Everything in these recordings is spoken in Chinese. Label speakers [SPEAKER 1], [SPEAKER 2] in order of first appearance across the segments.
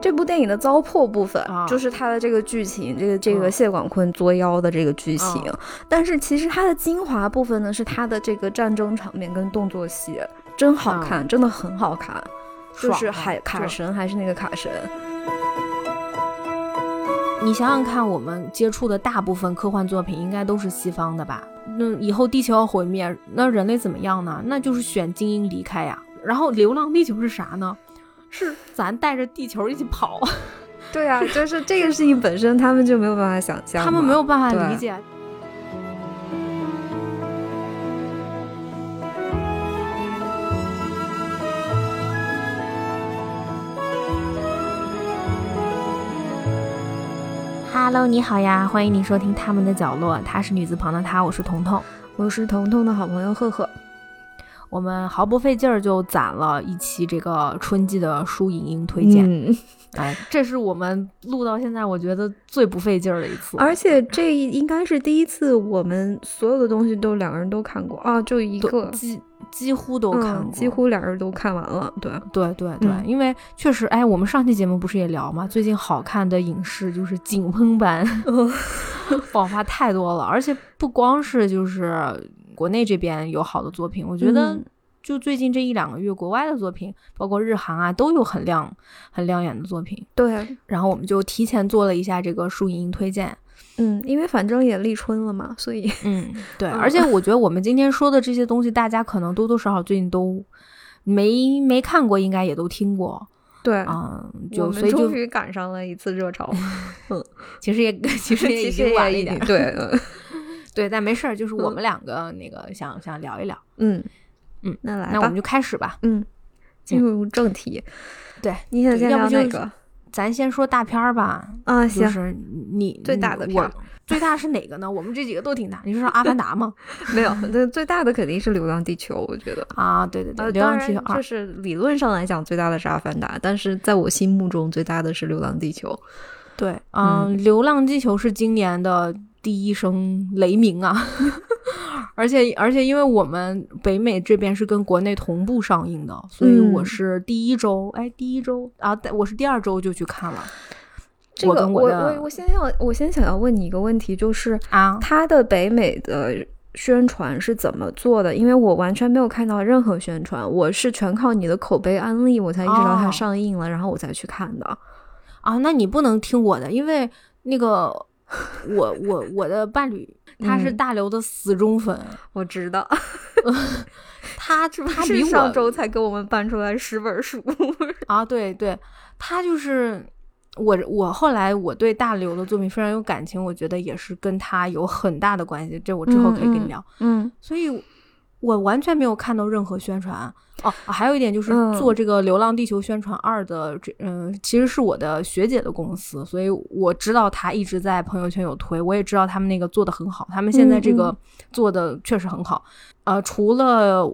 [SPEAKER 1] 这部电影的糟粕部分，
[SPEAKER 2] 啊
[SPEAKER 1] 就是它的这个剧情，这个这个
[SPEAKER 2] 嗯
[SPEAKER 1] 谢广坤作妖的这个剧情。
[SPEAKER 2] 嗯
[SPEAKER 1] 但是其实它的精华部分呢，是它的这个战争场面跟动作戏，真好看，真的很好看。就
[SPEAKER 2] 嗯爽
[SPEAKER 1] 是
[SPEAKER 2] 啊
[SPEAKER 1] 海卡
[SPEAKER 2] 就
[SPEAKER 1] 神还是那个卡神，
[SPEAKER 2] 你想想看，我们接触的大部分科幻作品应该都是西方的吧？那以后地球要毁灭，那人类怎么样呢？那就是选精英离开呀。然后《流浪地球》是啥呢？ 是咱带着地球一起跑，
[SPEAKER 1] 对啊，就是这个事情本身，他们就没有办法想象，
[SPEAKER 2] 他们没有办法
[SPEAKER 1] 对
[SPEAKER 2] 理解。Hello，你好呀，欢迎你收听《他们的角落》，她是女字旁的她，我是彤彤。
[SPEAKER 1] 我是彤彤的好朋友赫赫，
[SPEAKER 2] 我们毫不费劲儿就攒了一期这个春季的书影音推荐，
[SPEAKER 1] 嗯
[SPEAKER 2] 哎，这是我们录到现在我觉得最不费劲儿的一次。
[SPEAKER 1] 而且这一应该是第一次，我们所有的东西都两个人都看过啊，就一
[SPEAKER 2] 都
[SPEAKER 1] 个，
[SPEAKER 2] 几几乎都看
[SPEAKER 1] 嗯，
[SPEAKER 2] 过，
[SPEAKER 1] 几乎两人都看完了。对，
[SPEAKER 2] 对对对，
[SPEAKER 1] 嗯
[SPEAKER 2] 因为确实，哎，我们上期节目不是也聊嘛，最近好看的影视就是井喷般
[SPEAKER 1] 嗯
[SPEAKER 2] 爆发太多了，而且不光是就是国内这边有好的作品，我觉得
[SPEAKER 1] 嗯
[SPEAKER 2] 就最近这一两个月，国外的作品，包括日韩啊，都有很亮很亮眼的作品。
[SPEAKER 1] 对，
[SPEAKER 2] 然后我们就提前做了一下这个书影推荐，
[SPEAKER 1] 嗯，因为反正也立春了嘛，所 以
[SPEAKER 2] 嗯，对，
[SPEAKER 1] 嗯
[SPEAKER 2] 而且我觉得我们今天说的这些东西，大家可能多多少少最近都没没看过，应该也都听过，
[SPEAKER 1] 对，
[SPEAKER 2] 嗯，
[SPEAKER 1] 我
[SPEAKER 2] 就所
[SPEAKER 1] 们
[SPEAKER 2] 以就
[SPEAKER 1] 终于赶上了一次热 潮，
[SPEAKER 2] 其实也其实也
[SPEAKER 1] 其
[SPEAKER 2] 已
[SPEAKER 1] 实
[SPEAKER 2] 经晚了
[SPEAKER 1] 也
[SPEAKER 2] 一
[SPEAKER 1] 已经
[SPEAKER 2] 点儿，
[SPEAKER 1] 对， 嗯
[SPEAKER 2] 对，但没事儿，就是我
[SPEAKER 1] 嗯
[SPEAKER 2] 们两个那个想想聊一聊，
[SPEAKER 1] 嗯
[SPEAKER 2] 嗯，
[SPEAKER 1] 那来
[SPEAKER 2] 那我
[SPEAKER 1] 吧
[SPEAKER 2] 们，就开始吧，
[SPEAKER 1] 嗯，进入正题，
[SPEAKER 2] 对，
[SPEAKER 1] 你想先
[SPEAKER 2] 要
[SPEAKER 1] 聊
[SPEAKER 2] 不就
[SPEAKER 1] 哪
[SPEAKER 2] 是
[SPEAKER 1] 个
[SPEAKER 2] 咱先说大片儿吧，
[SPEAKER 1] 啊？
[SPEAKER 2] 就
[SPEAKER 1] 行，
[SPEAKER 2] 是你
[SPEAKER 1] 最大的
[SPEAKER 2] 我
[SPEAKER 1] 片儿
[SPEAKER 2] 最大是哪个呢？我们这几个都挺大，你是说《阿凡达》 吗？
[SPEAKER 1] 没有，那最大的肯定是《流浪地球》，我觉得。
[SPEAKER 2] 啊，对对对，
[SPEAKER 1] 呃，
[SPEAKER 2] 流
[SPEAKER 1] 当
[SPEAKER 2] 浪地
[SPEAKER 1] 然
[SPEAKER 2] 球二》
[SPEAKER 1] 就是理论上来讲最大的是《阿凡达》，但是在我心目中最大的是《流浪地球》。
[SPEAKER 2] 对，嗯，流浪地球》是今年的第一声雷鸣啊， 而且而且因为我们北美这边是跟国内同步上映的，所以
[SPEAKER 1] 嗯
[SPEAKER 2] 我是第一周，哎，第一周啊，但我是第二周就去看了
[SPEAKER 1] 这个
[SPEAKER 2] 我跟
[SPEAKER 1] 我
[SPEAKER 2] 我的
[SPEAKER 1] 我先要我先想要问你一个问题，就是
[SPEAKER 2] 啊，
[SPEAKER 1] 它的北美的宣传是怎么做的？因为我完全没有看到任何宣传，我是全靠你的口碑安利，我才意识到它
[SPEAKER 2] 哦
[SPEAKER 1] 上映了，然后我才去看的。
[SPEAKER 2] 啊，那你不能听我的，因为 那个我我我的伴侣他是
[SPEAKER 1] 嗯
[SPEAKER 2] 大刘的死 忠粉，
[SPEAKER 1] 我知道，
[SPEAKER 2] 他他比
[SPEAKER 1] 是
[SPEAKER 2] 我
[SPEAKER 1] 上周才给我们搬出来十本书。
[SPEAKER 2] 啊，对对，他就是我我后来我对大刘的作品非常有感情，我觉得也是跟他有很大的关系，这我之后可以跟
[SPEAKER 1] 嗯
[SPEAKER 2] 你聊。
[SPEAKER 1] 嗯
[SPEAKER 2] 所以我完全没有看到任何宣传哦、啊还有一点就是
[SPEAKER 1] 嗯
[SPEAKER 2] 做这个《流浪地球》宣传二的这嗯、其实是我的学姐的公司，所以我知道她一直在朋友圈有推，我也知道他们那个做的很好，他们现在这
[SPEAKER 1] 嗯
[SPEAKER 2] 个做的确实很好。呃，除了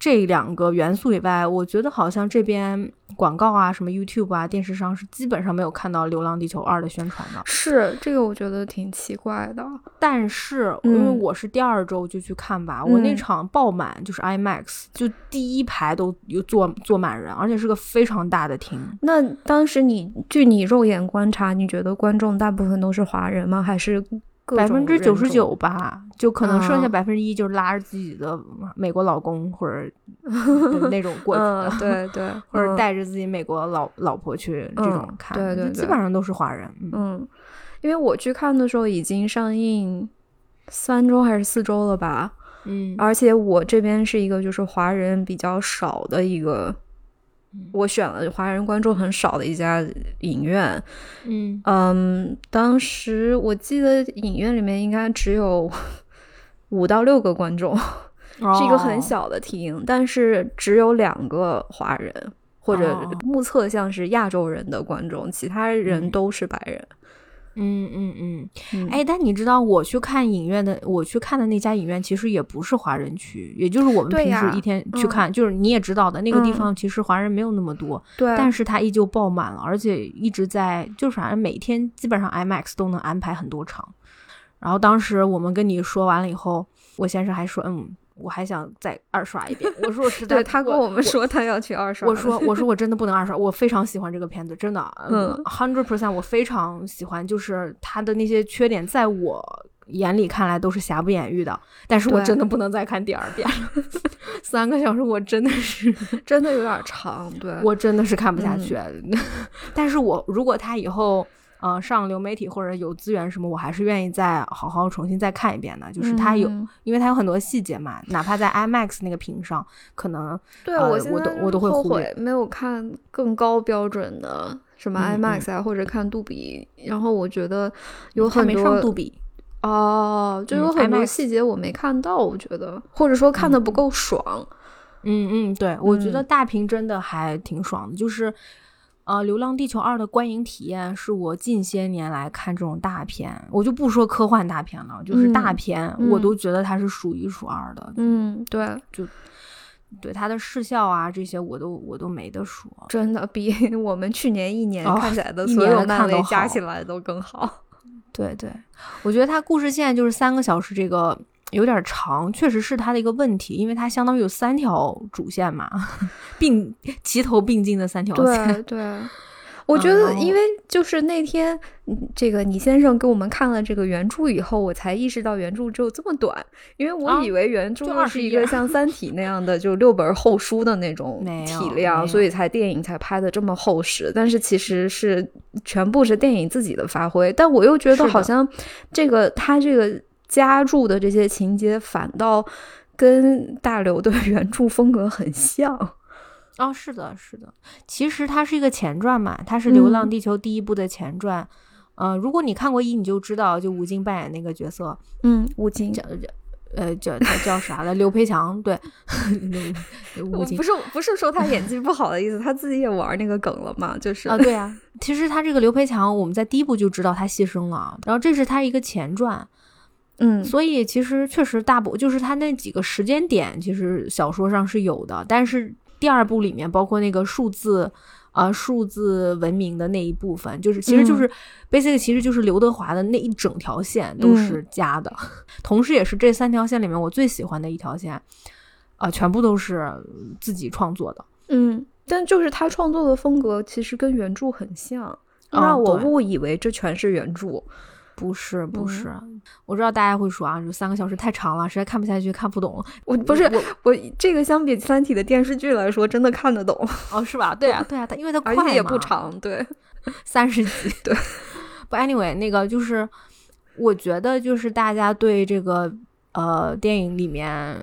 [SPEAKER 2] 这两个元素以外，我觉得好像这边广告啊、什么 YouTube 啊、电视上是基本上没有看到《流浪地球二》的宣传的。
[SPEAKER 1] 是这个，我觉得挺奇怪的。
[SPEAKER 2] 但是因为
[SPEAKER 1] 嗯
[SPEAKER 2] 我是第二周就去看吧，我那
[SPEAKER 1] 嗯
[SPEAKER 2] 场爆满，就是 IMAX，就第一排都有坐坐满人，而且是个非常大的厅。
[SPEAKER 1] 那当时你据你肉眼观察，你觉得观众大部分都是华人吗？还是各
[SPEAKER 2] 百
[SPEAKER 1] 种
[SPEAKER 2] 分之
[SPEAKER 1] 人
[SPEAKER 2] 九十九
[SPEAKER 1] 种？
[SPEAKER 2] 吧，就可能剩下
[SPEAKER 1] 啊
[SPEAKER 2] 百分之一就是拉着自己的美国老公 或者那种过去的，
[SPEAKER 1] 嗯，对 对，
[SPEAKER 2] 或者
[SPEAKER 1] 嗯
[SPEAKER 2] 带着自己美国老老婆去这种
[SPEAKER 1] 嗯
[SPEAKER 2] 看，
[SPEAKER 1] 对对
[SPEAKER 2] 就基
[SPEAKER 1] 对
[SPEAKER 2] 本上都是华人。嗯
[SPEAKER 1] 嗯，因为我去看的时候已经上映三周还是四周了吧，
[SPEAKER 2] 嗯
[SPEAKER 1] 而且我这边是一个就是华人比较少的一个，
[SPEAKER 2] 嗯
[SPEAKER 1] 我选了华人观众很少的一家影院。
[SPEAKER 2] 嗯
[SPEAKER 1] 嗯，当时我记得影院里面应该只有五到六个观众，是一个很
[SPEAKER 2] 哦
[SPEAKER 1] 小的厅，但是只有两个华人。或者
[SPEAKER 2] 哦
[SPEAKER 1] 目测像是亚洲人的观众，其他人
[SPEAKER 2] 嗯
[SPEAKER 1] 都是白人。
[SPEAKER 2] 嗯嗯嗯，
[SPEAKER 1] 嗯
[SPEAKER 2] 哎，但你知道我去看影院的，我去看的那家影院其实也不是华人区，也就是我们
[SPEAKER 1] 对
[SPEAKER 2] 平
[SPEAKER 1] 呀
[SPEAKER 2] 时一天去看，就是你也知道的，那个地
[SPEAKER 1] 嗯
[SPEAKER 2] 方其实华人没有那么多，
[SPEAKER 1] 对，
[SPEAKER 2] 但是它依旧爆满了，而且一直在，就是反正每天基本上 IMAX 都能安排很多场。然后当时我们跟你说完了以后，我先生还说，嗯，我还想再二刷一遍。我说我实在，
[SPEAKER 1] 对他跟
[SPEAKER 2] 我
[SPEAKER 1] 我们说他要去二刷了，
[SPEAKER 2] 我 说我说我真的不能二刷，我非常喜欢这个片子，真的，
[SPEAKER 1] 嗯
[SPEAKER 2] ，hundred percent 我非常喜欢，就是它的那些缺点，在我眼里看来都是瑕不掩瑜的，但是我
[SPEAKER 1] 对
[SPEAKER 2] 真的不能再看第二遍了， 三个小时我真的是，
[SPEAKER 1] 真的有点长，对，
[SPEAKER 2] 我真的是看不下去，
[SPEAKER 1] 嗯
[SPEAKER 2] 但是我如果他以后。呃，上流媒体或者有资源什么，我还是愿意再好好重新再看一遍的。就是它有，
[SPEAKER 1] 嗯
[SPEAKER 2] 因为它有很多细节嘛，哪怕在 IMAX 那个屏上，可能
[SPEAKER 1] 对、
[SPEAKER 2] 呃
[SPEAKER 1] 我现
[SPEAKER 2] 我
[SPEAKER 1] 在
[SPEAKER 2] 都我都会
[SPEAKER 1] 后
[SPEAKER 2] 忽
[SPEAKER 1] 悔没有看更高标准的什么
[SPEAKER 2] 嗯
[SPEAKER 1] IMAX 啊，或者看杜比，然后我觉得有
[SPEAKER 2] 它
[SPEAKER 1] 很
[SPEAKER 2] 没
[SPEAKER 1] 多
[SPEAKER 2] 上杜比，
[SPEAKER 1] 哦，就
[SPEAKER 2] 嗯
[SPEAKER 1] 有很多
[SPEAKER 2] ，IMAX
[SPEAKER 1] 细节我没看到，我觉得或者说看的不够爽，
[SPEAKER 2] 嗯嗯，对，我觉得
[SPEAKER 1] 嗯
[SPEAKER 2] 大屏真的还挺爽的，就是。呃，《流浪地球二》的观影体验是我近些年来看这种大片，我就不说科幻大片了，就是大
[SPEAKER 1] 嗯
[SPEAKER 2] 片，
[SPEAKER 1] 嗯
[SPEAKER 2] 我都觉得它是数一数二的。
[SPEAKER 1] 嗯，对，
[SPEAKER 2] 对它的视效啊这些，我都我都没得说。
[SPEAKER 1] 真的比 我们去年一年
[SPEAKER 2] 哦
[SPEAKER 1] 看起来的
[SPEAKER 2] 一
[SPEAKER 1] 所
[SPEAKER 2] 年
[SPEAKER 1] 有
[SPEAKER 2] 的
[SPEAKER 1] 漫
[SPEAKER 2] 看
[SPEAKER 1] 威
[SPEAKER 2] 都
[SPEAKER 1] 加
[SPEAKER 2] 好
[SPEAKER 1] 起来都更好，
[SPEAKER 2] 对对，我觉得它故事线就是三个小时，这个有点长，确实是它的一个问题，因为它相当于有三条主线嘛， 并齐头并进的三条线。
[SPEAKER 1] 对 对。我觉得，
[SPEAKER 2] 嗯然后
[SPEAKER 1] 因为就是那天，嗯这个倪先生给我们看了这个原著以后，我才意识到原著只有这么短，因为我
[SPEAKER 2] 啊
[SPEAKER 1] 以为原著
[SPEAKER 2] 就
[SPEAKER 1] 是
[SPEAKER 2] 20
[SPEAKER 1] 一
[SPEAKER 2] 页
[SPEAKER 1] 个像《三 体》那样的，就六本厚书的那种
[SPEAKER 2] 没有
[SPEAKER 1] 体
[SPEAKER 2] 没有
[SPEAKER 1] 量，所以才电影才拍的这么厚实。但是其实是全部是电影自己的发挥，但我又觉
[SPEAKER 2] 是
[SPEAKER 1] 得
[SPEAKER 2] 的
[SPEAKER 1] 好像这个他这个加注的这些情节，反倒跟大刘的原著风格很像。
[SPEAKER 2] 哦，是的，是的，其实它是一个前传嘛，它是《流浪
[SPEAKER 1] 嗯
[SPEAKER 2] 地球》第一部的前传。呃，如果你看过一，你就知道，就吴京扮演那个角色，
[SPEAKER 1] 嗯，吴京
[SPEAKER 2] 叫叫呃叫叫叫啥了？刘培强， 对，刘
[SPEAKER 1] 我
[SPEAKER 2] 吴京
[SPEAKER 1] 不是不是说他演技不好的意思，他自己也玩那个梗了嘛，就是、
[SPEAKER 2] 啊，对啊，其实他这个刘培强，我们在第一部就知道他牺牲了，然后这是他一个前传，
[SPEAKER 1] 嗯
[SPEAKER 2] 所以其实确实大部就是他那几个时间点，其实小说上是有的，但是第二部里面包括那个数字。啊，数字文明的那一部分，就是其实
[SPEAKER 1] 嗯
[SPEAKER 2] 就是、basic，其实就是刘德华的那一整条线都
[SPEAKER 1] 嗯
[SPEAKER 2] 是加的， 同时也是这三条线里面我最喜欢的一条线，啊、全部都是自己创作的。
[SPEAKER 1] 嗯，但就是他创作的风格其实跟原著很像，
[SPEAKER 2] 哦
[SPEAKER 1] 让我
[SPEAKER 2] 对
[SPEAKER 1] 误以为这全是原著。
[SPEAKER 2] 不是不
[SPEAKER 1] 嗯
[SPEAKER 2] 是，我知道大家会说啊，就三个小时太长了，实在看不下去，看不懂。
[SPEAKER 1] 我不是嗯我这个相比《三体》的电视剧来说，真的看得懂，
[SPEAKER 2] 哦，是吧？对啊，对啊，它因为它快
[SPEAKER 1] 而
[SPEAKER 2] 嘛，
[SPEAKER 1] 且也不，长。对，
[SPEAKER 2] 三十集。
[SPEAKER 1] 对，
[SPEAKER 2] 不，anyway，那个就是，我觉得就是大家对这个呃电影里面。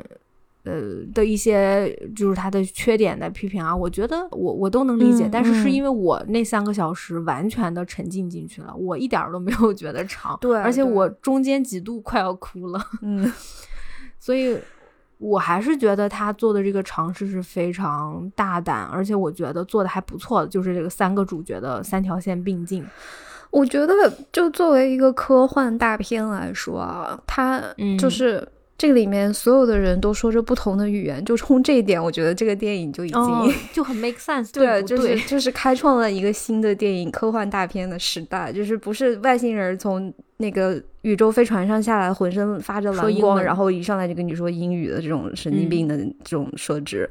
[SPEAKER 2] 呃的一些就是它的缺点的批评啊，我觉得我我都能理解，
[SPEAKER 1] 嗯
[SPEAKER 2] 但是是
[SPEAKER 1] 嗯
[SPEAKER 2] 因为我那三个小时完全的沉浸进去了，我一点儿都没有觉得长，
[SPEAKER 1] 对
[SPEAKER 2] 而且
[SPEAKER 1] 对
[SPEAKER 2] 我中间几度快要哭了。
[SPEAKER 1] 嗯
[SPEAKER 2] 所以我还是觉得他做的这个尝试是非常大胆，而且我觉得做的还不错的，就是这个三个主角的三条线并进。
[SPEAKER 1] 我觉得，就作为一个科幻大片来说啊，它
[SPEAKER 2] 嗯
[SPEAKER 1] 就是这里面所有的人都说着不同的语言，就冲这一点，我觉得这个电影就已经、
[SPEAKER 2] 哦，就很 make sense，
[SPEAKER 1] 对，
[SPEAKER 2] 不
[SPEAKER 1] 就
[SPEAKER 2] 对
[SPEAKER 1] 是就是开创了一个新的电影科幻大片的时代，就是不是外星人从那个宇宙飞船上下来，浑身发着
[SPEAKER 2] 说
[SPEAKER 1] 蓝
[SPEAKER 2] 英
[SPEAKER 1] 光，
[SPEAKER 2] 文
[SPEAKER 1] 然后一上来就跟你说英语的这种神经
[SPEAKER 2] 嗯
[SPEAKER 1] 病的这种设置，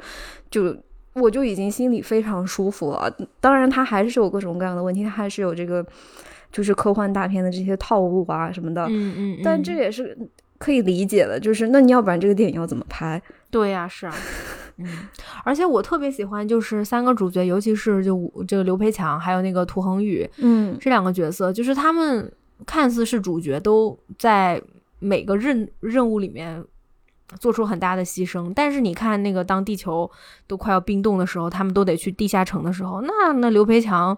[SPEAKER 1] 就我就已经心里非常舒服了。当然，它还是有各种各样的问题，它还是有这个就是科幻大片的这些套路啊什么的，
[SPEAKER 2] 嗯 嗯，
[SPEAKER 1] 但
[SPEAKER 2] 嗯
[SPEAKER 1] 这也是可以理解的。就是那你要不然这个电影要怎么拍？
[SPEAKER 2] 对呀、是 啊。嗯，而且我特别喜欢，就是三个主角，尤其是就我这个刘培强，还有那个涂恒宇
[SPEAKER 1] 嗯
[SPEAKER 2] 这两个角色，就是他们看似是主角，都在每个任任务里面做出很大的牺牲。但是你看，那个当地球都快要冰冻的时候，他们都得去地下城的时候，那那刘培强，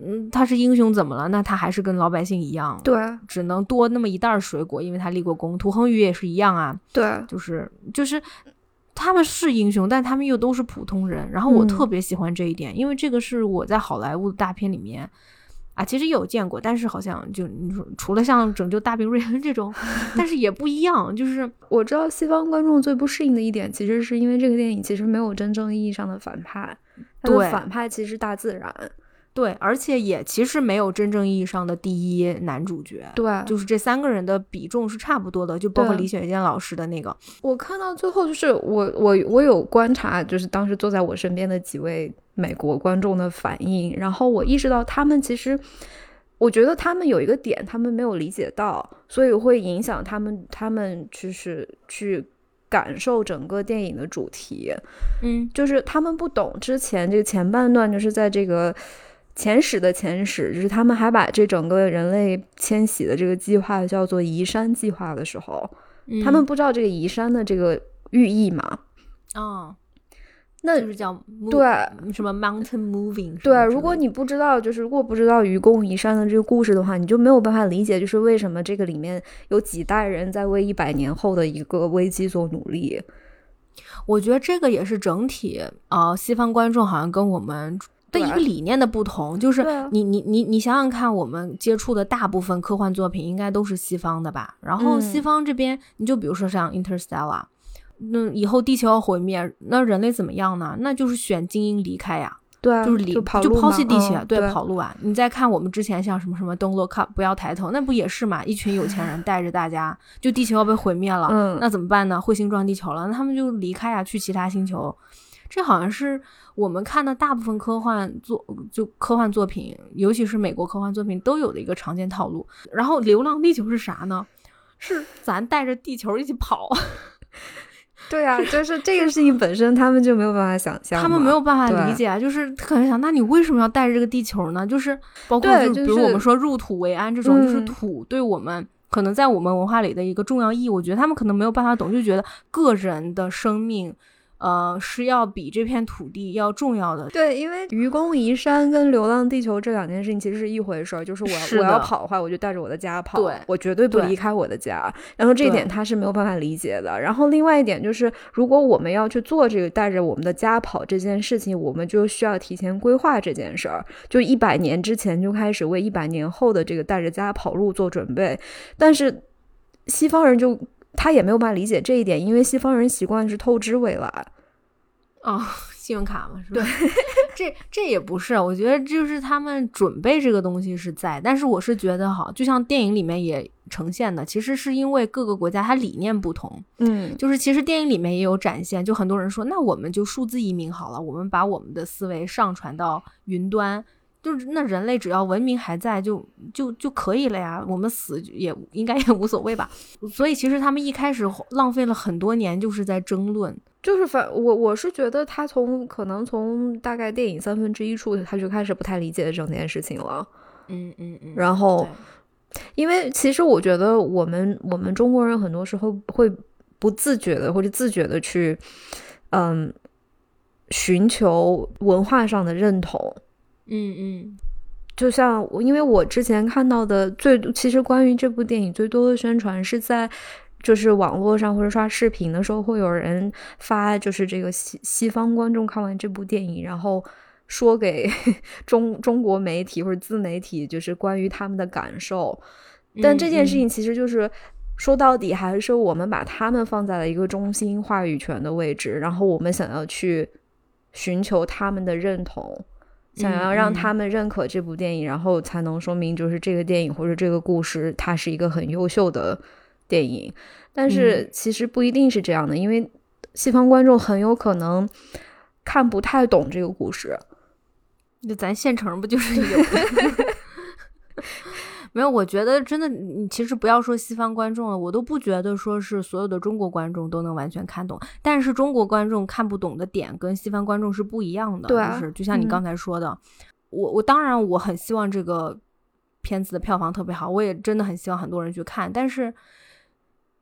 [SPEAKER 2] 嗯，他是英雄怎么了？那他还是跟老百姓一样，
[SPEAKER 1] 对
[SPEAKER 2] 只能多那么一袋儿水果，因为他立过功。涂恒宇也是一样啊，
[SPEAKER 1] 对，
[SPEAKER 2] 就是就是。他们是英雄，但他们又都是普通人。然后我
[SPEAKER 1] 嗯
[SPEAKER 2] 特别喜欢这一点，因为这个是我在好莱坞的大片里面啊，其实也有见过，但是好像就你说，除了像《拯救大兵瑞恩》这种，但是也不一样，就是
[SPEAKER 1] 我知道西方观众最不适应的一点，其实是因为这个电影其实没有真正意义上的反派，它的
[SPEAKER 2] 对
[SPEAKER 1] 反派其实是大自然，
[SPEAKER 2] 对，而且也其实没有真正意义上的第一男主角，
[SPEAKER 1] 对，
[SPEAKER 2] 就是这三个人的比重是差不多的，就包括
[SPEAKER 1] 对
[SPEAKER 2] 李雪健老师的那个，
[SPEAKER 1] 我看到最后，就是我我我有观察，就是当时坐在我身边的几位美国观众的反应，然后我意识到他们其实，我觉得他们有一个点他们没有理解到，所以会影响他们他们就是去感受整个电影的主题，
[SPEAKER 2] 嗯
[SPEAKER 1] 就是他们不懂之前这个前半段就是在这个。前史的前史，就是他们还把这整个人类迁徙的这个计划叫做移山计划的时候，
[SPEAKER 2] 嗯
[SPEAKER 1] 他们不知道这个移山的这个寓意嘛？
[SPEAKER 2] 啊，
[SPEAKER 1] 那
[SPEAKER 2] 就是叫 move, 嗯
[SPEAKER 1] 对
[SPEAKER 2] 什么 mountain moving，什
[SPEAKER 1] 对，啊
[SPEAKER 2] 么之
[SPEAKER 1] 如果
[SPEAKER 2] 类
[SPEAKER 1] 你不知道，就是如果不知道愚公移山的这个故事的话，你就没有办法理解，就是为什么这个里面有几代人在为一百年后的一个危机做努力。
[SPEAKER 2] 的我觉得这个也是整体啊、呃西方观众好像跟我们。的
[SPEAKER 1] 对啊
[SPEAKER 2] 一个理念的不同，就是
[SPEAKER 1] 对啊
[SPEAKER 2] 你你你你想想看，我们接触的大部分科幻作品应该都是西方的吧？然后
[SPEAKER 1] 嗯
[SPEAKER 2] 西方这边，你就比如说像 Interstellar，那以后地球要毁灭，那人类怎么样呢？那就是选精英离开呀，
[SPEAKER 1] 对啊，
[SPEAKER 2] 就是离
[SPEAKER 1] 跑
[SPEAKER 2] 就
[SPEAKER 1] 路
[SPEAKER 2] 抛
[SPEAKER 1] 嘛
[SPEAKER 2] 弃地球，
[SPEAKER 1] 嗯
[SPEAKER 2] 对
[SPEAKER 1] 对
[SPEAKER 2] 跑路啊！你再看我们之前像什么什么 Don't Look Up 不要抬头，那不也是嘛？一群有钱人带着大家，就地球要被毁灭了，
[SPEAKER 1] 嗯
[SPEAKER 2] 那怎么办呢？彗星撞地球了，那他们就离开啊，去其他星球。这好像是我们看的大部分科幻作就科幻作品，尤其是美国科幻作品都有的一个常见套路。然后《流浪地球》是啥呢？是咱带着地球一起跑，
[SPEAKER 1] 对啊，就是这个事情本身，他们就没有办法想象嘛，
[SPEAKER 2] 他们没有办法理
[SPEAKER 1] 对
[SPEAKER 2] 解啊，就是可能想，那你为什么要带着这个地球呢？就是包括
[SPEAKER 1] 对
[SPEAKER 2] 就
[SPEAKER 1] 就
[SPEAKER 2] 是比如我们
[SPEAKER 1] 是
[SPEAKER 2] 说入土为安这种，就是
[SPEAKER 1] 嗯
[SPEAKER 2] 土对我们。可能在我们文化里的一个重要意义，我觉得他们可能没有办法懂，就觉得个人的生命，呃，是要比这片土地要重要的。
[SPEAKER 1] 对，因为愚公移山跟流浪地球这两件事情其实是一回事儿，就是我
[SPEAKER 2] 是
[SPEAKER 1] 我
[SPEAKER 2] 的
[SPEAKER 1] 要跑的话，我就带着我的家跑，
[SPEAKER 2] 对
[SPEAKER 1] 我绝对不
[SPEAKER 2] 对
[SPEAKER 1] 离开我的家。然后这一
[SPEAKER 2] 对
[SPEAKER 1] 点他是没有办法理解的。然后另外一点就是，如果我们要去做这个带着我们的家跑这件事情，我们就需要提前规划这件事儿，就一百年之前就开始为一百年后的这个带着家跑路做准备。但是西方人就他也没有办法理解这一点，因为西方人习惯是透支未来。
[SPEAKER 2] 哦， 信用卡嘛，是吧？对， 这这也不是，我觉得就是他们准备这个东西是在，但是我是觉得哈，就像电影里面也呈现的，其实是因为各个国家它理念不同，
[SPEAKER 1] 嗯，
[SPEAKER 2] 就是其实电影里面也有展现，就很多人说，那我们就数字移民好了，我们把我们的思维上传到云端，就是那人类只要文明还在就，就就可以了呀，我们死也应该也无所谓吧。所以其实他们一开始浪费了很多年，就是在争论，
[SPEAKER 1] 就是反我我是觉得他从可能从大概电影三分之一处他就开始不太理解整件事情了，
[SPEAKER 2] 嗯嗯嗯
[SPEAKER 1] 然后因为其实我觉得我们我们中国人很多时候会不自觉的或者自觉的去嗯寻求文化上的认同，
[SPEAKER 2] 嗯嗯
[SPEAKER 1] 就像我，因为我之前看到的最多，其实关于这部电影最多的宣传是在。就是网络上或者刷视频的时候，会有人发，就是这个西西方观众看完这部电影，然后说给 中中国媒体或者自媒体，就是关于他们的感受。但这件事情其实就是说到底还是我们把他们放在了一个中心话语权的位置，然后我们想要去寻求他们的认同，想要让
[SPEAKER 2] 嗯
[SPEAKER 1] 他们认可这部电影，然后才能说明就是这个电影或者这个故事它是一个很优秀的电影。但是
[SPEAKER 2] 嗯
[SPEAKER 1] 其实不一定是这样的，因为西方观众很有可能看不太懂这个故事。
[SPEAKER 2] 那咱县城不就是有？ 没有，我觉得真的，你其实不要说西方观众了，我都不觉得说是所有的中国观众都能完全看懂。但是中国观众看不懂的点跟西方观众是不一样的，
[SPEAKER 1] 对啊
[SPEAKER 2] 就是就像你
[SPEAKER 1] 嗯
[SPEAKER 2] 刚才说的，我我当然我很希望这个片子的票房特别好，我也真的很希望很多人去看。但是，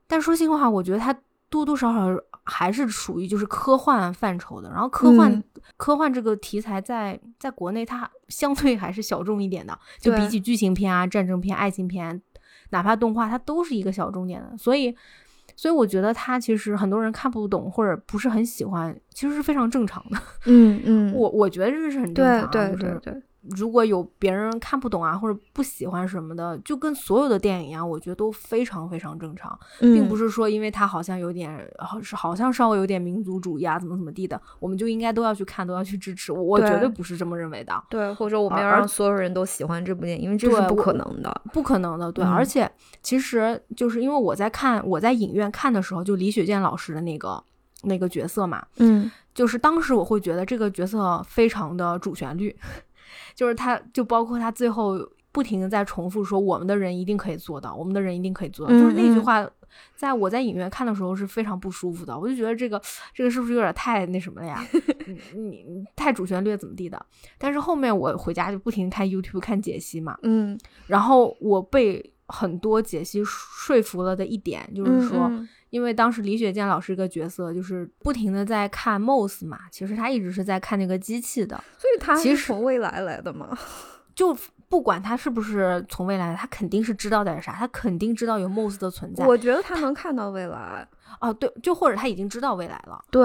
[SPEAKER 2] 但说心里话，我觉得它多多少少还是属于就是科幻范畴的。然后科幻、
[SPEAKER 1] 嗯
[SPEAKER 2] 科幻这个题材在在国内它 相对还是小众一点的，就
[SPEAKER 1] 对
[SPEAKER 2] 比起剧情片啊、战争片、爱情片，哪怕动画，它都是一个小众点的。所以，所以我觉得它其实很多人看不懂或者不是很喜欢，其实是非常正常的。
[SPEAKER 1] 嗯嗯
[SPEAKER 2] 我我觉得这是很正常
[SPEAKER 1] 对
[SPEAKER 2] 啊，
[SPEAKER 1] 对
[SPEAKER 2] 就是
[SPEAKER 1] 对对，
[SPEAKER 2] 如果有别人看不懂啊，或者不喜欢什么的，就跟所有的电影一样，我觉得都非常非常正常，并不
[SPEAKER 1] 是
[SPEAKER 2] 是说因为它好像有点，好是好像稍微有点民族主义啊，怎么怎么地的，我们就应该都要去看，都要去支持。我我
[SPEAKER 1] 对
[SPEAKER 2] 绝对不是这么认为的，
[SPEAKER 1] 对，或者我们
[SPEAKER 2] 而
[SPEAKER 1] 要让所有人都喜欢这部电影，因为这
[SPEAKER 2] 对
[SPEAKER 1] 是不
[SPEAKER 2] 我
[SPEAKER 1] 可能的。
[SPEAKER 2] 不可能的。对，
[SPEAKER 1] 嗯
[SPEAKER 2] 而且其实就是因为我在看我在影院看的时候，就李雪健老师的那个那个角色嘛，
[SPEAKER 1] 嗯
[SPEAKER 2] 就是当时我会觉得这个角色非常的主旋律， 就是他就包括他最后不停的在重复说我们的人一定可以做到，我们的人一定可以做到，就是那
[SPEAKER 1] 嗯
[SPEAKER 2] 句
[SPEAKER 1] 嗯
[SPEAKER 2] 话，在我在影院看的时候是非常不舒服的，我就觉得这个这个是不是有点太那什么 了呀？你你你太主旋律了怎么地的？但是后面我回家就不停地看 YouTube 看解析嘛，
[SPEAKER 1] 嗯，
[SPEAKER 2] 然后我被很多解析说服了的一点就是说。
[SPEAKER 1] 嗯
[SPEAKER 2] 因为当时李雪健老师一个角色就是不停的在看 MOS 嘛，其实他一直是在看那个机器的，
[SPEAKER 1] 所以他
[SPEAKER 2] 其
[SPEAKER 1] 是
[SPEAKER 2] 实
[SPEAKER 1] 从未来来的嘛。
[SPEAKER 2] 就不管他是不是从未来，他肯定是知道点啥，他肯定知道有 MOS 的存在
[SPEAKER 1] 我觉得他能看到未来。
[SPEAKER 2] 啊，对，就或者他已经知道未来了，
[SPEAKER 1] 对，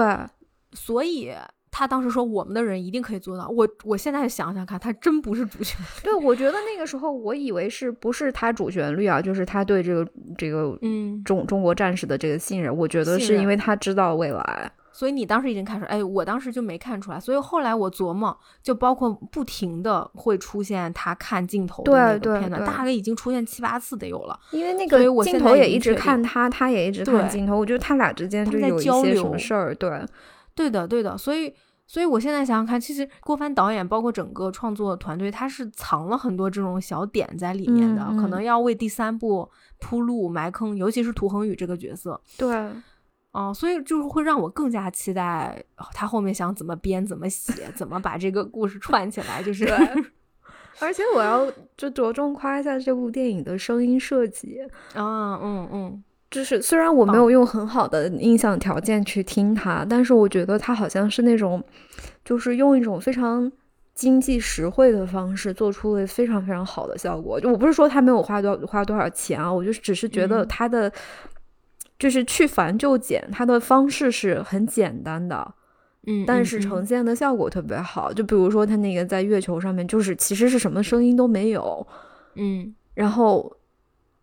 [SPEAKER 2] 所以他当时说我们的人一定可以做到。我我现在想想看，他真不是主 角，
[SPEAKER 1] 对，我觉得那个时候我以为是不是他主旋律啊，就是他对这个这个
[SPEAKER 2] 嗯，
[SPEAKER 1] 中中国战士的这个信任，我觉得
[SPEAKER 2] 信
[SPEAKER 1] 是
[SPEAKER 2] 任
[SPEAKER 1] 因为他知道未来。
[SPEAKER 2] 所以你当时已经看出来，哎，我当时就没看出来，所以后来我琢磨，就包括不停的会出现他看镜头的
[SPEAKER 1] 对
[SPEAKER 2] 那
[SPEAKER 1] 对
[SPEAKER 2] 个片段，
[SPEAKER 1] 对
[SPEAKER 2] 大概已经出现七八次得有了。
[SPEAKER 1] 因为那
[SPEAKER 2] 所以
[SPEAKER 1] 个
[SPEAKER 2] 我
[SPEAKER 1] 镜
[SPEAKER 2] 现
[SPEAKER 1] 头
[SPEAKER 2] 在已
[SPEAKER 1] 也
[SPEAKER 2] 经
[SPEAKER 1] 一直
[SPEAKER 2] 确
[SPEAKER 1] 看他，他也一直看
[SPEAKER 2] 对
[SPEAKER 1] 镜头，我觉得他俩之间
[SPEAKER 2] 他
[SPEAKER 1] 就
[SPEAKER 2] 们在
[SPEAKER 1] 有一
[SPEAKER 2] 交
[SPEAKER 1] 些什么
[SPEAKER 2] 流
[SPEAKER 1] 事儿。对，
[SPEAKER 2] 对的，对的，所以。所以我现在想想看，其实郭帆导演包括整个创作团队，他是藏了很多这种小点在里面的，
[SPEAKER 1] 嗯嗯
[SPEAKER 2] 可能要为第三部铺路埋坑，尤其是涂恒宇这个角色，
[SPEAKER 1] 对，
[SPEAKER 2] 哦、所以就是会让我更加期待、哦他后面想怎么编、怎么写、怎么把这个故事串起来，就是
[SPEAKER 1] 对而且我要就着重夸一下这部电影的声音设计，
[SPEAKER 2] 啊， 嗯嗯，
[SPEAKER 1] 就是虽然
[SPEAKER 2] 哦
[SPEAKER 1] 我没有用很好的音响条件去听它，但是我觉得它好像是那种，就是用一种非常。经济实惠的方式做出了非常非常好的效果。就我不是说它没有花多花多少钱啊，我就只是觉得
[SPEAKER 2] 嗯
[SPEAKER 1] 它的、就是去繁就简，它的方式是很简单的。
[SPEAKER 2] 嗯，
[SPEAKER 1] 但是
[SPEAKER 2] 嗯
[SPEAKER 1] 呈现的效果特别好。就比如说他那个在月球上面，就是其实是什么声音都没有，
[SPEAKER 2] 嗯
[SPEAKER 1] 然后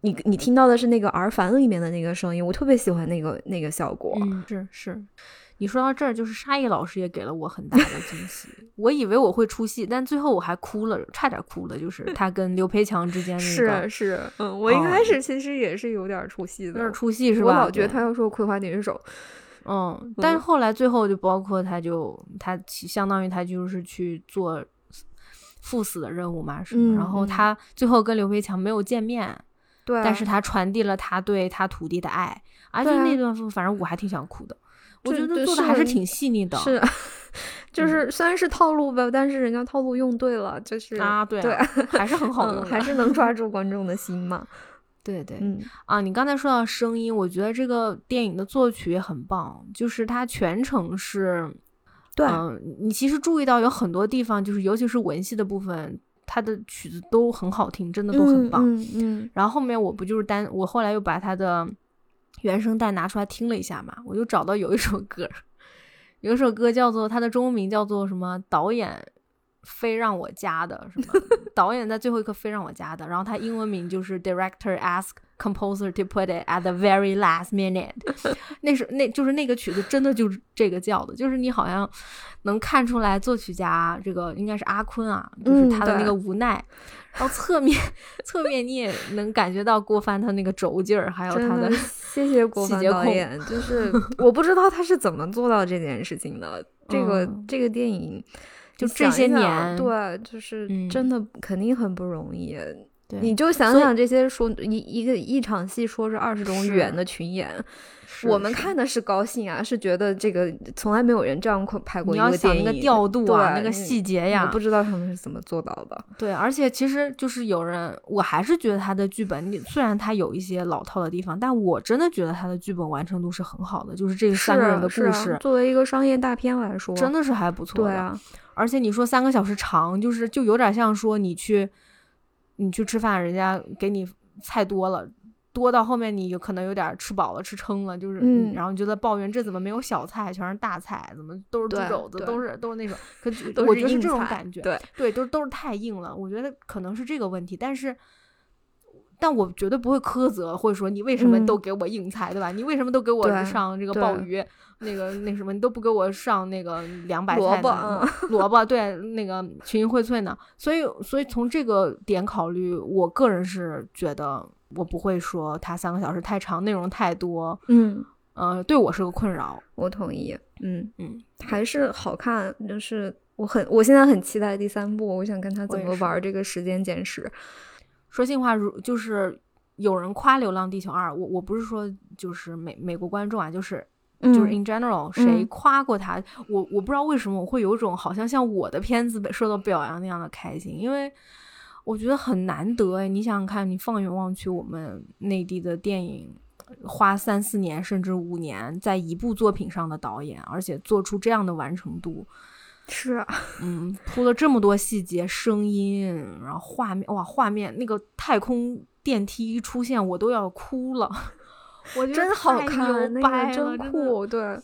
[SPEAKER 1] 你你听到的是那个耳返里面的那个声音，我特别喜欢那个那个效果。
[SPEAKER 2] 嗯是是。你说到这儿，就是沙溢老师也给了我很大的惊喜。我以为我会出戏，但最后我还哭了，差点哭了。就是他跟刘培强之间那
[SPEAKER 1] 是
[SPEAKER 2] 个
[SPEAKER 1] 是，嗯，我一
[SPEAKER 2] 哦
[SPEAKER 1] 开始其实也是有点出戏
[SPEAKER 2] 有点
[SPEAKER 1] 的，
[SPEAKER 2] 出戏是吧？
[SPEAKER 1] 我老觉得
[SPEAKER 2] 对
[SPEAKER 1] 他要说《葵花点穴手》，
[SPEAKER 2] 嗯，但是后来最后就包括他就他其相当于他就是去做赴死的任务嘛，是
[SPEAKER 1] 嗯
[SPEAKER 2] 吗？然后
[SPEAKER 1] 嗯
[SPEAKER 2] 他最后跟刘培强没有见面，
[SPEAKER 1] 对啊，
[SPEAKER 2] 但是他传递了他对他徒弟的爱啊，就
[SPEAKER 1] 对啊
[SPEAKER 2] 那段反正我还挺想哭的，我
[SPEAKER 1] 对
[SPEAKER 2] 觉得
[SPEAKER 1] 对
[SPEAKER 2] 做的
[SPEAKER 1] 是啊
[SPEAKER 2] 还是
[SPEAKER 1] 你
[SPEAKER 2] 挺细腻的，
[SPEAKER 1] 是。啊嗯就是虽然是套路吧，但是人家套路用对了，就是
[SPEAKER 2] 啊，对啊
[SPEAKER 1] 对，
[SPEAKER 2] 还是很好用
[SPEAKER 1] 嗯
[SPEAKER 2] 的，
[SPEAKER 1] 还是能 抓住观众的心嘛。
[SPEAKER 2] 对对
[SPEAKER 1] 嗯，
[SPEAKER 2] 啊，你刚才说到声音，我觉得这个电影的作曲也很棒，就是它全程是，
[SPEAKER 1] 对，
[SPEAKER 2] 嗯、你其实注意到有很多地方，就是尤其是文戏的部分，它的曲子都很好听，真的都很棒。
[SPEAKER 1] 嗯嗯，
[SPEAKER 2] 然后后面我不就是单，我后来又把它的原声带拿出来听了一下嘛，我就找到有一首歌儿，有一首歌叫做它的中文名叫做什么？导演非让我加的什么？导演在最后一刻非让我加的，然后它英文名就是 Director ask composer to put it at the very last minute 。 那是那就是那个曲子真的就是这个叫的，就是你好像能看出来作曲家这个应该是阿坤啊，就是
[SPEAKER 1] 嗯
[SPEAKER 2] 他的那
[SPEAKER 1] 对
[SPEAKER 2] 个无奈。然后侧面侧面你也能感觉到郭帆他那个轴劲儿，还有
[SPEAKER 1] 真
[SPEAKER 2] 他的
[SPEAKER 1] 的谢谢郭
[SPEAKER 2] 细
[SPEAKER 1] 帆
[SPEAKER 2] 节
[SPEAKER 1] 导
[SPEAKER 2] 控
[SPEAKER 1] 演， 就是我不知道他是怎么做到这件事情的。这个、
[SPEAKER 2] 嗯
[SPEAKER 1] 这个电影，
[SPEAKER 2] 就
[SPEAKER 1] 你
[SPEAKER 2] 这
[SPEAKER 1] 想
[SPEAKER 2] 些
[SPEAKER 1] 一想
[SPEAKER 2] 年
[SPEAKER 1] 对，就是
[SPEAKER 2] 嗯
[SPEAKER 1] 真的肯定很不容易。
[SPEAKER 2] 对
[SPEAKER 1] 你就想
[SPEAKER 2] 所以
[SPEAKER 1] 想这些说一一个一场戏说是二十种语
[SPEAKER 2] 是
[SPEAKER 1] 言的群演，
[SPEAKER 2] 是
[SPEAKER 1] 我们
[SPEAKER 2] 是
[SPEAKER 1] 看的是高兴啊，是觉得这个从来没有人这样拍过
[SPEAKER 2] 你
[SPEAKER 1] 一
[SPEAKER 2] 要
[SPEAKER 1] 个
[SPEAKER 2] 想
[SPEAKER 1] 电
[SPEAKER 2] 那
[SPEAKER 1] 影，
[SPEAKER 2] 个调度啊，
[SPEAKER 1] 对
[SPEAKER 2] 那个
[SPEAKER 1] 你
[SPEAKER 2] 细节
[SPEAKER 1] 我
[SPEAKER 2] 呀，
[SPEAKER 1] 不知道他们是怎么做到的。
[SPEAKER 2] 对，而且其实就是有人，我还是觉得他的剧本，你虽然他有一些老套的地方，但我真的觉得他的剧本完成度是很好的，就是这三个人的故
[SPEAKER 1] 是啊
[SPEAKER 2] 事。
[SPEAKER 1] 作为一个商业大片来说，
[SPEAKER 2] 真的是还不错的，
[SPEAKER 1] 对啊，
[SPEAKER 2] 而且你说三个小时长，就是就有点像说你去，你去吃饭，人家给你菜多了，多到后面你有可能有点吃饱了吃撑了，就是，
[SPEAKER 1] 嗯
[SPEAKER 2] 然后你就在抱怨这怎么没有小菜，全是大菜，怎么都是猪
[SPEAKER 1] 对
[SPEAKER 2] 肘子，
[SPEAKER 1] 对
[SPEAKER 2] 都是都是那种，可是
[SPEAKER 1] 都
[SPEAKER 2] 我
[SPEAKER 1] 是
[SPEAKER 2] 觉得是
[SPEAKER 1] 硬
[SPEAKER 2] 这种
[SPEAKER 1] 菜
[SPEAKER 2] 感觉，
[SPEAKER 1] 对，
[SPEAKER 2] 对，都都是太硬了。我觉得可能是这个问题，但是，但我绝对不会苛责，或者说你为什么
[SPEAKER 1] 嗯
[SPEAKER 2] 都给我硬菜，对吧？你为什么都给我
[SPEAKER 1] 对
[SPEAKER 2] 上这个
[SPEAKER 1] 对
[SPEAKER 2] 鲍鱼，那个那什么，你都不给我上那个凉白
[SPEAKER 1] 萝
[SPEAKER 2] 菜
[SPEAKER 1] 卜嗯
[SPEAKER 2] 呢、 萝卜，对，那个群英荟萃呢？所以，所以从这个点考虑，我个人是觉得我不会说它三个小时太长，内容太多，
[SPEAKER 1] 嗯，
[SPEAKER 2] 呃，对我是个困扰。
[SPEAKER 1] 我同意，嗯
[SPEAKER 2] 嗯，
[SPEAKER 1] 还是好看，就是我很我现在很期待第三部，我想看他怎
[SPEAKER 2] 我也
[SPEAKER 1] 么
[SPEAKER 2] 是
[SPEAKER 1] 玩这个时间简史，
[SPEAKER 2] 说心里话，如就是有人夸《流浪地球二》，我我不是说就是美美国观众啊，就是就是 in general，、谁
[SPEAKER 1] 嗯
[SPEAKER 2] 夸过他，我我不知道为什么我会有一种好像像我的片子被受到表扬那样的开心，因为我觉得很难得哎。你想想看，你放眼望去，我们内地的电影花三四年甚至五年在一部作品上的导演，而且做出这样的完成度，
[SPEAKER 1] 是啊，
[SPEAKER 2] 嗯，铺了这么多细节，声音，然后画面，哇，画面那个太空电梯一出现，我都要哭了。我觉得
[SPEAKER 1] 真好
[SPEAKER 2] 太
[SPEAKER 1] 看，
[SPEAKER 2] 牛
[SPEAKER 1] 那
[SPEAKER 2] 掰
[SPEAKER 1] 个
[SPEAKER 2] 了
[SPEAKER 1] 真
[SPEAKER 2] 的
[SPEAKER 1] 酷，对，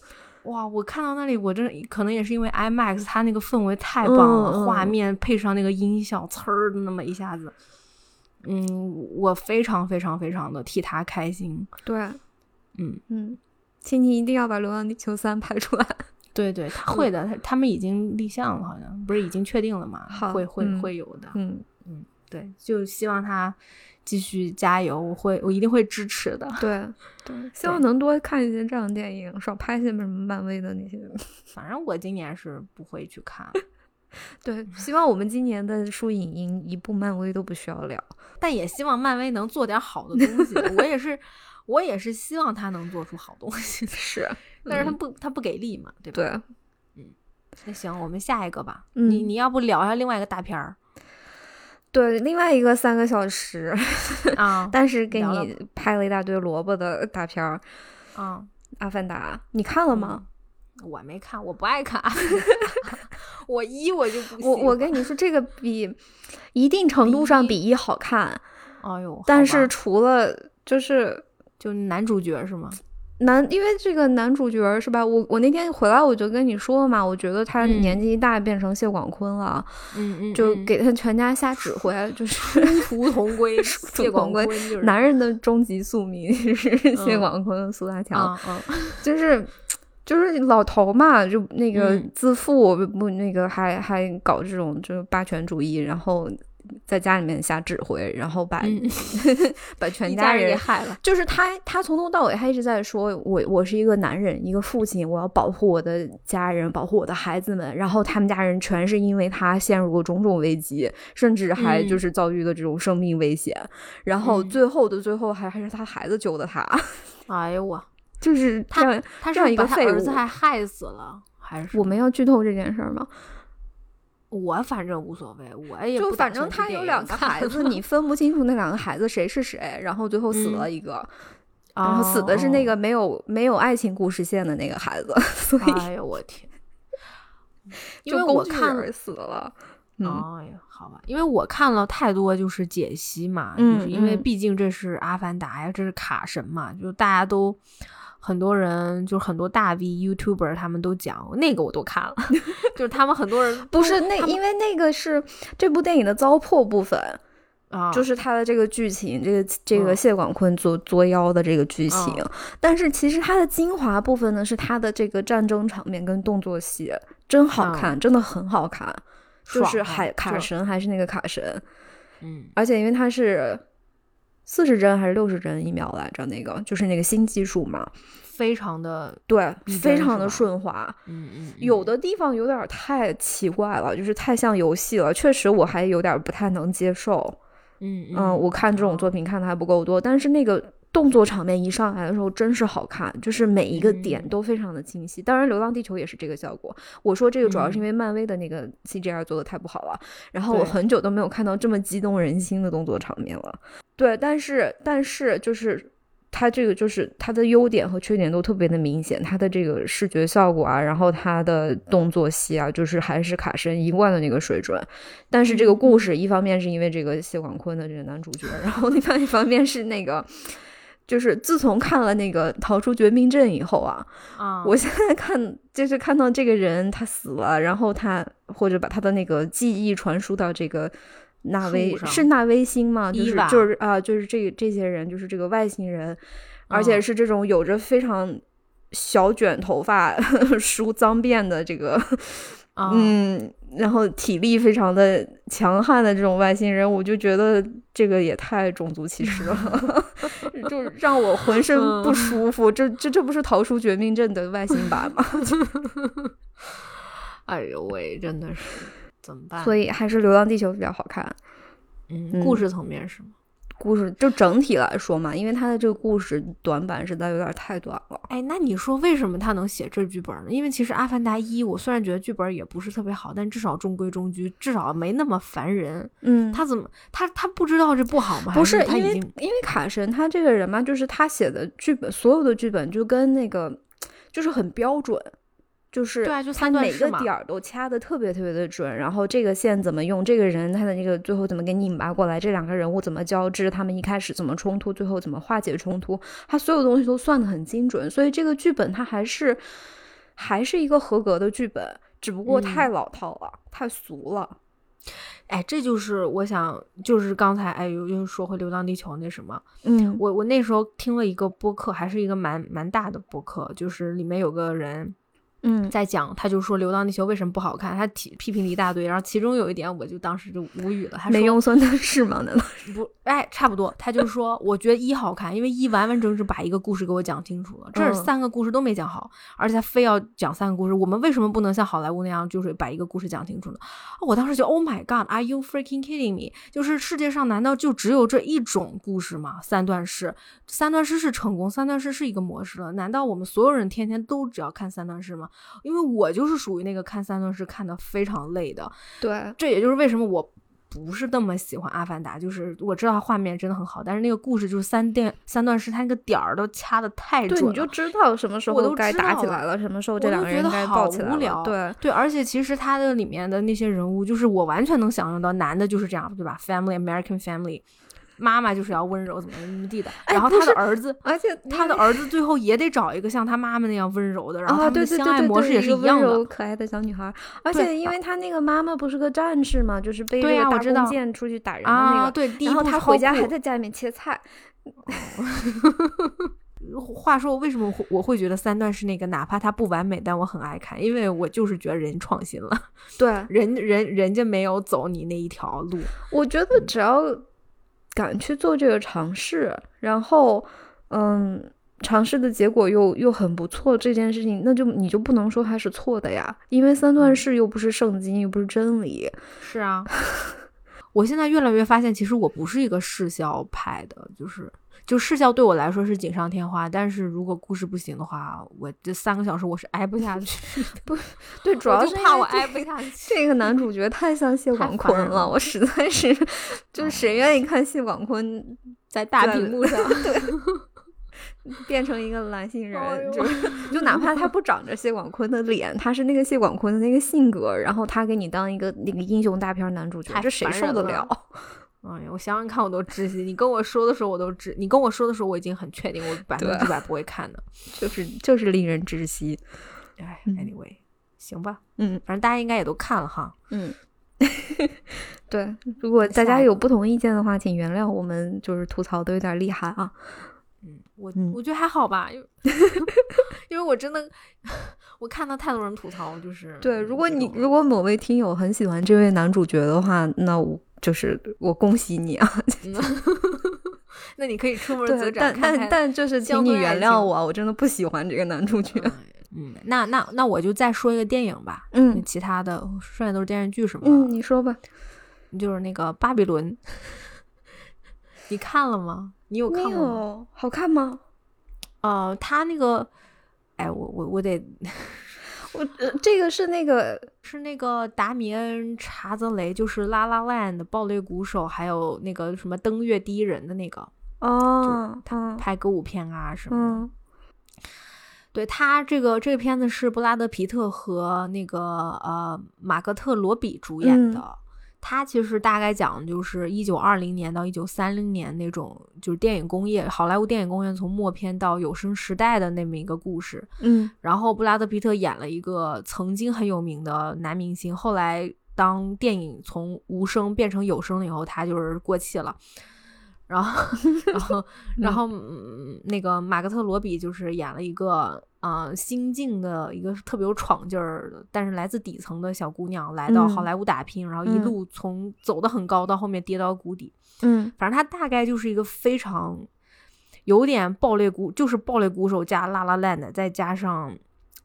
[SPEAKER 2] 哇！我看到那里，我真可能也是因为 IMAX 它那个氛围太棒了，
[SPEAKER 1] 嗯嗯
[SPEAKER 2] 画面配上那个音效，呲儿那么一下子，嗯，我非常非常非常的替他开心。
[SPEAKER 1] 对，
[SPEAKER 2] 嗯
[SPEAKER 1] 嗯，请你一定要把《流浪地球三》拍出来。
[SPEAKER 2] 对对，他会的，他他们已经立项了，好像不是已经确定了嘛？
[SPEAKER 1] 好
[SPEAKER 2] 会会、
[SPEAKER 1] 嗯
[SPEAKER 2] 会有的。
[SPEAKER 1] 嗯，
[SPEAKER 2] 对，就希望他继续加油，我会，我一定会支持的。
[SPEAKER 1] 对对，希望能多看一些这样的电影，少拍些什么漫威的那些。
[SPEAKER 2] 反正我今年是不会去看了，
[SPEAKER 1] 对，希望我们今年的书影音一部漫威都不需要聊。
[SPEAKER 2] 但也希望漫威能做点好的东西。我也是，我也是希望他能做出好东西的，
[SPEAKER 1] 是，啊
[SPEAKER 2] 但是他不，他不给力嘛，对吧？
[SPEAKER 1] 嗯对，
[SPEAKER 2] 那行，我们下一个吧。
[SPEAKER 1] 嗯
[SPEAKER 2] 你你要不聊一下另外一个大片儿
[SPEAKER 1] 对，另外一个三个小时，
[SPEAKER 2] 啊
[SPEAKER 1] 但是给
[SPEAKER 2] 聊了
[SPEAKER 1] 你拍了一大堆萝卜的大片儿《
[SPEAKER 2] 啊？嗯
[SPEAKER 1] 阿凡达》，你看了吗？
[SPEAKER 2] 我没看，我不 爱看。 我一我就嗯不喜
[SPEAKER 1] 我我
[SPEAKER 2] 欢
[SPEAKER 1] 跟你说，这个比一定程度上
[SPEAKER 2] 比
[SPEAKER 1] 比一好看，
[SPEAKER 2] 哎呦，好
[SPEAKER 1] 但
[SPEAKER 2] 吧
[SPEAKER 1] 是除了就是
[SPEAKER 2] 就男主角是吗？
[SPEAKER 1] 男，因为这个男主角儿是吧？我我那天回来我就跟你说嘛，我觉得他
[SPEAKER 2] 嗯
[SPEAKER 1] 年纪一大变成谢广坤了，
[SPEAKER 2] 嗯嗯，
[SPEAKER 1] 就
[SPEAKER 2] 嗯
[SPEAKER 1] 给他全家瞎指挥，就是
[SPEAKER 2] 殊途同归，
[SPEAKER 1] 殊途
[SPEAKER 2] 谢广
[SPEAKER 1] 同归
[SPEAKER 2] 坤 就是
[SPEAKER 1] 男人的终极宿命 是谢
[SPEAKER 2] 嗯
[SPEAKER 1] 广坤、苏大强，
[SPEAKER 2] 啊啊，
[SPEAKER 1] 就是就是老头嘛，就那个
[SPEAKER 2] 嗯
[SPEAKER 1] 自负，不那个还还搞这种就是霸权主义，然后在家里面瞎指挥，然后把、
[SPEAKER 2] 嗯
[SPEAKER 1] 把全
[SPEAKER 2] 一
[SPEAKER 1] 家
[SPEAKER 2] 家
[SPEAKER 1] 人
[SPEAKER 2] 给害了。
[SPEAKER 1] 就是他，他从头到尾他一直在说，我我是一个男人，一个父亲，我要保护我的家人，保护我的孩子们。然后他们家人全是因为他陷入了种种危机，甚至还
[SPEAKER 2] 嗯
[SPEAKER 1] 就是遭遇了这种生命危险。然后
[SPEAKER 2] 嗯
[SPEAKER 1] 最后的最后还还是他孩子救的他，
[SPEAKER 2] 哎呦我，
[SPEAKER 1] 就是这样。
[SPEAKER 2] 他
[SPEAKER 1] 这样
[SPEAKER 2] 是
[SPEAKER 1] 一个
[SPEAKER 2] 把他
[SPEAKER 1] 废
[SPEAKER 2] 儿子
[SPEAKER 1] 物
[SPEAKER 2] 还害死了，还是
[SPEAKER 1] 我们要剧透这件事儿吗？
[SPEAKER 2] 我反正无所谓，我也
[SPEAKER 1] 就
[SPEAKER 2] 不打
[SPEAKER 1] 反正
[SPEAKER 2] 算去
[SPEAKER 1] 他
[SPEAKER 2] 电
[SPEAKER 1] 有
[SPEAKER 2] 影
[SPEAKER 1] 两个
[SPEAKER 2] 看
[SPEAKER 1] 孩子， 你分不清楚那两个孩子谁是谁，然后最后死了一个，然后死的是那。
[SPEAKER 2] 嗯哦
[SPEAKER 1] 个没有没有爱情故事线的那个孩子，所以
[SPEAKER 2] 哎呦我 天！因为
[SPEAKER 1] 就工
[SPEAKER 2] 我
[SPEAKER 1] 具
[SPEAKER 2] 看了
[SPEAKER 1] 人死了。嗯，
[SPEAKER 2] 哎呀，好吧，因为我看了太多就是解析嘛，
[SPEAKER 1] 嗯
[SPEAKER 2] 就是因为
[SPEAKER 1] 嗯
[SPEAKER 2] 毕竟这是《阿凡达》呀，这是卡神嘛，就大家都很多人，就很多大 V YouTuber 他们都讲那个我都看了， 就是他们很多人
[SPEAKER 1] 不是那，因为那个是这部电影的糟粕部分，
[SPEAKER 2] 啊，
[SPEAKER 1] 就是它的这个剧情，这个这个
[SPEAKER 2] 嗯
[SPEAKER 1] 谢广坤作作妖的这个剧情。
[SPEAKER 2] 嗯
[SPEAKER 1] 但是其实它的精华部分呢，是它的这个战争场面跟动作戏，真好看，真的很好看。就
[SPEAKER 2] 嗯爽
[SPEAKER 1] 是
[SPEAKER 2] 啊
[SPEAKER 1] 海卡
[SPEAKER 2] 就
[SPEAKER 1] 神还是那个卡神，
[SPEAKER 2] 嗯
[SPEAKER 1] 而且因为它是四十帧还是六十帧一秒来着，那个就是那个新技术嘛，
[SPEAKER 2] 非常的
[SPEAKER 1] 对
[SPEAKER 2] 逼，真
[SPEAKER 1] 非
[SPEAKER 2] 是
[SPEAKER 1] 常的
[SPEAKER 2] 吧
[SPEAKER 1] 顺滑。
[SPEAKER 2] 嗯嗯嗯
[SPEAKER 1] 有的地方有点太奇怪了，就是太像游戏了。确实，我还有点不太能接受。
[SPEAKER 2] 嗯
[SPEAKER 1] 嗯，我看这种作品看的还不够多，但是那个动作场面一上来的时候，真是好看，就是每一个点
[SPEAKER 2] 嗯
[SPEAKER 1] 都非常的清晰。当然，《流浪地球》也是这个效果。我说这个主要是
[SPEAKER 2] 嗯
[SPEAKER 1] 因为漫威的那个 CGI 做的太不好了，然后我
[SPEAKER 2] 对
[SPEAKER 1] 很久都没有看到这么激动人心的动作场面了。对，但是但是就是。它这个就是它的优点和缺点都特别的明显，它的这个视觉效果啊，然后它的动作戏啊，就是还是卡神一贯的那个水准。但是这个故事一方面是因为这个谢广坤的这个男主角，然后另外一方面是那个就是自从看了那个《逃出绝命镇》以后啊，
[SPEAKER 2] 啊，
[SPEAKER 1] 我现在看就是看到这个人他死了，然后他或者把他的那个记忆传输到这个纳威
[SPEAKER 2] 树上
[SPEAKER 1] 是纳威星吗？就
[SPEAKER 2] 伊
[SPEAKER 1] 是
[SPEAKER 2] 娃
[SPEAKER 1] 就是啊、就是这这些人就是这个外星人，而且
[SPEAKER 2] 嗯
[SPEAKER 1] 是这种有着非常小卷头发、 梳脏辫的这个
[SPEAKER 2] 啊
[SPEAKER 1] 嗯，然后体力非常的强悍的这种外星人，我就觉得这个也太种族歧视了，就让我浑身不舒服。这这这不是逃出绝命镇的外星版吗？
[SPEAKER 2] 哎呦喂，真的是怎么办？
[SPEAKER 1] 所
[SPEAKER 2] 以，
[SPEAKER 1] 以还是《流浪地球》比较好看。
[SPEAKER 2] 嗯，
[SPEAKER 1] 嗯
[SPEAKER 2] 故事层面是吗？
[SPEAKER 1] 故事就整体来说嘛，因为它的这个故事短板实在有点太短了。
[SPEAKER 2] 哎，那你说为什么他能写这剧本呢？因为其实《阿凡达一》，我虽然觉得剧本也不是特别好，但至少中规中矩，至少没那么烦人。
[SPEAKER 1] 嗯，
[SPEAKER 2] 他怎么他他不知道这不好吗？
[SPEAKER 1] 不
[SPEAKER 2] 还
[SPEAKER 1] 是
[SPEAKER 2] 是他
[SPEAKER 1] 因
[SPEAKER 2] 已
[SPEAKER 1] 为
[SPEAKER 2] 经
[SPEAKER 1] 因为卡神他这个人嘛，就是他写的剧本，所有的剧本就跟那个就是很标准，就是
[SPEAKER 2] 对啊就
[SPEAKER 1] 他
[SPEAKER 2] 三段
[SPEAKER 1] 每
[SPEAKER 2] 式
[SPEAKER 1] 个
[SPEAKER 2] 嘛
[SPEAKER 1] 点儿都掐的特别特别的准，然后这个线怎么用，这个人他的那个最后怎么给你引拔过来，这两个人物怎么交织，他们一开始怎么冲突，最后怎么化解冲突，他所有东西都算的很精准，所以这个剧本它还是还是一个合格的剧本，只不过
[SPEAKER 2] 嗯
[SPEAKER 1] 太老套了，太俗了。
[SPEAKER 2] 哎，这就是我想，就是刚才哎又又说回《流浪地球》那什么，
[SPEAKER 1] 嗯
[SPEAKER 2] 我我那时候听了一个播客，还是一个蛮蛮大的播客，就是里面有个人
[SPEAKER 1] 嗯，
[SPEAKER 2] 在讲，他就说《流浪地球》为什么不好看，他提批评了一大堆，然后其中有一点我就当时就无语了，他说
[SPEAKER 1] 没用算的是吗？难道？
[SPEAKER 2] 不，哎，差不多，他就说我觉得一好看，因为一完完整整把一个故事给我讲清楚了，这儿
[SPEAKER 1] 嗯
[SPEAKER 2] 三个故事都没讲好，而且他非要讲三个故事，我们为什么不能像好莱坞那样就是把一个故事讲清楚呢？我当时就 Oh my God，Are you freaking kidding me？就是世界上难道就只有这一种故事吗？三段式，三段式是成功，三段式是一个模式了，难道我们所有人天天都只要看三段式吗？因为我就是属于那个看三段式看的非常累的，
[SPEAKER 1] 对，
[SPEAKER 2] 这也就是为什么我不是那么喜欢《阿凡达》，就是我知道它画面真的很好，但是那个故事就是三段三段式，它那个点儿都掐的太
[SPEAKER 1] 对，
[SPEAKER 2] 准了。
[SPEAKER 1] 你就知道什么时
[SPEAKER 2] 我都
[SPEAKER 1] 候该
[SPEAKER 2] 知
[SPEAKER 1] 打
[SPEAKER 2] 道
[SPEAKER 1] 起
[SPEAKER 2] 了
[SPEAKER 1] 来了，什么时候
[SPEAKER 2] 我
[SPEAKER 1] 这
[SPEAKER 2] 就
[SPEAKER 1] 两个
[SPEAKER 2] 觉
[SPEAKER 1] 人
[SPEAKER 2] 得
[SPEAKER 1] 该
[SPEAKER 2] 好
[SPEAKER 1] 抱起
[SPEAKER 2] 无
[SPEAKER 1] 来了。
[SPEAKER 2] 聊
[SPEAKER 1] 对，
[SPEAKER 2] 对，而且其实它的里面的那些人物，就是我完全能想象到，男的就是这样，对吧？Family American Family，妈妈就是要温柔，怎么怎么地的。
[SPEAKER 1] 哎
[SPEAKER 2] 然后
[SPEAKER 1] 不
[SPEAKER 2] 他的
[SPEAKER 1] 是
[SPEAKER 2] 儿子，
[SPEAKER 1] 而且
[SPEAKER 2] 他的儿子最后也得找一个像他妈妈那样温柔的，然后
[SPEAKER 1] 啊，
[SPEAKER 2] 他们
[SPEAKER 1] 对
[SPEAKER 2] 的
[SPEAKER 1] 对对
[SPEAKER 2] 相
[SPEAKER 1] 对
[SPEAKER 2] 爱
[SPEAKER 1] 对，
[SPEAKER 2] 模式也
[SPEAKER 1] 一
[SPEAKER 2] 是
[SPEAKER 1] 个
[SPEAKER 2] 一
[SPEAKER 1] 温
[SPEAKER 2] 样的。
[SPEAKER 1] 柔可爱的小女孩儿，而
[SPEAKER 2] 对
[SPEAKER 1] 且因为她那个妈妈不是个战士嘛，就是背着
[SPEAKER 2] 对
[SPEAKER 1] 个
[SPEAKER 2] 啊我
[SPEAKER 1] 大
[SPEAKER 2] 知
[SPEAKER 1] 弓
[SPEAKER 2] 道
[SPEAKER 1] 箭出去打人的那
[SPEAKER 2] 啊，
[SPEAKER 1] 个，
[SPEAKER 2] 对，第一
[SPEAKER 1] 然后
[SPEAKER 2] 部
[SPEAKER 1] 她
[SPEAKER 2] 超
[SPEAKER 1] 回家
[SPEAKER 2] 酷
[SPEAKER 1] 还在家里面切菜。
[SPEAKER 2] 话说，为什么我我会觉得三段式那个，哪怕它不完美，但我很爱看，因为我就是觉得人创新了，
[SPEAKER 1] 对，
[SPEAKER 2] 人人人家没有走你那一条路。
[SPEAKER 1] 我觉得只要敢去做这个尝试，然后嗯，尝试的结果又又很不错，这件事情那就你就不能说它是错的呀，因为三
[SPEAKER 2] 嗯
[SPEAKER 1] 段式又不是圣经，又不是真理。
[SPEAKER 2] 是啊， 我现在越来越发现，其实我不是一个视效派的，就是就视效对我来说是锦上添花，但是如果故事不行的话，我这三个小时我是挨不下 去，
[SPEAKER 1] 对，主
[SPEAKER 2] 我
[SPEAKER 1] 要
[SPEAKER 2] 就是
[SPEAKER 1] 因
[SPEAKER 2] 怕
[SPEAKER 1] 为
[SPEAKER 2] 我
[SPEAKER 1] 这
[SPEAKER 2] 挨不下去。
[SPEAKER 1] 这个男主角太像谢
[SPEAKER 2] 太
[SPEAKER 1] 广
[SPEAKER 2] 烦
[SPEAKER 1] 坤
[SPEAKER 2] 人
[SPEAKER 1] 了，
[SPEAKER 2] 了哎
[SPEAKER 1] 我实在是，就是谁愿意看谢广坤
[SPEAKER 2] 在大
[SPEAKER 1] 对
[SPEAKER 2] 屏幕上，
[SPEAKER 1] 变成一个蓝星人？
[SPEAKER 2] 哎呦
[SPEAKER 1] 就是就哪怕他不长着谢广坤的脸，他是那个谢广坤的那个性格，然后他给你当一个那个英雄大片男主角
[SPEAKER 2] 太，
[SPEAKER 1] 这谁
[SPEAKER 2] 烦
[SPEAKER 1] 受
[SPEAKER 2] 人
[SPEAKER 1] 得
[SPEAKER 2] 了
[SPEAKER 1] 了？
[SPEAKER 2] 哎呀，我想想看，我都窒息。你跟我说的时候，我都窒；你跟我说的时候，我已经很确定，我百分
[SPEAKER 1] 对
[SPEAKER 2] 之百不会看的。
[SPEAKER 1] 就是就是令人窒息。
[SPEAKER 2] 哎
[SPEAKER 1] 嗯
[SPEAKER 2] ，anyway，、行吧，
[SPEAKER 1] 嗯
[SPEAKER 2] 反正大家应该也都看了哈。
[SPEAKER 1] 嗯， 对，如果大
[SPEAKER 2] 下
[SPEAKER 1] 家
[SPEAKER 2] 一
[SPEAKER 1] 有不同意见的话，请原谅我们，就是吐槽的有点厉害啊。
[SPEAKER 2] 嗯，我
[SPEAKER 1] 嗯
[SPEAKER 2] 我觉得还好吧， 因为因为我真的 我看到太多人吐槽，就是
[SPEAKER 1] 对，如果
[SPEAKER 2] 这
[SPEAKER 1] 你
[SPEAKER 2] 种
[SPEAKER 1] 如果某位听友很喜欢这位男主角的话，那我就是我恭喜你啊。
[SPEAKER 2] 那你可以出门
[SPEAKER 1] 对，
[SPEAKER 2] 走展
[SPEAKER 1] 但
[SPEAKER 2] 看
[SPEAKER 1] 但
[SPEAKER 2] 看
[SPEAKER 1] 但就是
[SPEAKER 2] 江
[SPEAKER 1] 请你
[SPEAKER 2] 昆爱
[SPEAKER 1] 原谅
[SPEAKER 2] 情
[SPEAKER 1] 我啊，我真的不喜欢这个男主角。
[SPEAKER 2] 嗯，那那那我就再说一个电影吧，那
[SPEAKER 1] 嗯
[SPEAKER 2] 其他的哦剩下都是电视剧什么的，
[SPEAKER 1] 嗯，你说吧，
[SPEAKER 2] 就是那个《巴比伦》， 你看了吗？你有
[SPEAKER 1] 没
[SPEAKER 2] 看过吗？
[SPEAKER 1] 有好看吗？
[SPEAKER 2] 呃，他那个，哎，我我我得
[SPEAKER 1] 我、呃、这个是那个
[SPEAKER 2] 是那个达米恩·查泽雷，就是《La La Land》爆裂鼓手，还有那个什么登月第一人的那个，
[SPEAKER 1] 哦，嗯
[SPEAKER 2] 拍歌舞片啊什么的。
[SPEAKER 1] 嗯
[SPEAKER 2] 对他这个这个片
[SPEAKER 1] 嗯
[SPEAKER 2] 子是布拉德·皮特和那个呃马格特·罗比主演的。它其实大概讲就是一九二零年到一九三零年那种，就是电影工业，好莱坞电影工业从默片到有声时代的那么一个故事。
[SPEAKER 1] 嗯
[SPEAKER 2] 然后布拉德皮特演了一个曾经很有名的男明星，后来当电影从无声变成有声了以后，他就是过气了。然后， 然后，然后，嗯那个马格特罗比就是演了一个呃新晋的一个特别有闯劲儿的，但是来自底层的小姑娘来到
[SPEAKER 1] 嗯
[SPEAKER 2] 好莱坞打拼，然后一
[SPEAKER 1] 嗯
[SPEAKER 2] 路从走得很高到后面跌到谷底。
[SPEAKER 1] 嗯
[SPEAKER 2] 反正他大概就是一个非常有点爆裂鼓，就是爆裂鼓手加拉拉烂的，再加上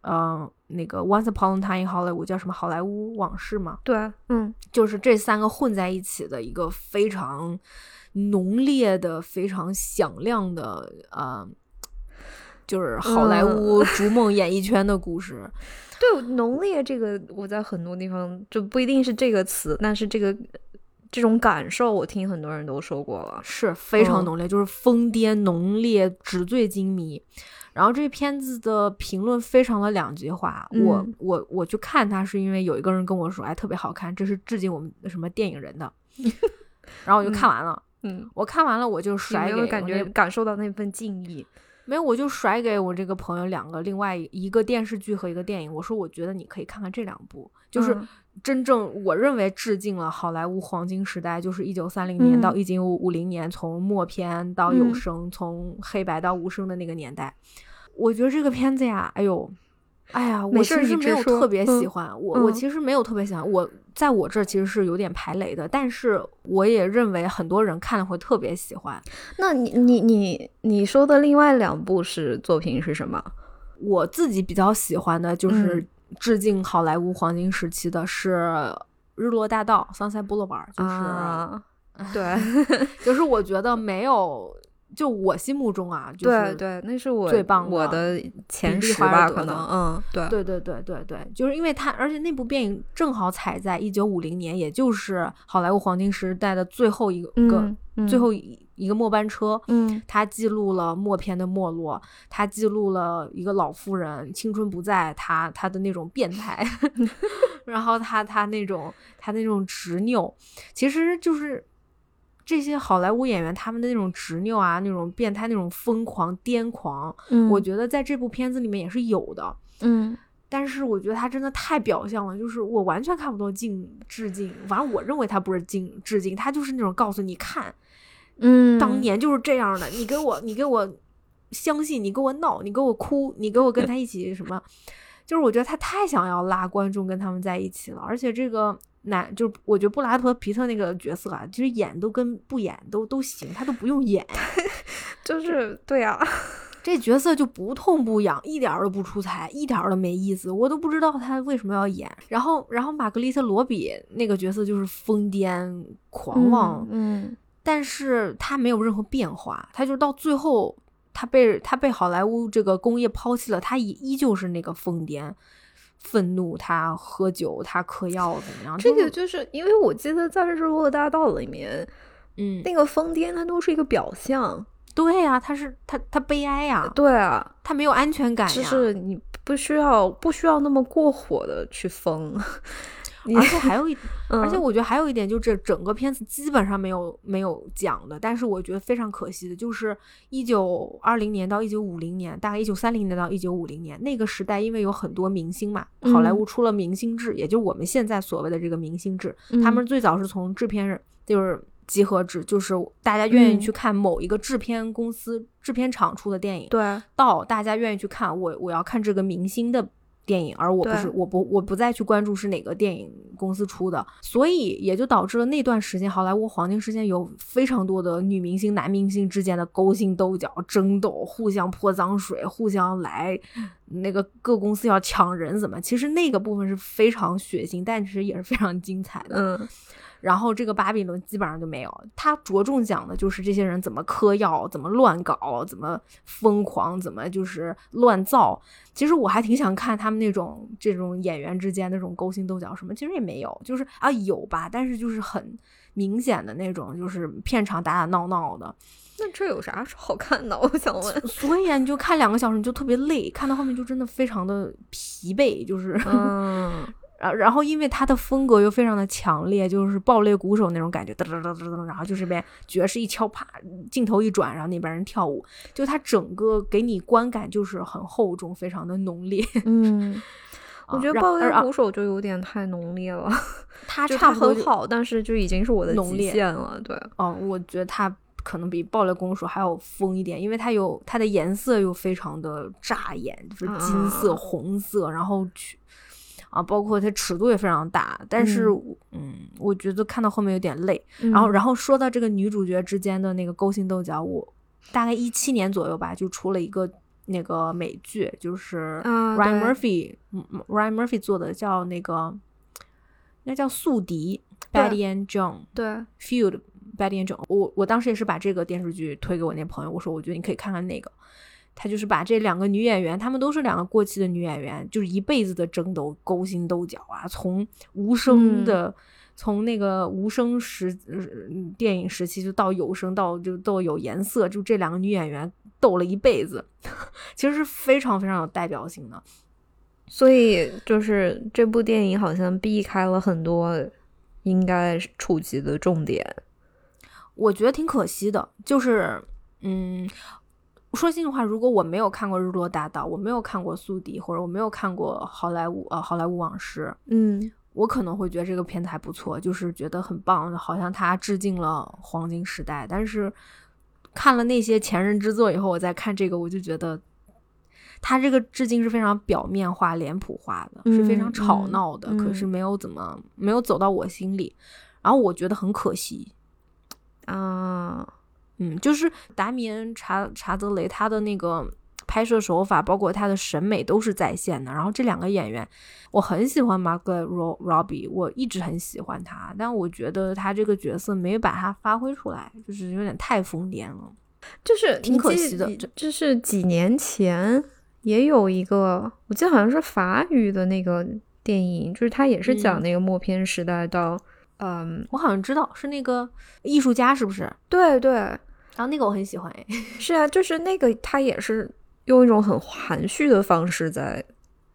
[SPEAKER 2] 呃那个 Once Upon a Time in Hollywood 叫什么好莱坞往事嘛，
[SPEAKER 1] 对啊嗯
[SPEAKER 2] 就是这三个混在一起的一个非常浓烈的、非常响亮的呃。就是好莱坞逐梦演艺圈的故事，
[SPEAKER 1] 对浓烈这个我在很多地方就不一定是这个词，但是这个这种感受我听很多人都说过了。
[SPEAKER 2] 是非常
[SPEAKER 1] 嗯
[SPEAKER 2] 浓烈，就是疯癫、浓烈、纸醉金迷。然后这片子的评论非常的两极化，我
[SPEAKER 1] 嗯
[SPEAKER 2] 我我去看它是因为有一个人跟我说，哎，特别好看，这是致敬我们什么电影 人的。然后我就看完了，
[SPEAKER 1] 嗯，
[SPEAKER 2] 我看完了我就
[SPEAKER 1] 你
[SPEAKER 2] 甩
[SPEAKER 1] 没
[SPEAKER 2] 给我
[SPEAKER 1] 有感觉
[SPEAKER 2] 那
[SPEAKER 1] 感受到那份敬意？
[SPEAKER 2] 没有，我就甩给我这个朋友两个，另外一个电视剧和一个电影。我说我觉得你可以看看这两部，就是
[SPEAKER 1] 嗯
[SPEAKER 2] 真正我认为致敬了好莱坞黄金时代，就是一九三零年到一九五零年，从默片到有
[SPEAKER 1] 嗯
[SPEAKER 2] 声，从黑白到无声的那个年代。我觉得这个片子呀，哎呦，哎呀，我
[SPEAKER 1] 没
[SPEAKER 2] 其
[SPEAKER 1] 事儿
[SPEAKER 2] 实
[SPEAKER 1] 你
[SPEAKER 2] 没
[SPEAKER 1] 直
[SPEAKER 2] 有
[SPEAKER 1] 说
[SPEAKER 2] 特别
[SPEAKER 1] 嗯
[SPEAKER 2] 喜欢，我我
[SPEAKER 1] 嗯
[SPEAKER 2] 其实没有特别喜欢，我在我这儿其实是有点排雷的，但是我也认为很多人看了会特别喜欢。
[SPEAKER 1] 那你你你你说的另外两部是作品是什么？
[SPEAKER 2] 我自己比较喜欢的就是
[SPEAKER 1] 嗯
[SPEAKER 2] 致敬好莱坞黄金时期的是《日落大道》（Sunset Boulevard），就是、
[SPEAKER 1] 啊， 对
[SPEAKER 2] 就是我觉得没有，就我心目中啊，就是
[SPEAKER 1] 对对，那是我
[SPEAKER 2] 最棒的
[SPEAKER 1] 我的前
[SPEAKER 2] 比利
[SPEAKER 1] 十
[SPEAKER 2] 华
[SPEAKER 1] 吧，
[SPEAKER 2] 尔德
[SPEAKER 1] 可
[SPEAKER 2] 的
[SPEAKER 1] 能嗯，对
[SPEAKER 2] 对对对对对，就是因为它，而且那部电影正好踩在一九五零年，也就是好莱坞黄金时代的最后一个、
[SPEAKER 1] 嗯嗯
[SPEAKER 2] 最后一一个末班车，
[SPEAKER 1] 嗯
[SPEAKER 2] 它记录了默片的没落，它记录了一个老妇人青春不在，她她的那种变 态，然后她她那种她那种执拗，其实就是这些好莱坞演员他们的那种执拗啊，那种变态，那种疯狂癫狂，
[SPEAKER 1] 嗯，
[SPEAKER 2] 我觉得在这部片子里面也是有的。
[SPEAKER 1] 嗯
[SPEAKER 2] 但是我觉得他真的太表象了，就是我完全看不懂敬致敬，反正我认为他不是敬致敬，他就是那种告诉你看，
[SPEAKER 1] 嗯
[SPEAKER 2] 当年就是这样的，你给我，你给我相信，你给我闹，你给我哭，你给我跟他一起什么？就是我觉得他太想要拉观众跟他们在一起了，而且这个男，就是我觉得布拉德皮特那个角色啊，其实演都跟不演都都行，他都不用演，
[SPEAKER 1] 嗯就是对啊，
[SPEAKER 2] 这角色就不痛不痒，一点儿都不出彩，一点儿都没意思，我都不知道他为什么要演。然后，然后玛格丽特罗比那个角色就是疯癫狂妄，
[SPEAKER 1] 嗯
[SPEAKER 2] 但是他没有任何变化，他就到最后，他被他被好莱坞这个工业抛弃了，他也依旧是那个疯癫、愤怒，他喝酒，他嗑药，怎么样？
[SPEAKER 1] 这
[SPEAKER 2] 就
[SPEAKER 1] 个
[SPEAKER 2] 是
[SPEAKER 1] 就是因为我记得在《日落大道》里面，
[SPEAKER 2] 嗯，
[SPEAKER 1] 那个疯癫它都是一个表象，
[SPEAKER 2] 对呀、他是他他悲哀呀、
[SPEAKER 1] 对啊，
[SPEAKER 2] 他没有安全哎感呀，
[SPEAKER 1] 就是你不需要不需要那么过火的去疯，你
[SPEAKER 2] 而且还有一，
[SPEAKER 1] 嗯
[SPEAKER 2] 而且我觉得还有一点，就这整个片子基本上没有没有讲的，但是我觉得非常可惜的，就是一九二零年到一九五零年，大概一九三零年到一九五零年那个时代，因为有很多明星嘛，好莱
[SPEAKER 1] 嗯
[SPEAKER 2] 坞出了明星制，也就是我们现在所谓的这个明星制，
[SPEAKER 1] 嗯
[SPEAKER 2] 他们最早是从制片人就是。集合制就是大家愿意
[SPEAKER 1] 嗯
[SPEAKER 2] 去看某一个制片公司、制片厂出的电影，
[SPEAKER 1] 对
[SPEAKER 2] 到大家愿意去看我我要看这个明星的电影，而我不
[SPEAKER 1] 对
[SPEAKER 2] 是我不我不再去关注是哪个电影公司出的，所以也就导致了那段时间好莱坞黄金时间有非常多的女明星、男明星之间的勾心斗角、争斗，互相泼脏水，互相来那个各公司要抢人怎么？其实那个部分是非常血腥，但是也是非常精彩的。
[SPEAKER 1] 嗯
[SPEAKER 2] 然后这个巴比伦基本上就没有，他着重讲的就是这些人怎么嗑药，怎么乱搞，怎么疯狂，怎么就是乱造。其实我还挺想看他们那种这种演员之间那种勾心斗角什么，其实也没有，就是啊有吧，但是就是很明显的那种，就是片场打打闹闹的。
[SPEAKER 1] 那这有啥好看的？ 我想 问，
[SPEAKER 2] 所以啊，你就看两个小时你就特别累，看到后面就真的非常的疲惫，就是。
[SPEAKER 1] 嗯
[SPEAKER 2] 然然后因为他的风格又非常的强烈，就是爆裂鼓手那种感觉，噔噔噔噔噔，然后就这边爵士一敲，啪，镜头一转，然后那边人跳舞，就他整个给你观感就是很厚重，非常的浓 烈。
[SPEAKER 1] 嗯，我觉得爆裂
[SPEAKER 2] 啊然后
[SPEAKER 1] 鼓手就有点太浓烈了，
[SPEAKER 2] 他
[SPEAKER 1] 就
[SPEAKER 2] 差
[SPEAKER 1] 它
[SPEAKER 2] 不多
[SPEAKER 1] 很
[SPEAKER 2] 就
[SPEAKER 1] 好，但是就已经是我的
[SPEAKER 2] 浓
[SPEAKER 1] 极
[SPEAKER 2] 烈
[SPEAKER 1] 限了。对，
[SPEAKER 2] 哦，我觉得它可能比爆裂公主还要疯一点，因为它有它的颜色又非常的扎眼，就是金色、
[SPEAKER 1] 啊
[SPEAKER 2] 红色，然后去啊，包括它尺度也非常大。但是
[SPEAKER 1] 嗯
[SPEAKER 2] 我，嗯我觉得看到后面有点累。然后，
[SPEAKER 1] 嗯
[SPEAKER 2] 然后说到这个女主角之间的那个勾心斗角，我大概一七年左右吧，就出了一个。那个美剧就是
[SPEAKER 1] 啊
[SPEAKER 2] Ryan
[SPEAKER 1] 对
[SPEAKER 2] Murphy，Ryan、Murphy 做的叫那个，应该叫宿敌
[SPEAKER 1] 对
[SPEAKER 2] Betty and John，
[SPEAKER 1] 对，
[SPEAKER 2] Field Betty and John，我我当时也是把这个电视剧推给我那朋友，我说我觉得你可以看看那个。他就是把这两个女演员，她们都是两个过气的女演员，就是一辈子的争斗、勾心斗角啊，从无声的，从那个无声时、呃电影时期就到有声，到就到有颜色，就这两个女演员斗了一辈子， 其实是非常非常有代表性的。
[SPEAKER 1] 所以就是这部电影好像避开了很多应该是触及的重点。
[SPEAKER 2] 我觉得挺可惜的，就是嗯，说心里话，如果我没有看过《日落大道》，我没有看过《宿敌》，或者我没有看过《好莱坞》呃《好莱坞往事》，
[SPEAKER 1] 嗯
[SPEAKER 2] 我可能会觉得这个片子还不错，就是觉得很棒，好像它致敬了黄金时代。但是看了那些前人之作以后，我再看这个，我就觉得。它这个致敬是非常表面化、脸谱化的，是非常
[SPEAKER 1] 嗯
[SPEAKER 2] 吵
[SPEAKER 1] 嗯
[SPEAKER 2] 闹的，可是
[SPEAKER 1] 嗯
[SPEAKER 2] 没有怎么没有走到我心里，然后我觉得很可惜，
[SPEAKER 1] 啊，
[SPEAKER 2] 嗯，就是达米恩查查德雷他的那个拍摄手法，包括他的审美都是在线的。然后这两个演员，我很喜欢 Margot Ro- Robbie，我一直很喜欢他，但我觉得他这个角色没把他发挥出来，就是有点太疯癫了。
[SPEAKER 1] 就是
[SPEAKER 2] 挺
[SPEAKER 1] 你
[SPEAKER 2] 可
[SPEAKER 1] 记
[SPEAKER 2] 惜的
[SPEAKER 1] 你
[SPEAKER 2] 这
[SPEAKER 1] 这是几年前也有一个，我记得好像是法语的那个电影，就是它也是讲
[SPEAKER 2] 嗯
[SPEAKER 1] 那个默片时代到，嗯
[SPEAKER 2] 我好像知道是那个艺术家是不是？
[SPEAKER 1] 对对，
[SPEAKER 2] 然后那个我很喜欢哎，
[SPEAKER 1] 是啊，就是那个他也是用一种很含蓄的方式在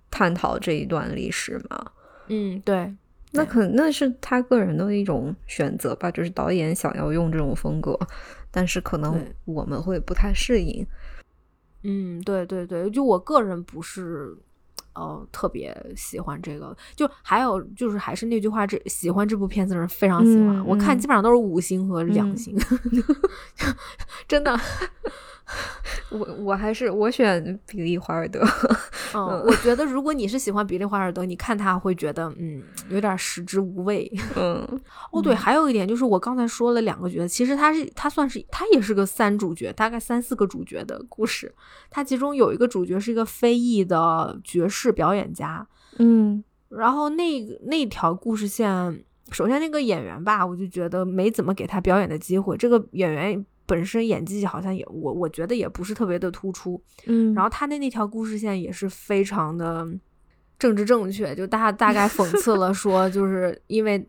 [SPEAKER 1] 探讨这一段历史嘛。
[SPEAKER 2] 嗯，对，
[SPEAKER 1] 那
[SPEAKER 2] 对
[SPEAKER 1] 可那是他个人的一种选择吧，就是导演想要用这种风格，但是可能
[SPEAKER 2] 对
[SPEAKER 1] 我们会不太适应。
[SPEAKER 2] 嗯，对对对，就我个人不是，呃，特别喜欢这个。就还有就是，还是那句话，这喜欢这部片子的人非常喜欢。
[SPEAKER 1] 嗯
[SPEAKER 2] 我看
[SPEAKER 1] 嗯
[SPEAKER 2] 基本上都是五星和两
[SPEAKER 1] 嗯
[SPEAKER 2] 星， 真的。
[SPEAKER 1] 我我还是我选比利华尔德，
[SPEAKER 2] 嗯，我觉得如果你是喜欢比利华尔德，你看他会觉得嗯，有点食之无味。
[SPEAKER 1] 嗯
[SPEAKER 2] 哦，对，还有一点就是我刚才说了两个角色，其实他是他算是他也是个三主角，大概三四个主角的故事。他其中有一个主角是一个非裔的爵士表演家，
[SPEAKER 1] 嗯
[SPEAKER 2] 然后那个那条故事线，首先那个演员吧，我就觉得没怎么给他表演的机会。这个演员本身演技好像也，我我觉得也不是特别的突出。
[SPEAKER 1] 嗯
[SPEAKER 2] 然后他的那条故事线也是非常的政治正确，就大大概讽刺了说，就是因为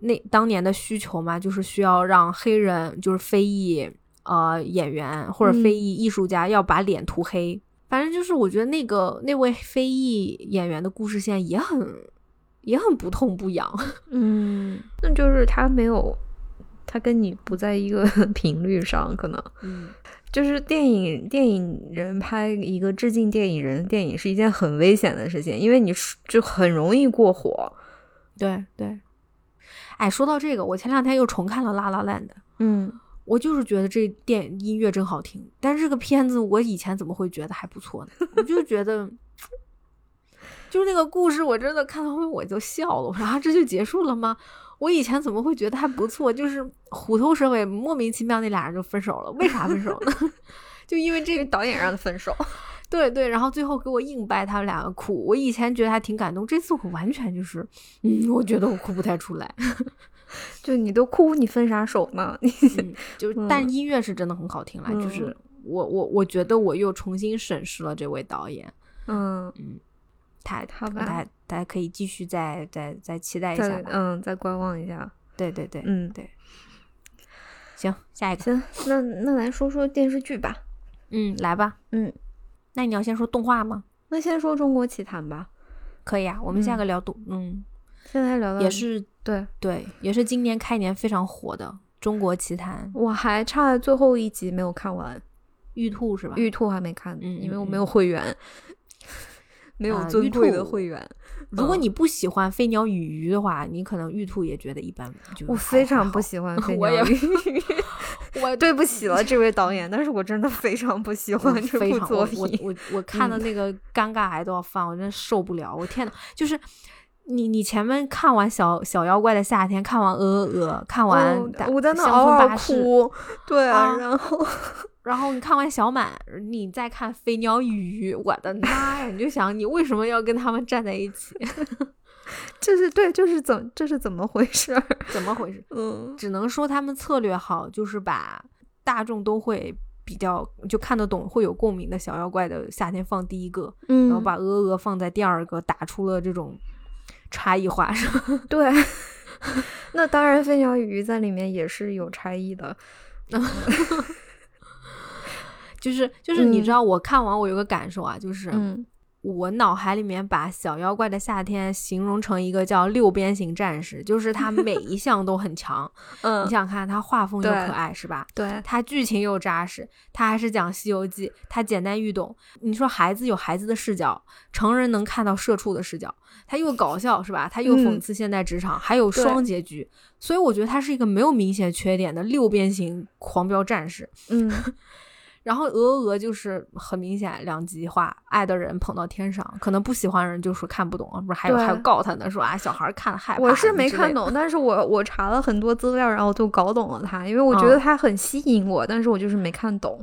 [SPEAKER 2] 那当年的需求嘛，就是需要让黑人，就是非裔呃演员或者非
[SPEAKER 1] 嗯
[SPEAKER 2] 裔艺术家要把脸涂黑。反正就是我觉得那个那位非裔演员的故事线也很也很不痛不痒。
[SPEAKER 1] 嗯，那就是他没有，他跟你不在一个 频率上，可能
[SPEAKER 2] 嗯，
[SPEAKER 1] 就是电影电影人拍一个致敬电影人的电影是一件很危险的事情，因为你就很容易过火。
[SPEAKER 2] 对对。哎，说到这个，我前两天又重看了《拉拉烂》的。
[SPEAKER 1] 嗯
[SPEAKER 2] 我就是觉得这电影音乐真好听，但是这个片子我以前怎么会觉得还不错呢？我就觉得，就是那个故事，我真的看到后面我就笑了，我说啊，这就结束了吗？我以前怎么会觉得还不错？就是虎头蛇尾，莫名其妙那俩人就分手了，为啥分手呢？ 就因为这个
[SPEAKER 1] 导演让他分手。
[SPEAKER 2] 对对，然后最后给我硬掰他们两个哭，我以前觉得还挺感动，这次我完全就是，嗯，我觉得我哭不太出来。
[SPEAKER 1] 就你都哭，你分啥手嘛？你
[SPEAKER 2] 嗯，就是，
[SPEAKER 1] 嗯
[SPEAKER 2] 但音乐是真的很好听啦。就
[SPEAKER 1] 嗯
[SPEAKER 2] 是我我我觉得我又重新审视了这位导演，
[SPEAKER 1] 嗯，
[SPEAKER 2] 他
[SPEAKER 1] 好吧
[SPEAKER 2] 大家大家可以继续再再再期待一下
[SPEAKER 1] 啊再
[SPEAKER 2] 吧。
[SPEAKER 1] 嗯再观望一下。
[SPEAKER 2] 对对对，
[SPEAKER 1] 嗯
[SPEAKER 2] 对。行，下一个，
[SPEAKER 1] 行，那那来说说电视剧吧。
[SPEAKER 2] 嗯，来吧，
[SPEAKER 1] 嗯，
[SPEAKER 2] 那你要先说动画吗？
[SPEAKER 1] 那先说中国奇谭吧。
[SPEAKER 2] 可以啊，我们下
[SPEAKER 1] 嗯
[SPEAKER 2] 个聊动，嗯，
[SPEAKER 1] 现在聊到
[SPEAKER 2] 也是
[SPEAKER 1] 对，
[SPEAKER 2] 对，也是今年开年非常火的中国奇谭《
[SPEAKER 1] 我还差最后一集没有看完，
[SPEAKER 2] 玉兔》是吧？
[SPEAKER 1] 玉兔还没看，
[SPEAKER 2] 嗯
[SPEAKER 1] 因为
[SPEAKER 2] 嗯
[SPEAKER 1] 我
[SPEAKER 2] 嗯
[SPEAKER 1] 没有会员， 没有
[SPEAKER 2] 啊
[SPEAKER 1] 尊
[SPEAKER 2] 玉
[SPEAKER 1] 贵的
[SPEAKER 2] 兔
[SPEAKER 1] 会员。
[SPEAKER 2] 如果
[SPEAKER 1] 嗯
[SPEAKER 2] 你不喜欢飞鸟与鱼的话，你可能玉兔也觉得一般。就
[SPEAKER 1] 我
[SPEAKER 2] 还
[SPEAKER 1] 非常
[SPEAKER 2] 还
[SPEAKER 1] 不
[SPEAKER 2] 好
[SPEAKER 1] 喜欢飞
[SPEAKER 2] 我
[SPEAKER 1] 鸟
[SPEAKER 2] 也
[SPEAKER 1] 与
[SPEAKER 2] 我
[SPEAKER 1] 对不起了这位导演，但是我真的非常不喜
[SPEAKER 2] 我
[SPEAKER 1] 欢这
[SPEAKER 2] 非
[SPEAKER 1] 部
[SPEAKER 2] 常
[SPEAKER 1] 作
[SPEAKER 2] 我
[SPEAKER 1] 品。
[SPEAKER 2] 我 我我看的那个尴尬癌都要犯，我真的受不了！我天呐，就是你你前面看完小小妖怪的夏天，看完鹅鹅鹅，看完
[SPEAKER 1] 哦
[SPEAKER 2] 大
[SPEAKER 1] 我在那
[SPEAKER 2] 乡
[SPEAKER 1] 嗷
[SPEAKER 2] 村
[SPEAKER 1] 嗷
[SPEAKER 2] 巴士，
[SPEAKER 1] 哭，对
[SPEAKER 2] 啊
[SPEAKER 1] 然 后
[SPEAKER 2] 然后你看完小满，你再看飞鸟与鱼，我的妈呀！你就想你为什么要跟他们站在一起？
[SPEAKER 1] 这是对，就是怎这是怎么回事儿？
[SPEAKER 2] 怎么回事？
[SPEAKER 1] 嗯，
[SPEAKER 2] 只能说他们策略好，就是把大众都会。比较就看得懂、会有共鸣的小妖怪的夏天放第一个，
[SPEAKER 1] 嗯
[SPEAKER 2] 然后把鹅鹅放在第二个，打出了这种差异化。是吧
[SPEAKER 1] 对。 那当然，飞鸟与鱼在里面也是有差异的。
[SPEAKER 2] 就是就是你
[SPEAKER 1] 嗯
[SPEAKER 2] 知道，我看完我有个感受啊，就是、
[SPEAKER 1] 嗯，
[SPEAKER 2] 我脑海里面把小妖怪的夏天形容成一个叫六边形战士，就是他每一项都很强。 你
[SPEAKER 1] 嗯，
[SPEAKER 2] 想想看，他画风又
[SPEAKER 1] 对
[SPEAKER 2] 可爱，是吧？
[SPEAKER 1] 对，
[SPEAKER 2] 他剧情又扎实，他还是讲《西游记》，他简单易懂。你说孩子有孩子的视角，成人能看到社畜的视角，他又搞笑是吧？他又讽
[SPEAKER 1] 嗯
[SPEAKER 2] 刺现代职场，还有
[SPEAKER 1] 对
[SPEAKER 2] 双结局，所以我觉得他是一个没有明显缺点的六边形狂飙战士。
[SPEAKER 1] 嗯，
[SPEAKER 2] 然后鹅鹅就是很明显两极化，爱的人捧到天上，可能不喜欢的人就说看不懂，不是还有
[SPEAKER 1] 对
[SPEAKER 2] 还有告他呢，说啊小孩看了害怕，
[SPEAKER 1] 我是没看。懂，但是我我查了很多资料，然后我就搞懂了它，因为我觉
[SPEAKER 2] 嗯
[SPEAKER 1] 得它很吸引我，但是我就是没看懂。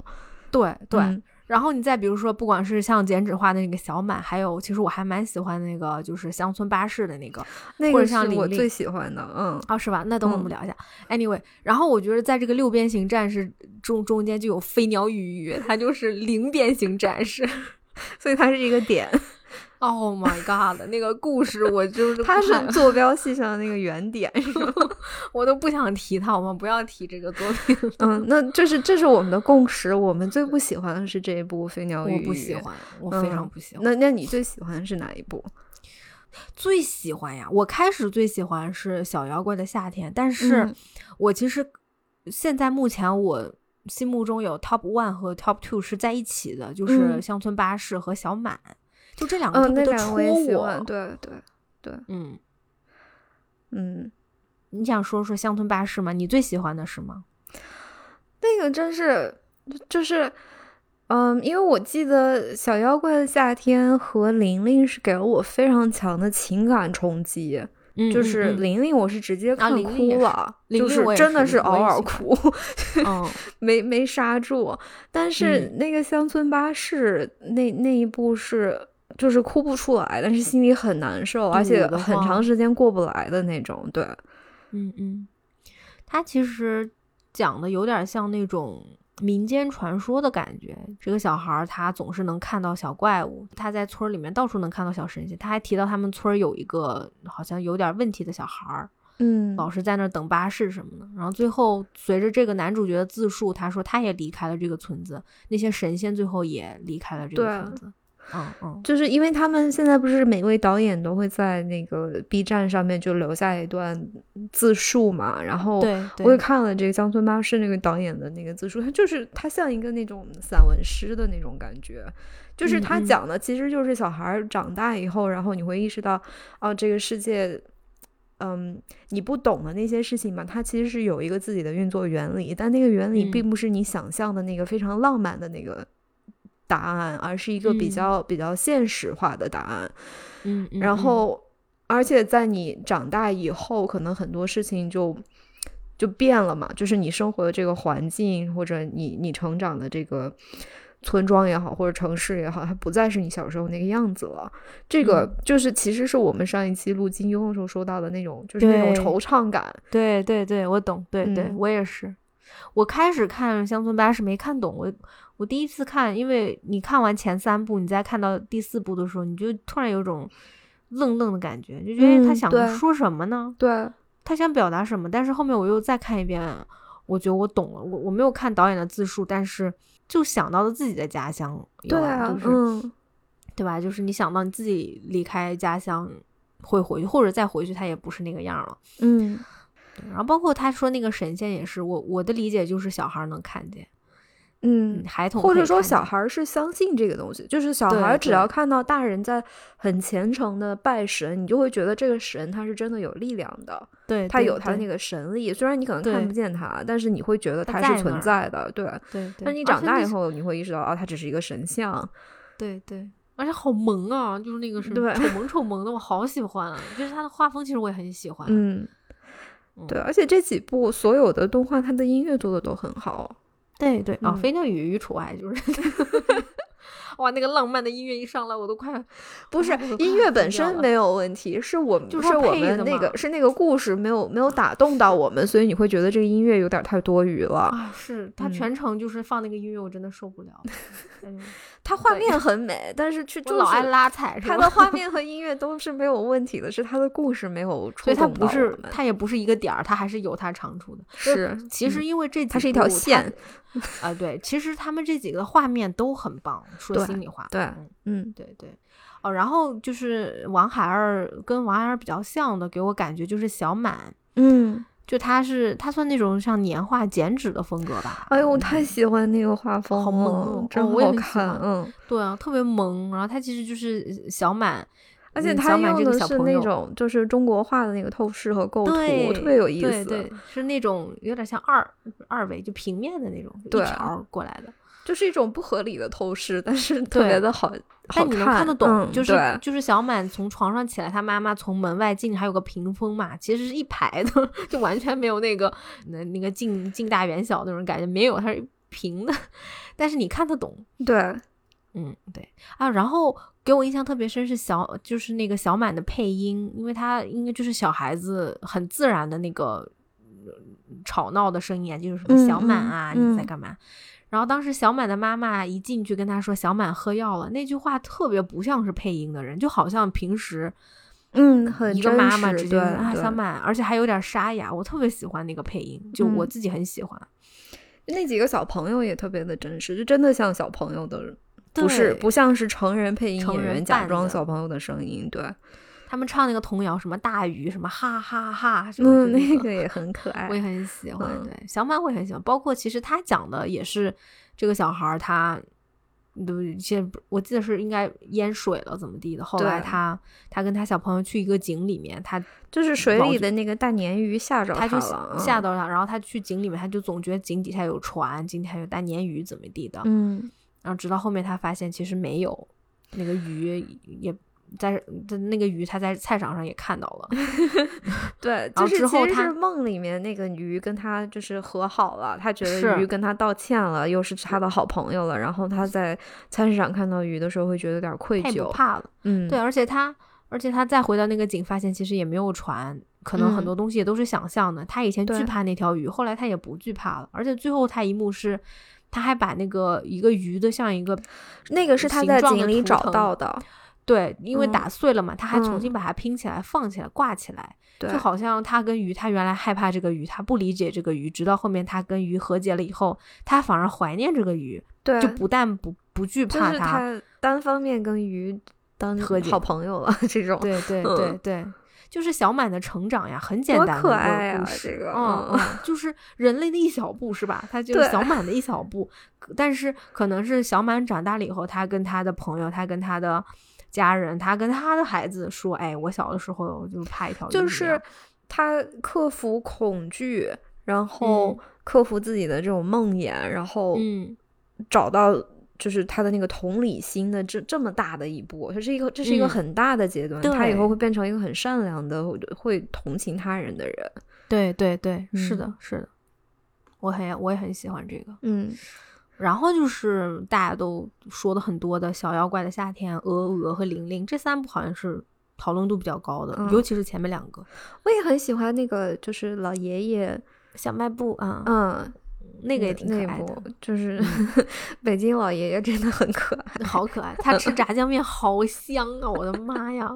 [SPEAKER 2] 对对，
[SPEAKER 1] 嗯
[SPEAKER 2] 然后你再比如说，不管是像剪纸画的那个小满，还有其实我还蛮喜欢那个就是乡村巴士的那个，
[SPEAKER 1] 那
[SPEAKER 2] 或
[SPEAKER 1] 个
[SPEAKER 2] 者
[SPEAKER 1] 是
[SPEAKER 2] 像李
[SPEAKER 1] 我
[SPEAKER 2] 丽
[SPEAKER 1] 最喜欢的。嗯，
[SPEAKER 2] 哦是吧？那等会儿我们聊一下。anyway，然后我觉得在这个六边形战士中中间就有飞鸟与鱼，它就是零边形战士。
[SPEAKER 1] 所以它是一个 点，
[SPEAKER 2] Oh my god，那个故事我就是
[SPEAKER 1] 它
[SPEAKER 2] 看
[SPEAKER 1] 是坐标系上的那个原点。
[SPEAKER 2] 我都不想提它，我们不要提这个作品，
[SPEAKER 1] 嗯，那这是这是我们的共识，我们最不喜欢的是这一部《飞鸟与
[SPEAKER 2] 我
[SPEAKER 1] 鱼》，
[SPEAKER 2] 不喜。欢，我非常不喜欢。
[SPEAKER 1] 那那你最喜欢的是哪一部？
[SPEAKER 2] 最喜欢呀，我开始最喜欢是小摇怪的夏天，但是。
[SPEAKER 1] 嗯
[SPEAKER 2] 我其实现在目前我心目中有 top one 和 top two 是在一起的，就是
[SPEAKER 1] 嗯
[SPEAKER 2] 乡村巴士和小满，就这两个
[SPEAKER 1] 嗯，
[SPEAKER 2] 特别
[SPEAKER 1] 那
[SPEAKER 2] 的
[SPEAKER 1] 两个
[SPEAKER 2] 戳
[SPEAKER 1] 我也喜
[SPEAKER 2] 我
[SPEAKER 1] 欢。。对对，
[SPEAKER 2] 嗯，
[SPEAKER 1] 嗯，
[SPEAKER 2] 你想说说乡村巴士吗？你最喜欢的是吗？
[SPEAKER 1] 那个真是就是。嗯，因为我记得《小妖怪的夏天》和《玲玲》是给了我非常强的情感冲击，
[SPEAKER 2] 嗯啊
[SPEAKER 1] 就是玲玲，我是直接看
[SPEAKER 2] 玲玲也
[SPEAKER 1] 哭
[SPEAKER 2] 是
[SPEAKER 1] 了，
[SPEAKER 2] 玲
[SPEAKER 1] 就
[SPEAKER 2] 玲我也
[SPEAKER 1] 真的
[SPEAKER 2] 是
[SPEAKER 1] 是
[SPEAKER 2] 我
[SPEAKER 1] 嗷
[SPEAKER 2] 也
[SPEAKER 1] 嗷
[SPEAKER 2] 喜
[SPEAKER 1] 哭，
[SPEAKER 2] 嗯
[SPEAKER 1] 没没刹住。但是那个乡村巴士、那那一部是就是哭不出来，但是心里很难受，而且
[SPEAKER 2] 堵得
[SPEAKER 1] 很
[SPEAKER 2] 慌
[SPEAKER 1] 长时间过不来的那种。对，
[SPEAKER 2] 嗯嗯，它其实讲的有点像那种。民间传说的感觉，这个小孩儿他总是能看到小怪物，他在村儿里面到处能看到小神仙。他还提到他们村儿有一个好像有点问题的小孩儿，
[SPEAKER 1] 嗯，
[SPEAKER 2] 老是在那儿等巴士什么的。然后最后随着这个男主角的自述，他说他也离开了这个村子，那些神仙最后也离开了这个
[SPEAKER 1] 对
[SPEAKER 2] 村子。嗯嗯，
[SPEAKER 1] 就是因为他们现在不是每位导演都会在那个 B 站上面就留下一段自述嘛，然后
[SPEAKER 2] 对，
[SPEAKER 1] 我也
[SPEAKER 2] 对
[SPEAKER 1] 看了这个乡村巴士那个导演的那个自述，他就是他像一个那种散文诗的那种感觉，就是
[SPEAKER 2] 嗯
[SPEAKER 1] 他
[SPEAKER 2] 嗯
[SPEAKER 1] 讲的其实就是小孩儿长大以后，然后你会意识到，哦，这个世界，嗯，你不懂的那些事情嘛，它其实是有一个自己的运作原理，但那个原理
[SPEAKER 2] 嗯
[SPEAKER 1] 并不是你想象的那个非常浪漫的那个。答案，而是一个比
[SPEAKER 2] 嗯
[SPEAKER 1] 较、比较现实化的答案。
[SPEAKER 2] 嗯，嗯
[SPEAKER 1] 然
[SPEAKER 2] 嗯
[SPEAKER 1] 后，而且在你长大以后，可能很多事情就就变了嘛，就是你生活的这个环境，或者你你成长的这个村庄也好，或者城市也好，它不再是你小时候那个样子了。这个
[SPEAKER 2] 嗯
[SPEAKER 1] 就是其实是我们上一期录金庸的时候说到的那种，就是那种
[SPEAKER 2] 对
[SPEAKER 1] 惆怅感。
[SPEAKER 2] 对对对，我懂，对对、
[SPEAKER 1] 嗯
[SPEAKER 2] 我也是。我开始看《乡村巴士》没看懂，我我第一次看，因为你看完前三部，你再看到第四部的时候，你就突然有种愣愣的感觉，就觉得他
[SPEAKER 1] 嗯
[SPEAKER 2] 想
[SPEAKER 1] 对
[SPEAKER 2] 说什么呢？
[SPEAKER 1] 对，
[SPEAKER 2] 他想表达什么？但是后面我又再看一遍，我觉得我懂了。我我没有看导演的自述，但是就想到了自己的家乡，有
[SPEAKER 1] 对啊，
[SPEAKER 2] 就是、
[SPEAKER 1] 嗯，
[SPEAKER 2] 对吧？就是你想到你自己离开家乡，会回去，或者再回去他也不是那个样了。
[SPEAKER 1] 嗯
[SPEAKER 2] 然后包括他说那个神仙也是，我我的理解就是小孩能看见，
[SPEAKER 1] 嗯，
[SPEAKER 2] 孩童
[SPEAKER 1] 或
[SPEAKER 2] 可以
[SPEAKER 1] 者说
[SPEAKER 2] 看见
[SPEAKER 1] 小孩儿是相信这个东西，就是小
[SPEAKER 2] 对
[SPEAKER 1] 孩儿只要
[SPEAKER 2] 对
[SPEAKER 1] 看到大人在很虔诚的拜神，你就会觉得这个神他是真的有力量的，
[SPEAKER 2] 对
[SPEAKER 1] 他
[SPEAKER 2] 哎对
[SPEAKER 1] 有他的
[SPEAKER 2] 对
[SPEAKER 1] 那个神力，虽然你可能看
[SPEAKER 2] 对
[SPEAKER 1] 不见他，但是你会觉得他
[SPEAKER 2] 他在
[SPEAKER 1] 是
[SPEAKER 2] 那儿
[SPEAKER 1] 存在的，对。
[SPEAKER 2] 对，对
[SPEAKER 1] 但是你
[SPEAKER 2] 而
[SPEAKER 1] 长
[SPEAKER 2] 且
[SPEAKER 1] 大
[SPEAKER 2] 那
[SPEAKER 1] 以
[SPEAKER 2] 是啊
[SPEAKER 1] 后，你会意识到啊，他只是一个神像，
[SPEAKER 2] 对对，而且好萌啊，就是那个是
[SPEAKER 1] 对
[SPEAKER 2] 丑萌丑萌的，我好喜欢啊！就是他的画风，其实我也很喜欢。
[SPEAKER 1] 嗯，对，
[SPEAKER 2] 嗯
[SPEAKER 1] 而且这几部所有的动画，它的音乐做的都很
[SPEAKER 2] 哦
[SPEAKER 1] 好，
[SPEAKER 2] 对对啊，
[SPEAKER 1] 嗯
[SPEAKER 2] 飞鸟与鱼除外，就是 哇，那个浪漫的音乐一上来，我都快
[SPEAKER 1] 不是
[SPEAKER 2] 我都快
[SPEAKER 1] 音乐
[SPEAKER 2] 疯
[SPEAKER 1] 本
[SPEAKER 2] 掉
[SPEAKER 1] 身
[SPEAKER 2] 了
[SPEAKER 1] 没有问题，是我们
[SPEAKER 2] 就是说
[SPEAKER 1] 我
[SPEAKER 2] 配
[SPEAKER 1] 们
[SPEAKER 2] 的
[SPEAKER 1] 那
[SPEAKER 2] 嘛
[SPEAKER 1] 个是那个故事没有没有打动到我们，所以你会觉得这个音乐有点太多余 了。
[SPEAKER 2] 啊，是他
[SPEAKER 1] 嗯
[SPEAKER 2] 全程就是放那个音乐，我真的受不了。 哎呦
[SPEAKER 1] 它画
[SPEAKER 2] 对
[SPEAKER 1] 面很美，但是去
[SPEAKER 2] 我
[SPEAKER 1] 就
[SPEAKER 2] 老爱
[SPEAKER 1] 是
[SPEAKER 2] 拉踩，是
[SPEAKER 1] 它
[SPEAKER 2] 吧
[SPEAKER 1] 的 画面和音乐都是没有问题的，是它的故事没有触
[SPEAKER 2] 所以它
[SPEAKER 1] 动到
[SPEAKER 2] 不
[SPEAKER 1] 我
[SPEAKER 2] 是
[SPEAKER 1] 们。
[SPEAKER 2] 它也不是一个点儿，它还是有它长处 的。
[SPEAKER 1] 是
[SPEAKER 2] 其实因为这几
[SPEAKER 1] 它是一条
[SPEAKER 2] 部
[SPEAKER 1] 线，
[SPEAKER 2] 啊、对，其实他们这几个画面都很棒，说
[SPEAKER 1] 对
[SPEAKER 2] 心里话，
[SPEAKER 1] 对
[SPEAKER 2] 嗯
[SPEAKER 1] 嗯
[SPEAKER 2] 对对。哦，然后就是王孩儿跟王孩儿比较像的，给我感觉就是小满，
[SPEAKER 1] 嗯，
[SPEAKER 2] 就他是他算那种像年画剪纸的风格吧。
[SPEAKER 1] 哎呦，我
[SPEAKER 2] 嗯
[SPEAKER 1] 太喜欢那个画风了，
[SPEAKER 2] 好萌哦哦
[SPEAKER 1] 真
[SPEAKER 2] 我也
[SPEAKER 1] 好
[SPEAKER 2] 很喜
[SPEAKER 1] 看，
[SPEAKER 2] 欢
[SPEAKER 1] 嗯。
[SPEAKER 2] 对啊，特别萌。然后他其实就是呃小满，
[SPEAKER 1] 而且
[SPEAKER 2] 嗯
[SPEAKER 1] 他
[SPEAKER 2] 小满
[SPEAKER 1] 用
[SPEAKER 2] 这个
[SPEAKER 1] 的
[SPEAKER 2] 小
[SPEAKER 1] 是
[SPEAKER 2] 朋
[SPEAKER 1] 那
[SPEAKER 2] 友，
[SPEAKER 1] 种就是中国画的那个透视和构图，
[SPEAKER 2] 对，
[SPEAKER 1] 特别有意
[SPEAKER 2] 对
[SPEAKER 1] 思。
[SPEAKER 2] 对，是那种有点像二二维就平面的那种，就一
[SPEAKER 1] 对
[SPEAKER 2] 条儿过来的。
[SPEAKER 1] 就是一种不合理的透视，但是特
[SPEAKER 2] 对
[SPEAKER 1] 别的好，好
[SPEAKER 2] 但你能看得懂，
[SPEAKER 1] 嗯
[SPEAKER 2] 就是
[SPEAKER 1] 对
[SPEAKER 2] 就是小满从床上起来，他妈妈从门外进，还有个屏风嘛，其实是一排的， 就完全没有那个那那个近近大远小那种感觉，没有，它是平的， 但是你看得懂，
[SPEAKER 1] 对，
[SPEAKER 2] 嗯，对啊。然后给我印象特别深是小，就是那个小满的配音，因为他应该就是小孩子很自然的那个嗯吵闹的声音啊，就是什么
[SPEAKER 1] 嗯
[SPEAKER 2] 小满啊，
[SPEAKER 1] 嗯
[SPEAKER 2] 你在干嘛？然后当时小满的妈妈一进去跟他说小满喝药了，那句话特别不像是配音的人，就好像平时
[SPEAKER 1] 嗯，很
[SPEAKER 2] 一个
[SPEAKER 1] 真
[SPEAKER 2] 妈妈
[SPEAKER 1] 实
[SPEAKER 2] 直接
[SPEAKER 1] 对
[SPEAKER 2] 说啊
[SPEAKER 1] 对
[SPEAKER 2] 小满，而且还有点沙哑，我特别喜欢那个配音，就我
[SPEAKER 1] 嗯
[SPEAKER 2] 自己很喜欢，
[SPEAKER 1] 那几个小朋友也特别的真实，就真的像小朋友的，不是
[SPEAKER 2] 对
[SPEAKER 1] 不像是成人配音
[SPEAKER 2] 成
[SPEAKER 1] 演
[SPEAKER 2] 人
[SPEAKER 1] 员假
[SPEAKER 2] 扮
[SPEAKER 1] 装
[SPEAKER 2] 的
[SPEAKER 1] 小朋友的声音，对，
[SPEAKER 2] 他们唱那个童谣什么大鱼什么哈哈哈什么
[SPEAKER 1] 嗯，
[SPEAKER 2] 之类
[SPEAKER 1] 那
[SPEAKER 2] 的
[SPEAKER 1] 个也很可爱
[SPEAKER 2] 我，也很喜欢。
[SPEAKER 1] 嗯
[SPEAKER 2] 对，小满我也很喜欢，包括其实他讲的也是这个小孩儿他，对，现在不我记得是应该淹水了怎么地的，后来
[SPEAKER 1] 对
[SPEAKER 2] 他他跟他小朋友去一个井里面，他
[SPEAKER 1] 就是水
[SPEAKER 2] 老
[SPEAKER 1] 里
[SPEAKER 2] 子
[SPEAKER 1] 的那个大鲶鱼吓着
[SPEAKER 2] 他嗯就
[SPEAKER 1] 了，嗯
[SPEAKER 2] 吓
[SPEAKER 1] 到，
[SPEAKER 2] 到他，然后他去井里面，他就总觉得井底下有船，井底下有大鲶鱼怎么地的，
[SPEAKER 1] 嗯，
[SPEAKER 2] 然后直到后面他发现其实没有，那个鱼也。在在那个鱼，他在菜场上也看到 了，
[SPEAKER 1] 对，
[SPEAKER 2] 后
[SPEAKER 1] 就是
[SPEAKER 2] 之后
[SPEAKER 1] 其实
[SPEAKER 2] 他
[SPEAKER 1] 是梦里面那个鱼跟他就是和好了，他觉得
[SPEAKER 2] 是
[SPEAKER 1] 鱼跟他道歉了，又是他的好朋友了。然后他在菜市场看到鱼的时候，会觉得有点愧
[SPEAKER 2] 太不
[SPEAKER 1] 疚。
[SPEAKER 2] 怕了。
[SPEAKER 1] 嗯，
[SPEAKER 2] 对，，而且他，而且他再回到那个井，发现其实也没有船，可能很
[SPEAKER 1] 嗯
[SPEAKER 2] 多东西也都是想象的。他以前惧
[SPEAKER 1] 对
[SPEAKER 2] 怕那条鱼，后来他也不惧怕了。而且最后他一幕是，他还把那个一个鱼的像一个
[SPEAKER 1] 那个是他
[SPEAKER 2] 形
[SPEAKER 1] 在
[SPEAKER 2] 状的
[SPEAKER 1] 井里
[SPEAKER 2] 图
[SPEAKER 1] 找
[SPEAKER 2] 腾
[SPEAKER 1] 到的，
[SPEAKER 2] 对，因为
[SPEAKER 1] 嗯
[SPEAKER 2] 打碎了嘛，他还重
[SPEAKER 1] 嗯
[SPEAKER 2] 新把它拼起来、放起来、挂起来，
[SPEAKER 1] 对，
[SPEAKER 2] 就好像他跟鱼，他原来害怕这个鱼，他不理解这个鱼，直到后面他跟鱼和解了以后，他反而怀念这个鱼，
[SPEAKER 1] 对，
[SPEAKER 2] 就不但不不惧
[SPEAKER 1] 就
[SPEAKER 2] 怕
[SPEAKER 1] 是
[SPEAKER 2] 它，
[SPEAKER 1] 他单方面跟鱼当
[SPEAKER 2] 和解
[SPEAKER 1] 好朋友了 这种。
[SPEAKER 2] 对对
[SPEAKER 1] 嗯
[SPEAKER 2] 对对，就是小满的成长呀，很简
[SPEAKER 1] 多
[SPEAKER 2] 单的
[SPEAKER 1] 可
[SPEAKER 2] 一个
[SPEAKER 1] 爱呀
[SPEAKER 2] 故事
[SPEAKER 1] 这个
[SPEAKER 2] 嗯
[SPEAKER 1] 嗯
[SPEAKER 2] 嗯，就是人类的一小步是吧？他就是
[SPEAKER 1] 对
[SPEAKER 2] 小满的一小步，可但是可能是小满长大了以后，他跟他的朋友，他跟他的家人，他跟他的孩子说，哎，我小的时候我就怕一条鱼怎
[SPEAKER 1] 就
[SPEAKER 2] 么
[SPEAKER 1] 是
[SPEAKER 2] 样
[SPEAKER 1] 他克服恐惧，然后克服自己的这种梦魇，然后
[SPEAKER 2] 嗯
[SPEAKER 1] 找到就是他的那个同理心的这这么大的一步，这是一个这是一个
[SPEAKER 2] 嗯
[SPEAKER 1] 很大的阶段，
[SPEAKER 2] 对
[SPEAKER 1] 他以后会变成一个很善良的、会同情他人的人。
[SPEAKER 2] 对对对，是的
[SPEAKER 1] 嗯，
[SPEAKER 2] 是的，我很我也很喜欢这个。
[SPEAKER 1] 嗯，
[SPEAKER 2] 然后就是大家都说的很多的小妖怪的夏天、鹅鹅和玲玲这三部好像是讨论度比较高的，
[SPEAKER 1] 嗯
[SPEAKER 2] 尤其是前面两个
[SPEAKER 1] 我也很喜欢那个就是老爷爷，
[SPEAKER 2] 小卖部啊，
[SPEAKER 1] 嗯，
[SPEAKER 2] 那个也挺可爱
[SPEAKER 1] 那一
[SPEAKER 2] 的，
[SPEAKER 1] 部嗯就是北京老爷爷真的很可爱。
[SPEAKER 2] 好 可爱。他吃炸酱面好香啊，我的妈呀！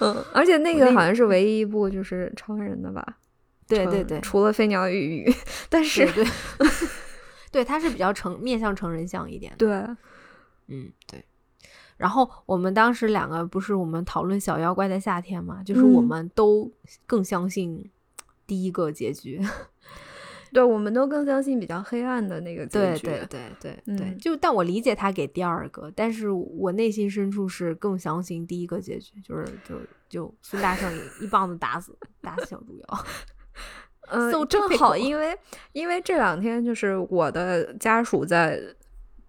[SPEAKER 1] 嗯，而且那个
[SPEAKER 2] 那
[SPEAKER 1] 好像是唯一一部就是超人的吧？
[SPEAKER 2] 对
[SPEAKER 1] 成
[SPEAKER 2] 对对，
[SPEAKER 1] 嗯除了飞鸟与鱼， 但是
[SPEAKER 2] 对对，对，他是比较成面向成人像一点的，
[SPEAKER 1] 对
[SPEAKER 2] 嗯对。然后我们当时两个不是我们讨论《小妖怪的夏天》嘛，就是我
[SPEAKER 1] 嗯
[SPEAKER 2] 们都更相信第一个结局。
[SPEAKER 1] 对，我们都更相信比较黑暗的那个结
[SPEAKER 2] 对
[SPEAKER 1] 局。
[SPEAKER 2] 对对对对，
[SPEAKER 1] 嗯
[SPEAKER 2] 就但我理解他给第二个，但是我内心深处是更相信第一个结局，就是就就孙大圣一一棒子打死打死小猪 妖。啊
[SPEAKER 1] 嗯，
[SPEAKER 2] So
[SPEAKER 1] 正好
[SPEAKER 2] typical
[SPEAKER 1] 因为因为这两天就是我的家属在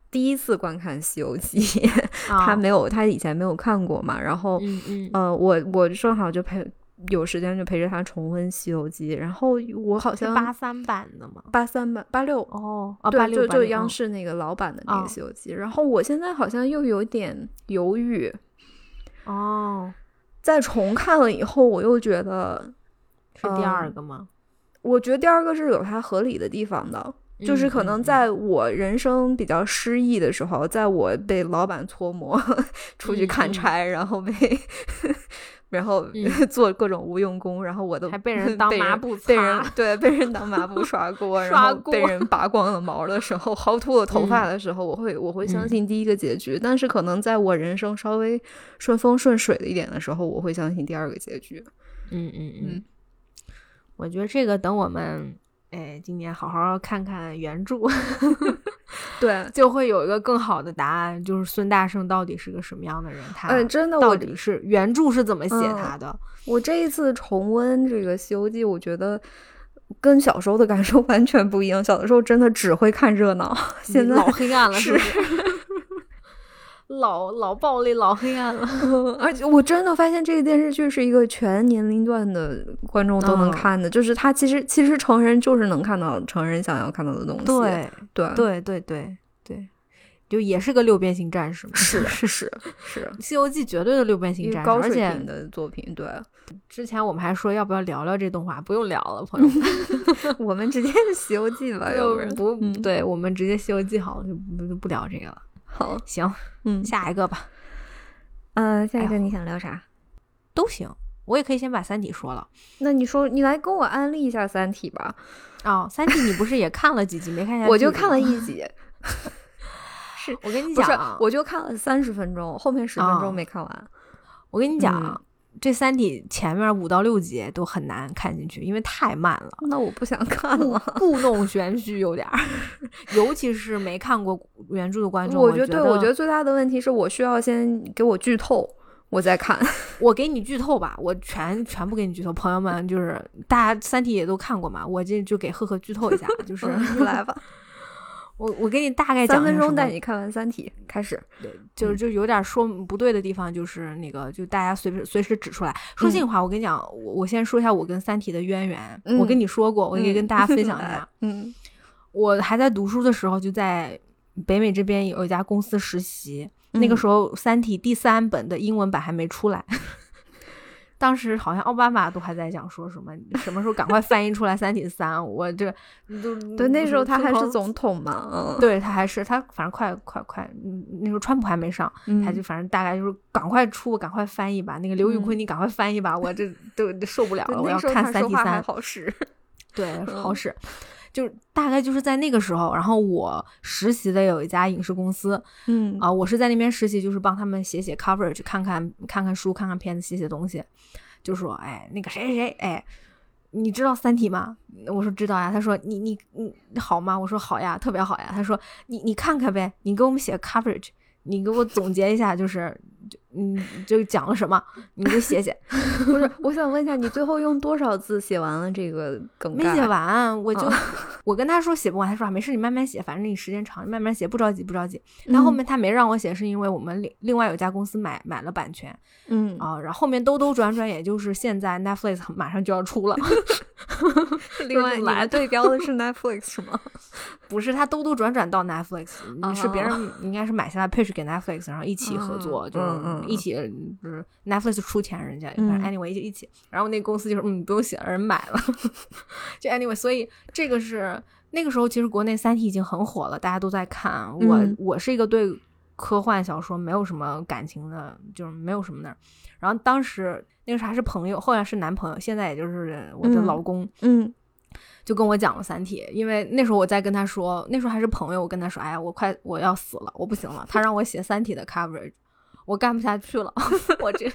[SPEAKER 1] 第一次观看《西游 记》 他
[SPEAKER 2] 啊
[SPEAKER 1] 没有他以前没有看过嘛，然后、
[SPEAKER 2] 嗯嗯
[SPEAKER 1] 呃，我我正好就陪有时间就陪着他重温《西游记》，然后我好
[SPEAKER 2] 是
[SPEAKER 1] 像
[SPEAKER 2] 八三版的嘛。
[SPEAKER 1] 八三吧八六
[SPEAKER 2] 哦，啊，
[SPEAKER 1] 对
[SPEAKER 2] 八，六
[SPEAKER 1] 就就
[SPEAKER 2] 86
[SPEAKER 1] 央
[SPEAKER 2] 嗯
[SPEAKER 1] 视那个老版的那个
[SPEAKER 2] 哦
[SPEAKER 1] 《西游记》然后我现在好像又有点犹豫，
[SPEAKER 2] 哦，
[SPEAKER 1] 再重看了以后，我又觉得，
[SPEAKER 2] 是第二
[SPEAKER 1] 嗯
[SPEAKER 2] 个吗？
[SPEAKER 1] 我觉得第二个是有它合理的地方的，就是
[SPEAKER 2] 嗯
[SPEAKER 1] 可能
[SPEAKER 2] 嗯
[SPEAKER 1] 在我人生比较失意的时候，在我被老板搓磨，出去
[SPEAKER 2] 嗯
[SPEAKER 1] 砍
[SPEAKER 2] 嗯
[SPEAKER 1] 柴，然后被， 然后、
[SPEAKER 2] 嗯
[SPEAKER 1] 做各种无用功，然后我都
[SPEAKER 2] 还被 人当麻布
[SPEAKER 1] 被 人
[SPEAKER 2] 擦
[SPEAKER 1] 对被人当麻布 刷锅，然
[SPEAKER 2] 刷
[SPEAKER 1] 后被
[SPEAKER 2] 锅
[SPEAKER 1] 人拔光了毛的时候，薅秃了头发的时候，我会我会相
[SPEAKER 2] 嗯
[SPEAKER 1] 信第一个结局，但是可能在我人生稍微顺风顺水的一点的时候，我会相信第二个结局。
[SPEAKER 2] 嗯嗯
[SPEAKER 1] 嗯
[SPEAKER 2] 嗯，我觉得这个等我们哎今年好好看看原著，
[SPEAKER 1] 对，哎
[SPEAKER 2] 就会有一个更好的答案，就是孙大圣到底是个什么样的人，他
[SPEAKER 1] 嗯，真的，
[SPEAKER 2] 到
[SPEAKER 1] 我
[SPEAKER 2] 底是原著是怎么写
[SPEAKER 1] 嗯
[SPEAKER 2] 他的。
[SPEAKER 1] 我这一次重温这个《西游记》，我觉得跟小时候的感受 完全不一样。小的时候真的只会看热闹，现
[SPEAKER 2] 你
[SPEAKER 1] 在
[SPEAKER 2] 老黑暗了，
[SPEAKER 1] 是
[SPEAKER 2] 是不 是老老暴力、老黑暗了。
[SPEAKER 1] 嗯而且我真的发现这个电视剧是一个全年龄段的观众都能
[SPEAKER 2] 嗯
[SPEAKER 1] 看的，就是它其实其实成人就是能看到成人想要看到的东西。
[SPEAKER 2] 嗯
[SPEAKER 1] 对对，
[SPEAKER 2] 对对对对，就也是个六边形战士嘛。
[SPEAKER 1] 是
[SPEAKER 2] 是是，
[SPEAKER 1] 是是，
[SPEAKER 2] 《西游记》绝对的六边
[SPEAKER 1] 一
[SPEAKER 2] 形
[SPEAKER 1] 个
[SPEAKER 2] 战士，
[SPEAKER 1] 高
[SPEAKER 2] 而
[SPEAKER 1] 水
[SPEAKER 2] 且
[SPEAKER 1] 平的作品。对，
[SPEAKER 2] 之前我们还说要不要聊聊这动画，不用聊了，朋友们。
[SPEAKER 1] 我们直接《西游记》 吧，要不然
[SPEAKER 2] 就不
[SPEAKER 1] 嗯
[SPEAKER 2] 对，我们直接《西游记》好了，就不就不聊这个了。
[SPEAKER 1] 好，
[SPEAKER 2] 行，
[SPEAKER 1] 嗯，
[SPEAKER 2] 下一个吧，
[SPEAKER 1] 呃，下一
[SPEAKER 2] 哎
[SPEAKER 1] 个你想聊啥？
[SPEAKER 2] 都行。我也可以先把《三体》说了
[SPEAKER 1] 那你说，你来跟我安利一下《三体》吧。
[SPEAKER 2] 哦，《三体》你不是也看了几集？没看下去吗？
[SPEAKER 1] 我就看了一集，
[SPEAKER 2] 我跟你
[SPEAKER 1] 不
[SPEAKER 2] 啊讲
[SPEAKER 1] 是
[SPEAKER 2] 啊，，
[SPEAKER 1] 我就看了三十分钟，后面十分钟
[SPEAKER 2] 哦
[SPEAKER 1] 没看完。
[SPEAKER 2] 我跟你讲啊，
[SPEAKER 1] 嗯
[SPEAKER 2] 这《三体》前面五到六集都很难看进去，因为太慢了，
[SPEAKER 1] 那我 不想看
[SPEAKER 2] 故
[SPEAKER 1] 了。
[SPEAKER 2] 故弄玄虚有点儿， 尤其是没看过原著的观众，
[SPEAKER 1] 我
[SPEAKER 2] 觉
[SPEAKER 1] 觉得，对我觉得最大的问题是我需要先给我剧透，我再看。
[SPEAKER 2] 我给你剧透吧，我全全部给你剧透。朋友们，就是大家《三体》也都看过嘛，我这就给赫赫剧透一下， 就是
[SPEAKER 1] 你来吧，
[SPEAKER 2] 我我给你大概
[SPEAKER 1] 三
[SPEAKER 2] 讲一下
[SPEAKER 1] 分
[SPEAKER 2] 什
[SPEAKER 1] 钟
[SPEAKER 2] 么
[SPEAKER 1] 带你看完《三体》，开始。嗯
[SPEAKER 2] 就是就有点说不对的地方，就是那个就大家随便随时指出来。说心里话，我跟你讲，我我先说一下我跟《三体》的渊源。
[SPEAKER 1] 嗯
[SPEAKER 2] 我跟你说过，我也跟大家分 享一下。
[SPEAKER 1] 嗯
[SPEAKER 2] 我还在读书的时候，就在北美这边有一家公司实习。那
[SPEAKER 1] 嗯
[SPEAKER 2] 个时候，《三体》第三本的英文版还没出来， 当时好像奥巴马都还在讲说什么什么时候赶快翻译出来《三体三》，我这都
[SPEAKER 1] 对，那时候他还是
[SPEAKER 2] 总。
[SPEAKER 1] 总统嘛，
[SPEAKER 2] 嗯
[SPEAKER 1] 嗯
[SPEAKER 2] 对他还是他，反正快快快，嗯，那时候川普还没上，
[SPEAKER 1] 嗯，
[SPEAKER 2] 他就反正大概就是赶快出，赶快翻译吧。那个刘宇
[SPEAKER 1] 嗯
[SPEAKER 2] 昆，你赶快翻译吧，我这都都受不了
[SPEAKER 1] 对
[SPEAKER 2] 了，我
[SPEAKER 1] 那
[SPEAKER 2] 要
[SPEAKER 1] 时候
[SPEAKER 2] 看
[SPEAKER 1] 他
[SPEAKER 2] 《三
[SPEAKER 1] 说
[SPEAKER 2] 体
[SPEAKER 1] 话还
[SPEAKER 2] 三》。
[SPEAKER 1] 好使。
[SPEAKER 2] 对，
[SPEAKER 1] 嗯
[SPEAKER 2] 好使，就是大概就是在那个时候，然后我实习的有一家影视公司
[SPEAKER 1] 嗯
[SPEAKER 2] 啊、我是在那边实习，就是帮他们写写 cover，去看看看看书，看看片子，写写东西。就说，哎，那个谁谁谁，哎。你知道《三体》吗？我说知道呀。他说你你你好吗？我说好呀，特别好呀。他说你你看看呗，你给我们写个 coverage，你给我总结一下，就是就嗯就讲了什么，你就写写。
[SPEAKER 1] 不是， 我想问一下，你最后用多少字写完了这个梗
[SPEAKER 2] 没
[SPEAKER 1] 概？
[SPEAKER 2] 写完，我就、 我跟他说写不完，他说啊没事，你慢慢写，反正你时间长，你慢慢写，不着急不着急。但后面他没让我写，是因为我们另另外有家公司买买了版权
[SPEAKER 1] 嗯，嗯，
[SPEAKER 2] 啊，然后后面兜兜转转，也就是现在 Netflix 马上就要出了，
[SPEAKER 1] 另外
[SPEAKER 2] 就是
[SPEAKER 1] 你
[SPEAKER 2] 来
[SPEAKER 1] 们
[SPEAKER 2] 的
[SPEAKER 1] 对标的是 Netflix 是 吗？
[SPEAKER 2] 不是他兜兜转转到 Netflix，
[SPEAKER 1] 啊
[SPEAKER 2] 是别人应该是买下来配置给 Netflix，然后一起合作，
[SPEAKER 1] 嗯
[SPEAKER 2] 就
[SPEAKER 1] 嗯嗯
[SPEAKER 2] 是一起就是 Netflix 出钱，人家反
[SPEAKER 1] 嗯
[SPEAKER 2] 正 anyway 就一起，然后那公司就是嗯不用写了，人买了， 就 anyway，所以这个是那个时候其实国内《三体》已经很火了，大家都在看。啊我、
[SPEAKER 1] 嗯
[SPEAKER 2] 我是一个对科幻小说没有什么感情的，就是没有什么那儿。然后当时那个时候还是朋友，后来是男朋友，现在也就是我的
[SPEAKER 1] 嗯
[SPEAKER 2] 老公。
[SPEAKER 1] 嗯
[SPEAKER 2] 就跟我讲了《三体》，因为那时候我在跟他说，那时候还是朋友，我跟他说，哎呀，我快我要死了，我不行了。他让我写《三体》的 coverage，我干不下去了， 我这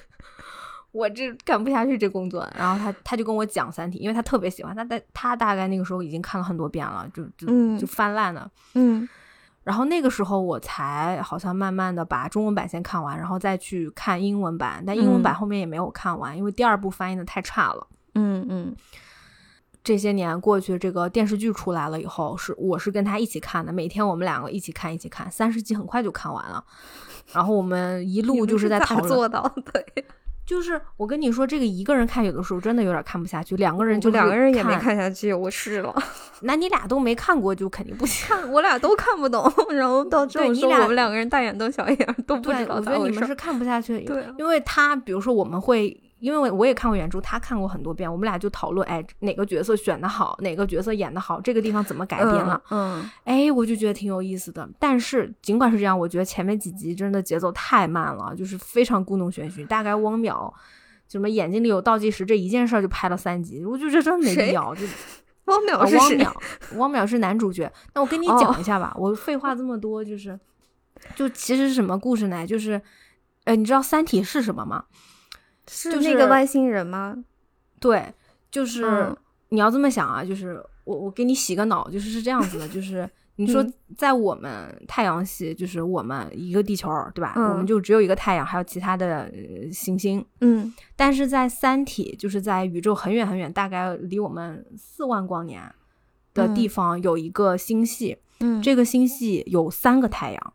[SPEAKER 2] 我这干不下去这工作。然后他他就跟我讲《三体》，因为他特别喜欢，他大他大概那个时候已经看了很多遍了，就就
[SPEAKER 1] 嗯
[SPEAKER 2] 就翻烂了。
[SPEAKER 1] 嗯
[SPEAKER 2] 然后那个时候我才好像慢慢的把中文版先看完，然后再去看英文版，但英文版
[SPEAKER 1] 嗯
[SPEAKER 2] 后面也没有看完，因为第二部翻译的太差了。
[SPEAKER 1] 嗯嗯
[SPEAKER 2] 这些年过去，这个电视剧出来了以后，是我是跟他一起看的，每天我们两个一起看，一起看，三十集很快就看完了。然后我们一
[SPEAKER 1] 你
[SPEAKER 2] 路
[SPEAKER 1] 们
[SPEAKER 2] 就是是在
[SPEAKER 1] 咋
[SPEAKER 2] 讨论，
[SPEAKER 1] 做到的呀，
[SPEAKER 2] 就是我跟你说，这个一个人看有的时候真的有点看不下去，两个 人就
[SPEAKER 1] 我两
[SPEAKER 2] 是
[SPEAKER 1] 个人也没，看下去，我试了，
[SPEAKER 2] 那你俩都没看过就肯定不行。
[SPEAKER 1] 我俩都 看不懂，然后到这
[SPEAKER 2] 对
[SPEAKER 1] 种
[SPEAKER 2] 你
[SPEAKER 1] 时候，
[SPEAKER 2] 俩
[SPEAKER 1] 我们两个人大眼瞪小眼，都不
[SPEAKER 2] 对，
[SPEAKER 1] 知道
[SPEAKER 2] 我觉
[SPEAKER 1] 咋
[SPEAKER 2] 得
[SPEAKER 1] 回
[SPEAKER 2] 你
[SPEAKER 1] 事
[SPEAKER 2] 们
[SPEAKER 1] 儿。
[SPEAKER 2] 是看不下去，
[SPEAKER 1] 对啊，
[SPEAKER 2] 因为他比如说我们会，因为我也看过原著，他看过很多遍，我们俩就讨论，哎，哪个角色选的好，哪个角色演的好，这个地方怎么改编了，
[SPEAKER 1] 嗯，嗯
[SPEAKER 2] 哎，我就觉得挺有意思的。但是尽管是这样，我觉得前面几集真的节奏太慢了，就是非常故弄玄虚，大概汪淼。什么眼睛里有倒计时这一件事儿就拍了三集，我就觉得真的没必
[SPEAKER 1] 谁
[SPEAKER 2] 要。就
[SPEAKER 1] 汪
[SPEAKER 2] 啊
[SPEAKER 1] 淼是
[SPEAKER 2] 汪
[SPEAKER 1] 谁？
[SPEAKER 2] 淼，汪淼是男主角。那我跟你
[SPEAKER 1] 哦
[SPEAKER 2] 讲一下吧，我废话这么多，就是，就其实是什么故事呢？就是，呃，你知道《三体》是什么吗？
[SPEAKER 1] 是
[SPEAKER 2] 就
[SPEAKER 1] 那
[SPEAKER 2] 是
[SPEAKER 1] 个外星人吗？
[SPEAKER 2] 对，就是、
[SPEAKER 1] 嗯
[SPEAKER 2] 你要这么想啊，就是我我给你洗个脑，就是是这样子 的，就是你说
[SPEAKER 1] 嗯
[SPEAKER 2] 在我们太阳系，就是我们一个地球，对吧？我们
[SPEAKER 1] 嗯
[SPEAKER 2] 就只有一个太阳，还有其他的呃行星。
[SPEAKER 1] 嗯
[SPEAKER 2] 但是在三体，就是在宇宙很远很远，大概离我们四万光年的地
[SPEAKER 1] 嗯
[SPEAKER 2] 方，有一个星系。
[SPEAKER 1] 嗯
[SPEAKER 2] 这个星系有三个太阳，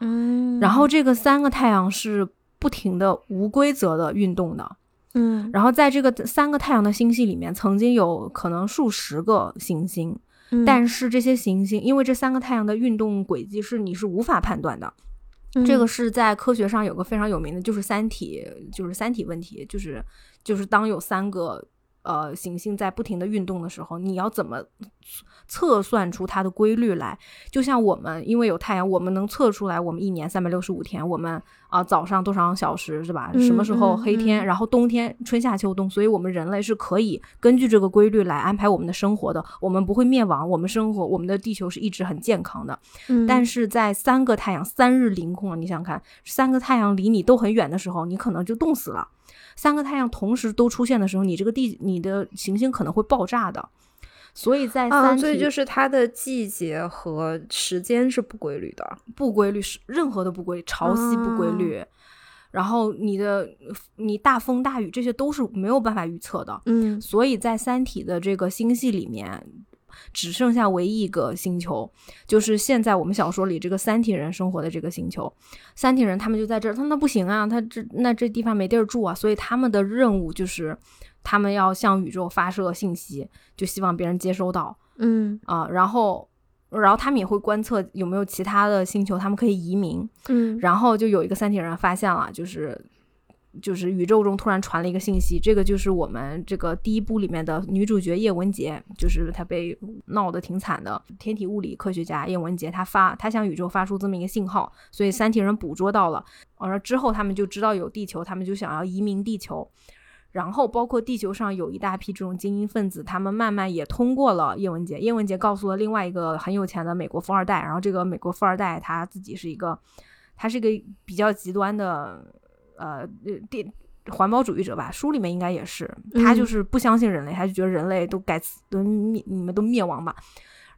[SPEAKER 1] 嗯，
[SPEAKER 2] 然后这个三个太阳是不停的无规则的运动的。
[SPEAKER 1] 嗯
[SPEAKER 2] 然后在这个三个太阳的星系里面，曾经有可能数十个行星，
[SPEAKER 1] 嗯，
[SPEAKER 2] 但是这些行星因为这三个太阳的运动轨迹是你是无法判断的。
[SPEAKER 1] 嗯
[SPEAKER 2] 这个是在科学上有个非常有名的，就是三体，就是三体问题，就是就是当有三个。呃，行星在不停的运动的时候，你要怎么测算出它的规律来？就像我们，因为有太阳，我们能测出来我们一年三百六十五天，我们啊、早上多少小时是吧？
[SPEAKER 1] 嗯
[SPEAKER 2] 什么时候
[SPEAKER 1] 嗯
[SPEAKER 2] 黑天，
[SPEAKER 1] 嗯
[SPEAKER 2] 然后冬天、春夏秋冬，所以我们人类是可以根据这个规律来安排我们的生活的，我们不会灭亡，我们生活，我们的地球是一直很健康的。
[SPEAKER 1] 嗯
[SPEAKER 2] 但是在三个太阳三日凌空，你想想看，三个太阳离你都很远的时候，你可能就冻死了。三个太阳同时都出现的时候，你这个地你的行星可能会爆炸的。所以在
[SPEAKER 1] 啊，
[SPEAKER 2] 三
[SPEAKER 1] 所以
[SPEAKER 2] 体
[SPEAKER 1] 就是它的季节和时间是不规律的。
[SPEAKER 2] 不规律是任何的不规律，潮汐不规律，然后你的呃你大风大雨这些都是没有办法预测的。
[SPEAKER 1] 嗯
[SPEAKER 2] 所以在《三体》的这个星系里面，只剩下唯一一个星球，就是现在我们小说里这个三体人生活的这个星球。三体人他们就在这儿，他们那不行啊，他这那这地方没地儿住啊，所以他们的任务就是，他们要向宇宙发射信息，就希望别人接收到
[SPEAKER 1] 嗯
[SPEAKER 2] 啊、然后。然后他们也会观测有没有其他的星球，他们可以移民。
[SPEAKER 1] 嗯
[SPEAKER 2] 然后就有一个三体人发现了，就是就是宇宙中突然传了一个信息，这个就是我们这个第一部里面的女主角叶文洁，就是她被闹得挺惨的天体物理科学家叶文洁，她发她向宇宙发出这么一个信号，所以三体人捕捉到了，完了之后他们就知道有地球，他们就想要移民地球。然后，包括地球上有一大批这种精英分子，他们慢慢也通过了叶文洁。叶文洁告诉了另外一个很有钱的美国富二代，然后这个美国富二代他自己是一个，他是一个比较极端的呃电环保主义者吧。书里面应该也是，他就
[SPEAKER 1] 嗯
[SPEAKER 2] 是不相信人类，他就觉得人类都该死，都灭你们都灭亡吧。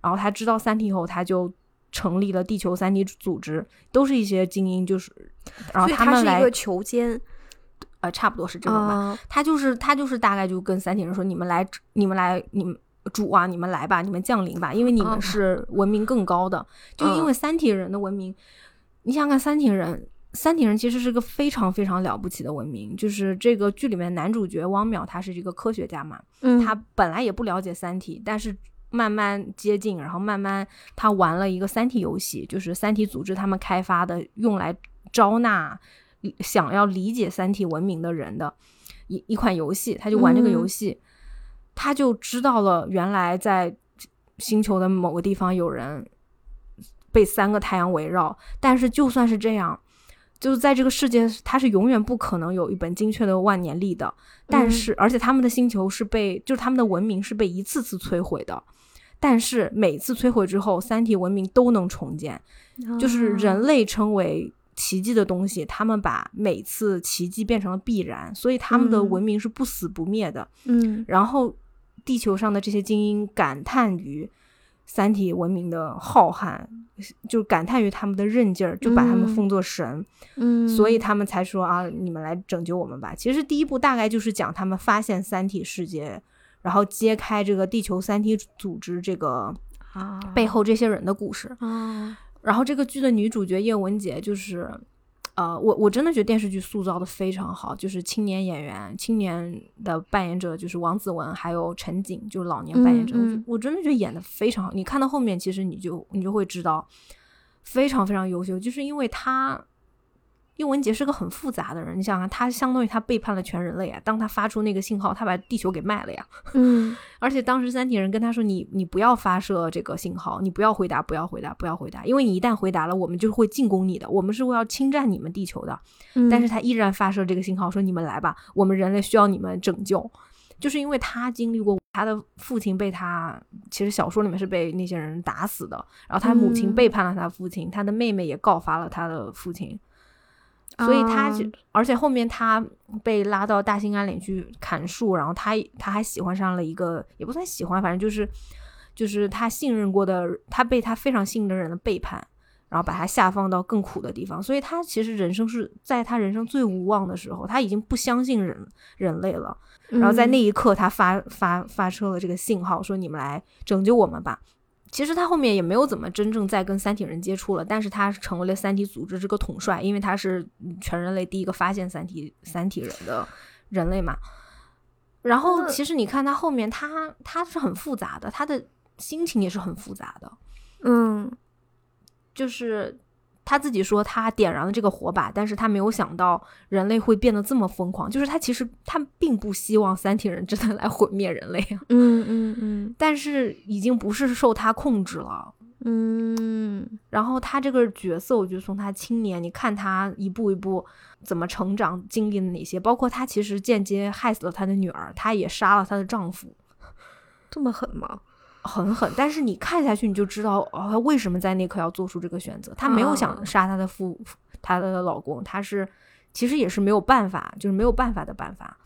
[SPEAKER 2] 然后他知道三体以后，他就成立了地球三体组织，都是一些精英，就是然后
[SPEAKER 1] 所以
[SPEAKER 2] 们
[SPEAKER 1] 是一
[SPEAKER 2] 来哦
[SPEAKER 1] 个囚监
[SPEAKER 2] 呃，差不多是这种吧。
[SPEAKER 1] 啊，
[SPEAKER 2] 他就是他就是大概就跟三体人说：“你们来，你们来，你们主啊，你们来吧，你们降临吧，因为你们
[SPEAKER 1] 哦
[SPEAKER 2] 是文明更高的。就因为三体人的文明，你想想看，三体人，三体人其实是个非常非常了不起的文明。就是这个剧里面男主角汪淼，他是一个科学家嘛，
[SPEAKER 1] 嗯
[SPEAKER 2] 他本来也不了解《三体》，但是慢慢接近，然后慢慢他玩了一个《三体》游戏，就是《三体》组织他们开发的，用来招纳想要理解《三体》文明的人的一一款游戏。他就玩这个游
[SPEAKER 1] 嗯
[SPEAKER 2] 戏，他就知道了原来在星球的某个地方有人被三个太阳围绕，但是就算是这样。就是在这个世界，它是永远不可能有一本精确的万年历的。但
[SPEAKER 1] 嗯
[SPEAKER 2] 是，而且他们的星球是被，就是他们的文明是被一次次摧毁的。但是
[SPEAKER 1] 哦
[SPEAKER 2] 哦每次摧毁之后，三体文明都能重建，就是人类成为奇迹的东西，他们把每次奇迹变成了必然，所以他们的
[SPEAKER 1] 嗯
[SPEAKER 2] 文明是不死不灭的。
[SPEAKER 1] 嗯
[SPEAKER 2] 然后地球上的这些精英感叹于三体文明的浩瀚，就感叹于他们的韧劲儿，就把他们
[SPEAKER 1] 嗯
[SPEAKER 2] 奉作神，
[SPEAKER 1] 嗯，
[SPEAKER 2] 所以他们才说啊，你们来拯救我们吧。其实第一部大概就是讲他们发现三体世界。然后揭开这个地球三体组织这个
[SPEAKER 1] 啊
[SPEAKER 2] 背后这些人的故事。
[SPEAKER 1] 啊，
[SPEAKER 2] 然后这个剧的女主角叶文洁就是，呃，我我真的觉得电视剧塑造的非常好，就是青年演员、青年的扮演者就是王子文，还有陈瑾，就是老年扮演者，
[SPEAKER 1] 嗯
[SPEAKER 2] 我觉
[SPEAKER 1] 嗯
[SPEAKER 2] 我真的觉得演的非常好。你看到后面，其实你就你就会知道，非常非常优秀，就是因为他。叶文洁是个很复杂的人，你想想，他相当于他背叛了全人类啊！当他发出那个信号，他把地球给卖了呀。
[SPEAKER 1] 嗯
[SPEAKER 2] 而且当时三体人跟他说：“你你不要发射这个信号，你不要回答，不要回答，不要回答，因为你一旦回答了，我们就会进攻你的，我们是会要侵占你们地球的。”
[SPEAKER 1] 嗯，
[SPEAKER 2] 但是他依然发射这个信号，说：“你们来吧，我们人类需要你们拯救。”就是因为他经历过他的父亲被他，其实小说里面是被那些人打死的，然后他母亲
[SPEAKER 1] 嗯
[SPEAKER 2] 背叛了他父亲，他的妹妹也告发了他的父亲，
[SPEAKER 1] 嗯
[SPEAKER 2] 所以他
[SPEAKER 1] 哦
[SPEAKER 2] 就，而且后面他被拉到大兴安岭去砍树，然后他他还喜欢上了一个，也不算喜欢，反正就是就是他信任过的，他被他非常信任的人的背叛，然后把他下放到更苦的地方，所以他其实人生是在他人生最无望的时候，他已经不相信人人类了，
[SPEAKER 1] 嗯
[SPEAKER 2] 然后在那一刻，他发发发出了这个信号，说你们来拯救我们吧。其实他后面也没有怎么真正在跟三体人接触了，但是他成为了三体组织这个统帅，因为他是嗯全人类第一个发现三体三体人的人类嘛。然后
[SPEAKER 1] 那
[SPEAKER 2] 其实你看他后面，他他是很复杂的，他的心情也是很复杂的。
[SPEAKER 1] 嗯
[SPEAKER 2] 就是他自己说他点燃了这个火把，但是他没有想到人类会变得这么疯狂。就是他其实他并不希望三体人真的来毁灭人类啊，
[SPEAKER 1] 嗯嗯嗯
[SPEAKER 2] 但是已经不是受他控制了。
[SPEAKER 1] 嗯
[SPEAKER 2] 然后他这个角色，我觉得从他青年，你看他一步一步怎么成长，经历了哪些，包括他其实间接害死了他的女儿，他也杀了他的丈夫，
[SPEAKER 1] 这么狠吗？
[SPEAKER 2] 很狠。但是你看下去，你就知道哦，他为什么在那刻要做出这个选择。他没有想
[SPEAKER 1] 啊
[SPEAKER 2] 杀他的夫，他的老公，他是其实也是没有办法，就是没有办法的办法。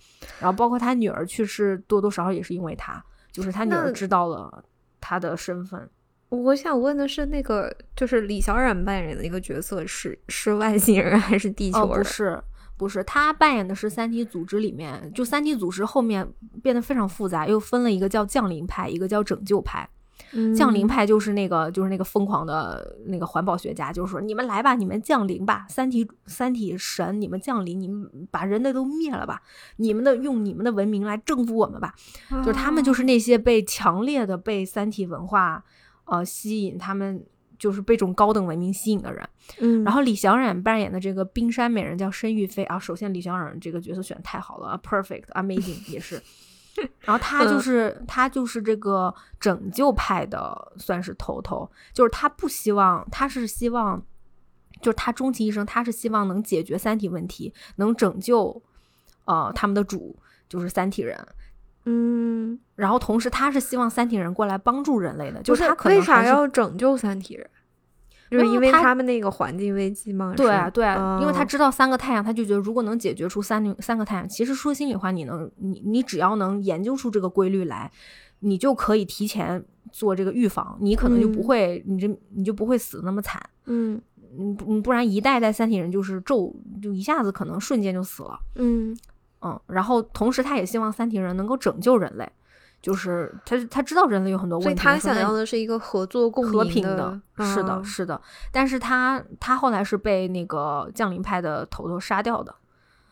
[SPEAKER 2] 然后包括他女儿去世，多多少少也是因为他，就是他女
[SPEAKER 1] 那
[SPEAKER 2] 儿知道了他的身份。
[SPEAKER 1] 我想问的是，那个就是李小冉扮演的那个角色是是外星人还是地
[SPEAKER 2] 哦，
[SPEAKER 1] 球
[SPEAKER 2] 不
[SPEAKER 1] 人？
[SPEAKER 2] 是。不是，他扮演的是三体组织里面，就三体组织后面变得非常复杂，又分了一个叫降临派，一个叫拯救派。
[SPEAKER 1] 嗯
[SPEAKER 2] 降临派就是那个就是那个疯狂的那个环保学家，就是说你们来吧，你们降临吧，三体三体神，你们降临，你们把人类都灭了吧，你们的用你们的文明来征服我们吧，就是他
[SPEAKER 1] 哦
[SPEAKER 2] 们就是那些被强烈的被三体文化呃吸引，他们就是被这种高等文明吸引的人。
[SPEAKER 1] 嗯，
[SPEAKER 2] 然后李小冉扮演的这个冰山美人叫申玉菲啊，首先李小冉这个角色选得太好了啊，perfect amazing 也是。 然后她
[SPEAKER 1] 嗯
[SPEAKER 2] 就是、她就是这个拯救派的算是头头，就是她不希望，她是希望，就是她终其一生，她是希望能解决三体问题，能拯救呃他们的主就是三体人。
[SPEAKER 1] 嗯，
[SPEAKER 2] 然后同时，她是希望三体人过来帮助人类的，就是是她可能
[SPEAKER 1] 为啥
[SPEAKER 2] 还是
[SPEAKER 1] 要拯救三体人？就是
[SPEAKER 2] 没有
[SPEAKER 1] 因为
[SPEAKER 2] 他
[SPEAKER 1] 他们那个环境危机吗？
[SPEAKER 2] 对
[SPEAKER 1] 是
[SPEAKER 2] 啊，
[SPEAKER 1] 吗
[SPEAKER 2] 对啊，因为他
[SPEAKER 1] 哦
[SPEAKER 2] 知道三个太阳，他就觉得如果能解决出三零三个太阳，其实说心里话，你能你你只要能研究出这个规律来，你就可以提前做这个预防，你可能就不
[SPEAKER 1] 嗯
[SPEAKER 2] 会，你这你就不会死那么惨，
[SPEAKER 1] 嗯
[SPEAKER 2] 嗯，不不然一代代三体人就是骤就一下子可能瞬间就死了，
[SPEAKER 1] 嗯
[SPEAKER 2] 嗯，然后同时他也希望三体人能够拯救人类，就是他他知道人类有很多
[SPEAKER 1] 所以
[SPEAKER 2] 问题，
[SPEAKER 1] 他
[SPEAKER 2] 说
[SPEAKER 1] 想
[SPEAKER 2] 那
[SPEAKER 1] 要的是一个合作共
[SPEAKER 2] 和
[SPEAKER 1] 赢
[SPEAKER 2] 平
[SPEAKER 1] 的，
[SPEAKER 2] 是的，
[SPEAKER 1] 嗯
[SPEAKER 2] 是的。但是他他后来是被那个降临派的头头杀掉的。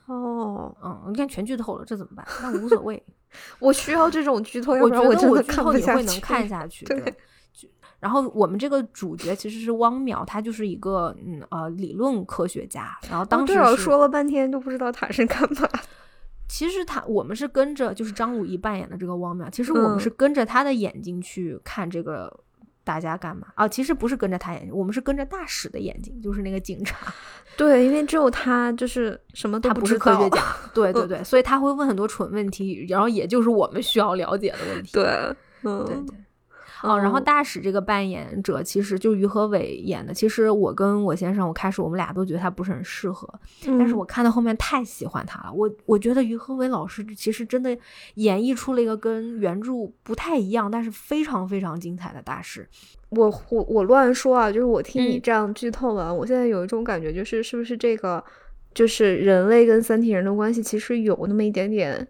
[SPEAKER 1] 哦，
[SPEAKER 2] 嗯，你看全剧透了，这怎么办？那无所谓，
[SPEAKER 1] 我需要这种剧透，要
[SPEAKER 2] 我
[SPEAKER 1] 不
[SPEAKER 2] 觉
[SPEAKER 1] 然
[SPEAKER 2] 得
[SPEAKER 1] 真的
[SPEAKER 2] 剧
[SPEAKER 1] 看
[SPEAKER 2] 透
[SPEAKER 1] 不
[SPEAKER 2] 你
[SPEAKER 1] 下
[SPEAKER 2] 会
[SPEAKER 1] 去。
[SPEAKER 2] 能看 下去。
[SPEAKER 1] 对
[SPEAKER 2] 对。就然后我们这个主角其实是汪淼，他就是一个嗯呃理论科学家。然后
[SPEAKER 1] 哦
[SPEAKER 2] 当时
[SPEAKER 1] 对啊
[SPEAKER 2] 是
[SPEAKER 1] 说了半天都不知道他是干嘛。
[SPEAKER 2] 其实他我们是跟着就是张鲁一扮演的这个汪淼，其实我们
[SPEAKER 1] 嗯
[SPEAKER 2] 是跟着他的眼睛去看这个大家干嘛啊？其实不是跟着他眼睛，我们是跟着大使的眼睛，就是那个警察。
[SPEAKER 1] 对，因为只有他就是什么都
[SPEAKER 2] 他不
[SPEAKER 1] 知
[SPEAKER 2] 是科
[SPEAKER 1] 道
[SPEAKER 2] 学。家，对对对，所以他会问很多蠢问题，然后也就是我们需要了解的问题。
[SPEAKER 1] 对，嗯，
[SPEAKER 2] 对对。啊、然后大使这个扮演者其实就是于和伟演的。其实我跟我先生，我开始我们俩都觉得他不是很适合，但
[SPEAKER 1] 但
[SPEAKER 2] 是我看到后面太喜欢他了，我我觉得于和伟老师其实真的演绎出了一个跟原著不太一样，但是非常非常精彩的大师。
[SPEAKER 1] 我我我乱说啊，就是我听你
[SPEAKER 2] 嗯
[SPEAKER 1] 这样剧透完，我现在有一种感觉，就是是不是这个就是人类跟三体人的关系，其实有那么一点点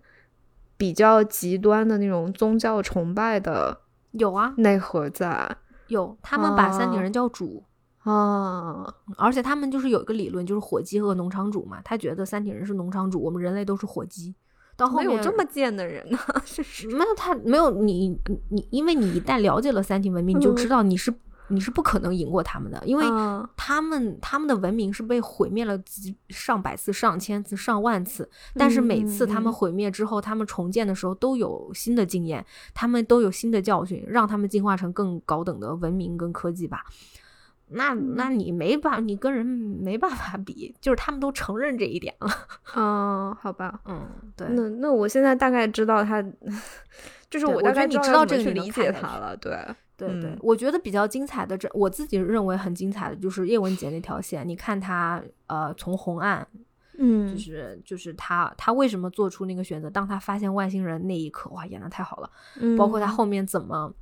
[SPEAKER 1] 比较极端的那种宗教崇拜的
[SPEAKER 2] 有啊，
[SPEAKER 1] 内核在
[SPEAKER 2] 有，他们把三体
[SPEAKER 1] 哦
[SPEAKER 2] 人叫主，
[SPEAKER 1] 啊？
[SPEAKER 2] 而且他们就是有一个理论，就是火鸡和农场主嘛，他觉得三体人是农场主，我们人类都是火鸡。到后
[SPEAKER 1] 没
[SPEAKER 2] 面
[SPEAKER 1] 有这么贱的人呢、 真是
[SPEAKER 2] 没有他没有你你你，因为你一旦了解了三体文明，你就知
[SPEAKER 1] 嗯
[SPEAKER 2] 道你是你是不可能赢过他们的，因为
[SPEAKER 1] 啊
[SPEAKER 2] 他们他们的文明是被毁灭了几上百次、上千次、上万次，但是每次他
[SPEAKER 1] 嗯嗯
[SPEAKER 2] 们
[SPEAKER 1] 嗯
[SPEAKER 2] 毁灭之后，他们重建的时候都有新的经验，他们都有新的教训，让他们进化成更高等的文明跟科技吧。那那你没办，你跟人没办法比，就是他们都承认这一点了。
[SPEAKER 1] 啊，好吧，
[SPEAKER 2] 嗯，对，
[SPEAKER 1] 那那我现在大概知道他， 就是
[SPEAKER 2] 对我
[SPEAKER 1] 大
[SPEAKER 2] 觉得
[SPEAKER 1] 概
[SPEAKER 2] 你
[SPEAKER 1] 要
[SPEAKER 2] 知道
[SPEAKER 1] 怎么
[SPEAKER 2] 这个
[SPEAKER 1] 去
[SPEAKER 2] 你能
[SPEAKER 1] 理
[SPEAKER 2] 看
[SPEAKER 1] 解
[SPEAKER 2] 下
[SPEAKER 1] 他
[SPEAKER 2] 去
[SPEAKER 1] 了，对，
[SPEAKER 2] 对对，
[SPEAKER 1] 嗯
[SPEAKER 2] 我觉得比较精彩的这，我自己认为很精彩的就是叶文洁那条线。你看他呃，从红岸
[SPEAKER 1] 嗯
[SPEAKER 2] 就是就是他他为什么做出那个选择？当他发现外星人那一刻，哇，演的太好了！
[SPEAKER 1] 嗯
[SPEAKER 2] 包括他后面怎么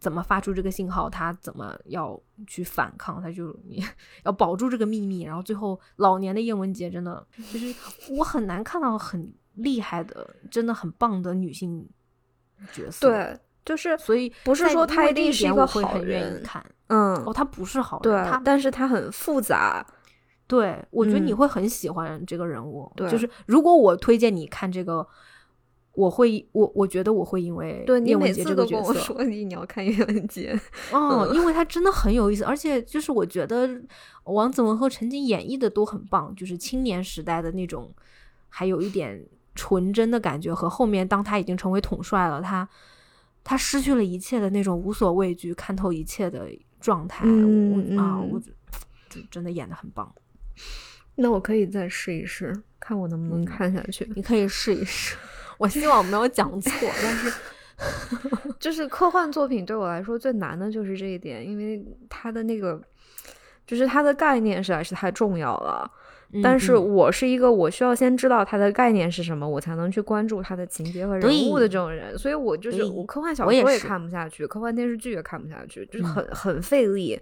[SPEAKER 2] 怎么发出这个信号，他怎么要去反抗，他就 要保住这个秘密。然后最后老年的叶文洁真的就是我很难看到很厉害的，真的很棒的女性角色。，
[SPEAKER 1] 对，就是
[SPEAKER 2] 所以
[SPEAKER 1] 不是
[SPEAKER 2] 在
[SPEAKER 1] 说
[SPEAKER 2] 因
[SPEAKER 1] 他
[SPEAKER 2] 为
[SPEAKER 1] 一
[SPEAKER 2] 这
[SPEAKER 1] 定是
[SPEAKER 2] 点
[SPEAKER 1] 一个
[SPEAKER 2] 我会
[SPEAKER 1] 好
[SPEAKER 2] 很愿
[SPEAKER 1] 人
[SPEAKER 2] 意，看。
[SPEAKER 1] 嗯，
[SPEAKER 2] 哦，他不是好人，
[SPEAKER 1] 对
[SPEAKER 2] 他，
[SPEAKER 1] 但是它很复杂。
[SPEAKER 2] 对，我觉得你
[SPEAKER 1] 嗯
[SPEAKER 2] 会很喜欢这个人物。
[SPEAKER 1] 对
[SPEAKER 2] 就是如果我推荐你看这个，我会我我觉得我会因为
[SPEAKER 1] 对你
[SPEAKER 2] 叶文
[SPEAKER 1] 每
[SPEAKER 2] 洁
[SPEAKER 1] 次
[SPEAKER 2] 这
[SPEAKER 1] 都
[SPEAKER 2] 个
[SPEAKER 1] 跟
[SPEAKER 2] 角
[SPEAKER 1] 我
[SPEAKER 2] 色，
[SPEAKER 1] 说嗯你你要看叶文洁，
[SPEAKER 2] 哦，因为他真的很有意思，而且就是我觉得王子文和陈瑾演绎的都很棒，就是青年时代的那种，还有一点纯真的感觉，和后面当他已经成为统帅了，他他失去了一切的那种无所畏惧、看透一切的状态。
[SPEAKER 1] 嗯
[SPEAKER 2] 我啊，
[SPEAKER 1] 嗯
[SPEAKER 2] 我觉就真的演的很棒。
[SPEAKER 1] 那我可以再试一试，看我能不能
[SPEAKER 2] 嗯
[SPEAKER 1] 看下 去。
[SPEAKER 2] 你可以试一试。我希望我没有讲错，但是
[SPEAKER 1] 就是科幻作品对我来说最难的就是这一点，因为它的那个。就是它的概念实在是太重要了，但是
[SPEAKER 2] 嗯
[SPEAKER 1] 我是一个我需要先知道它的概念是什么，我才能去关注它的情节和人物的
[SPEAKER 2] 对
[SPEAKER 1] 这种人，所以我就是
[SPEAKER 2] 对
[SPEAKER 1] 我科幻小
[SPEAKER 2] 我
[SPEAKER 1] 说
[SPEAKER 2] 也
[SPEAKER 1] 也
[SPEAKER 2] 是
[SPEAKER 1] 看不下去，科幻电视剧也看不下去，就是
[SPEAKER 2] 嗯
[SPEAKER 1] 很、很费力，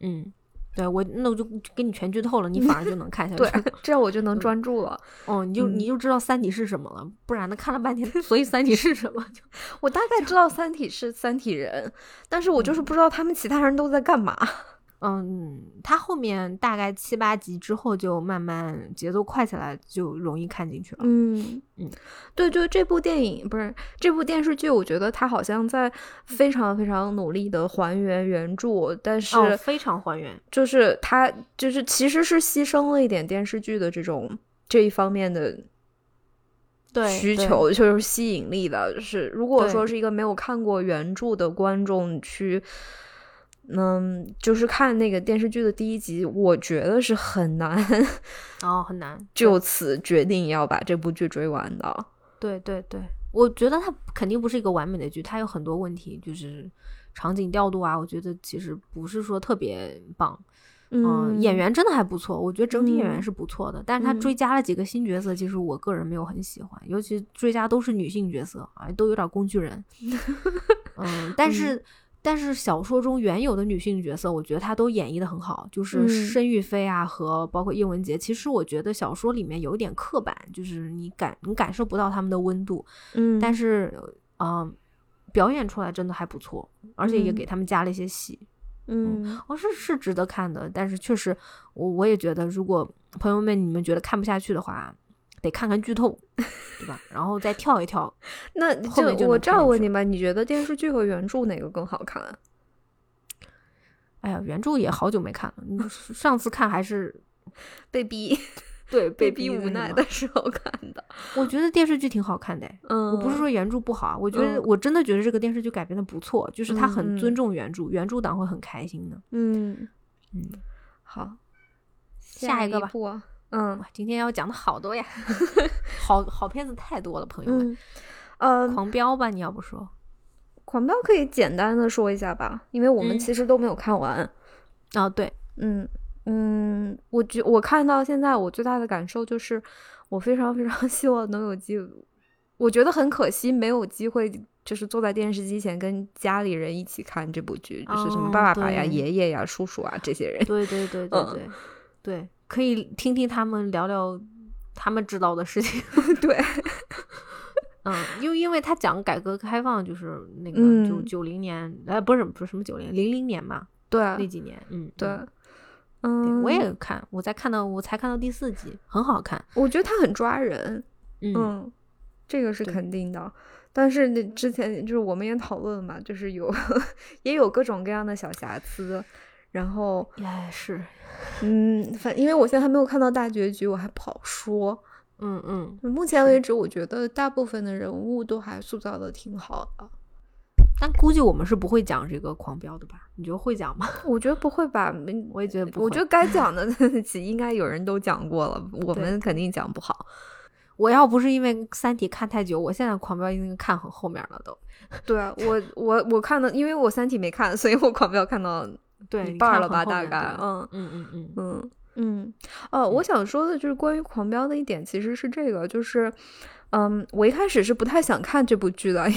[SPEAKER 2] 嗯嗯对我那我就给你全剧透了，你反而就能看下去。
[SPEAKER 1] 对，这样我就
[SPEAKER 2] 嗯
[SPEAKER 1] 能专注了。
[SPEAKER 2] 哦，你就、
[SPEAKER 1] 嗯
[SPEAKER 2] 你就知道《三体》是什么了，不然呢看了半天，所以《三体》是什么？就
[SPEAKER 1] 我大概知道三体是三体人，但是我就是不知道他们其他人都在干嘛。
[SPEAKER 2] 嗯，它后面大概七八集之后就慢慢节奏快起来，就容易看进去了。
[SPEAKER 1] 嗯
[SPEAKER 2] 嗯，
[SPEAKER 1] 对对，这部电影不是这部电视剧，我觉得它好像在非常非常努力的还原原著，但是
[SPEAKER 2] 哦，非常还原。
[SPEAKER 1] 就是它就是其实是牺牲了一点电视剧的这种这一方面的
[SPEAKER 2] 对
[SPEAKER 1] 需
[SPEAKER 2] 对
[SPEAKER 1] 求就是吸引力的，就是如果
[SPEAKER 2] 对
[SPEAKER 1] 说是一个没有看过原著的观众去，嗯，就是看那个电视剧的第一集，我觉得是很难
[SPEAKER 2] 哦，很难。
[SPEAKER 1] 就此决定要把这部剧追完的。
[SPEAKER 2] 对对对，我觉得它肯定不是一个完美的剧，它有很多问题，就是场景调度啊，我觉得其实不是说特别棒。嗯、演员真的还不错，我觉得整体演员
[SPEAKER 1] 嗯
[SPEAKER 2] 是不错的，但是他
[SPEAKER 1] 嗯
[SPEAKER 2] 追加了几个新角色，其实我个人没有很喜欢，尤其追加都是女性角色，啊，都有点工 具人。嗯，但是。但是小说中原有的女性角色，我觉得她都演绎的很好，就
[SPEAKER 1] 嗯
[SPEAKER 2] 是申玉菲啊和包括叶文洁。其实我觉得小说里面有一点刻板，就是你感你感受不到她们的温度，
[SPEAKER 1] 嗯，
[SPEAKER 2] 但
[SPEAKER 1] 是
[SPEAKER 2] 是嗯、表演出来真的还不错，而且也
[SPEAKER 1] 嗯
[SPEAKER 2] 给他们加了一些戏，
[SPEAKER 1] 嗯
[SPEAKER 2] 哦，是是值得看的，但是确实，我我也觉得，如果朋友们你们觉得看不下去的话，得看看剧透， 对吧？然后再跳一跳。
[SPEAKER 1] 那
[SPEAKER 2] 后面
[SPEAKER 1] 就
[SPEAKER 2] 就
[SPEAKER 1] 我
[SPEAKER 2] 能
[SPEAKER 1] 这
[SPEAKER 2] 看
[SPEAKER 1] 样
[SPEAKER 2] 下
[SPEAKER 1] 问
[SPEAKER 2] 去
[SPEAKER 1] 你吧，你觉得电视剧和原著哪个更好看？
[SPEAKER 2] 哎呀，原著也好久没看了，你上次看 还是
[SPEAKER 1] 被逼
[SPEAKER 2] 对
[SPEAKER 1] 被逼
[SPEAKER 2] 逼
[SPEAKER 1] 无奈
[SPEAKER 2] 那什
[SPEAKER 1] 的
[SPEAKER 2] 么。
[SPEAKER 1] 时候看的。
[SPEAKER 2] 我觉得电视剧挺好 看的，
[SPEAKER 1] 嗯，
[SPEAKER 2] 我不是说原著不好啊，我觉得
[SPEAKER 1] 嗯
[SPEAKER 2] 我真的觉得这个电视剧改编的不错，就是它
[SPEAKER 1] 嗯嗯
[SPEAKER 2] 很尊重原著，原著党会很开心的。
[SPEAKER 1] 嗯
[SPEAKER 2] 嗯，
[SPEAKER 1] 好，
[SPEAKER 2] 下一个吧
[SPEAKER 1] 部啊。嗯
[SPEAKER 2] 哇，今天要讲的 好多呀，好好片子太多了，朋友们，
[SPEAKER 1] 嗯。呃，
[SPEAKER 2] 狂飙吧，你要不说？
[SPEAKER 1] 狂飙可以简单的说一下吧，因为我们
[SPEAKER 2] 嗯
[SPEAKER 1] 其实都没有看完。
[SPEAKER 2] 啊，对，
[SPEAKER 1] 嗯嗯，我觉我看到现在我最大的感受就是，我非常非常 希望能有机，我觉得很可惜没有机会，就是坐在电视机前跟家里人一起看这部剧，就是什么
[SPEAKER 2] 哦
[SPEAKER 1] 爸爸呀、
[SPEAKER 2] 对
[SPEAKER 1] 爷爷呀、叔叔啊这些人。
[SPEAKER 2] 对对对对
[SPEAKER 1] 嗯
[SPEAKER 2] 对、对，可以听听他们聊聊他们知道的事情。
[SPEAKER 1] 对，
[SPEAKER 2] 嗯，因为因为他讲改革开放就是那个
[SPEAKER 1] 嗯
[SPEAKER 2] 就九零年，呃，不是不是什么九零零零年嘛，
[SPEAKER 1] 对
[SPEAKER 2] 那几年，嗯，
[SPEAKER 1] 对
[SPEAKER 2] 嗯，对
[SPEAKER 1] 嗯，
[SPEAKER 2] 我也看，我才看到我才看到第四集，很好看，
[SPEAKER 1] 我觉得他很抓人，
[SPEAKER 2] 嗯，
[SPEAKER 1] 嗯，这个是
[SPEAKER 2] 对
[SPEAKER 1] 肯定的。但是那之前就是我们也讨论嘛，就是有 也有各种各样的小瑕疵，然后
[SPEAKER 2] 也哎是，
[SPEAKER 1] 嗯，反因为我现在还没有看到大结局，我还不好说。
[SPEAKER 2] 嗯嗯，
[SPEAKER 1] 目前为止，我觉得大部分的人物都还塑造的挺好的。
[SPEAKER 2] 但估计我们是不会讲这个狂飙的吧？你觉得会讲吗？
[SPEAKER 1] 我觉得不会吧？嗯
[SPEAKER 2] 我也觉得不会，
[SPEAKER 1] 我觉得该讲的 应该有人都讲过了，我
[SPEAKER 2] 对
[SPEAKER 1] 们肯定讲不好。
[SPEAKER 2] 我要不是因为《三体》看太久，我现在《狂飙》已经看很后面了都。
[SPEAKER 1] 对啊我我我看的，因为我《三体》没看，所以我狂飙看到
[SPEAKER 2] 对，
[SPEAKER 1] 一
[SPEAKER 2] 你
[SPEAKER 1] 半儿
[SPEAKER 2] 看
[SPEAKER 1] 了
[SPEAKER 2] 很
[SPEAKER 1] 吧，
[SPEAKER 2] 后
[SPEAKER 1] 大
[SPEAKER 2] 面
[SPEAKER 1] 概
[SPEAKER 2] 对
[SPEAKER 1] 嗯。
[SPEAKER 2] 嗯嗯嗯，
[SPEAKER 1] 嗯嗯，哦，我想说的就是关于《狂飙》的一点，其实是这个，就是，嗯，我一开始是不太想看这部剧的，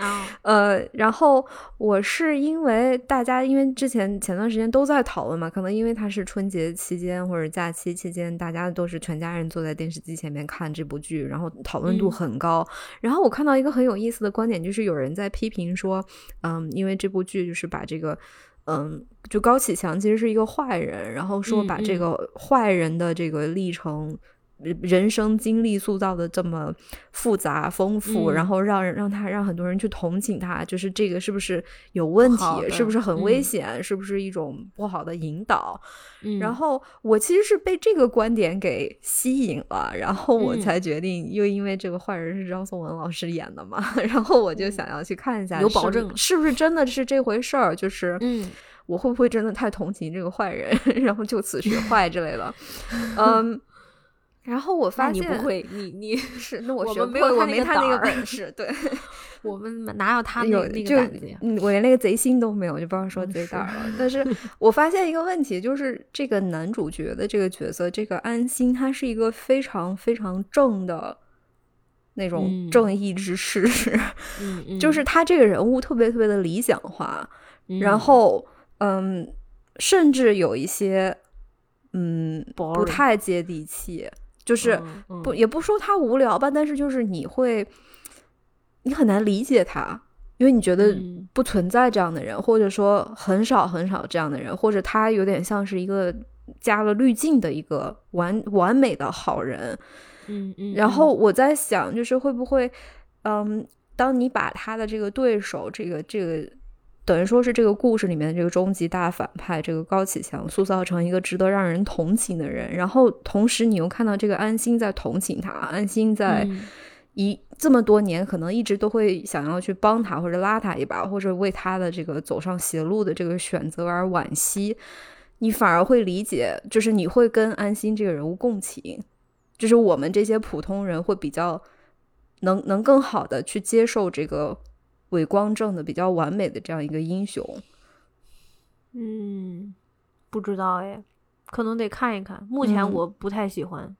[SPEAKER 2] 啊，
[SPEAKER 1] 呃，然后我是因为大家因为之前前段时间都在讨论嘛，可能因为它是春节期间或者假期期间，大家都是全家人坐在电视机前面看这部剧，然后讨论度
[SPEAKER 2] 嗯
[SPEAKER 1] 很高。然后我看到一个很有意思的观点，就是有人在批评说，嗯，因为这部剧就是把这个。嗯，就高启强其实是一个坏人，然后说
[SPEAKER 2] 嗯
[SPEAKER 1] 把
[SPEAKER 2] 嗯
[SPEAKER 1] 这个呃坏人的这个历程、人人生经历塑造的这么复杂丰富，
[SPEAKER 2] 嗯
[SPEAKER 1] 然后让人让他让很多人去同情他，就是这个是不是有问题
[SPEAKER 2] 好？的
[SPEAKER 1] 是不是很危
[SPEAKER 2] 嗯
[SPEAKER 1] 险？是不是一种不好的引导？
[SPEAKER 2] 嗯
[SPEAKER 1] 然后我其实是被这个观点给吸引了，然后我
[SPEAKER 2] 嗯
[SPEAKER 1] 才决定，又因为这个坏人是张颂文老师演的嘛， 然后我就想要去看一下
[SPEAKER 2] 有
[SPEAKER 1] 是不
[SPEAKER 2] 保证
[SPEAKER 1] 是不是真的是这回事儿，就是
[SPEAKER 2] 嗯
[SPEAKER 1] 我会不会真的太同情这个坏人， 然后就此学坏之类的， 嗯。然后我
[SPEAKER 2] 那
[SPEAKER 1] 发
[SPEAKER 2] 你
[SPEAKER 1] 现
[SPEAKER 2] 不会，你 你，
[SPEAKER 1] 是，那我
[SPEAKER 2] 我
[SPEAKER 1] 学
[SPEAKER 2] 们
[SPEAKER 1] 不
[SPEAKER 2] 没有
[SPEAKER 1] 会
[SPEAKER 2] 他
[SPEAKER 1] 我
[SPEAKER 2] 那
[SPEAKER 1] 没
[SPEAKER 2] 个
[SPEAKER 1] 他
[SPEAKER 2] 胆
[SPEAKER 1] 那个
[SPEAKER 2] 儿
[SPEAKER 1] 本事，对，
[SPEAKER 2] 我们哪有 他那
[SPEAKER 1] 有
[SPEAKER 2] 那
[SPEAKER 1] 就
[SPEAKER 2] 个胆子呀？
[SPEAKER 1] 嗯，我连那个贼心都没有，我就不要说
[SPEAKER 2] 嗯
[SPEAKER 1] 贼
[SPEAKER 2] 是
[SPEAKER 1] 胆儿 了。但是我发现一个问题，就是这个男主角的这个角色，这个安心，他是一个非常非常正的那种
[SPEAKER 2] 嗯
[SPEAKER 1] 正义之士，
[SPEAKER 2] 嗯嗯，
[SPEAKER 1] 就是他这个人物特别特别的理想化，
[SPEAKER 2] 嗯
[SPEAKER 1] 然后嗯，甚至有一些嗯不
[SPEAKER 2] Boring
[SPEAKER 1] 太接地气，就是。
[SPEAKER 2] 嗯嗯
[SPEAKER 1] 不也不说他无聊吧，但是就是你会，你很难理解他，因为你觉得
[SPEAKER 2] 嗯
[SPEAKER 1] 不存在这样的人，或者说很少很少这样的人，或者他有点像是一个加了滤镜的一个完完美的好人。
[SPEAKER 2] 嗯嗯，
[SPEAKER 1] 然后我在想，就是会不会，嗯，当你把他的这个对手，这个这个。等于说是这个故事里面的这个终极大反派，这个高启强塑造成一个值得让人同情的人，然后同时你又看到这个安心在同情他，安心在
[SPEAKER 2] 嗯
[SPEAKER 1] 一这么多年可能一直都会想要去帮他或者拉他一把，或者为他的这个走上邪路的这个选择而惋惜，你反而会理解，就是你会跟安心这个人物共情，就是我们这些普通人会比较能能更好的去接受这个伪光正的比较完美的这样一个英雄。
[SPEAKER 2] 嗯，嗯不知道哎，可能得看一看。目前
[SPEAKER 1] 嗯
[SPEAKER 2] 我不太 喜欢，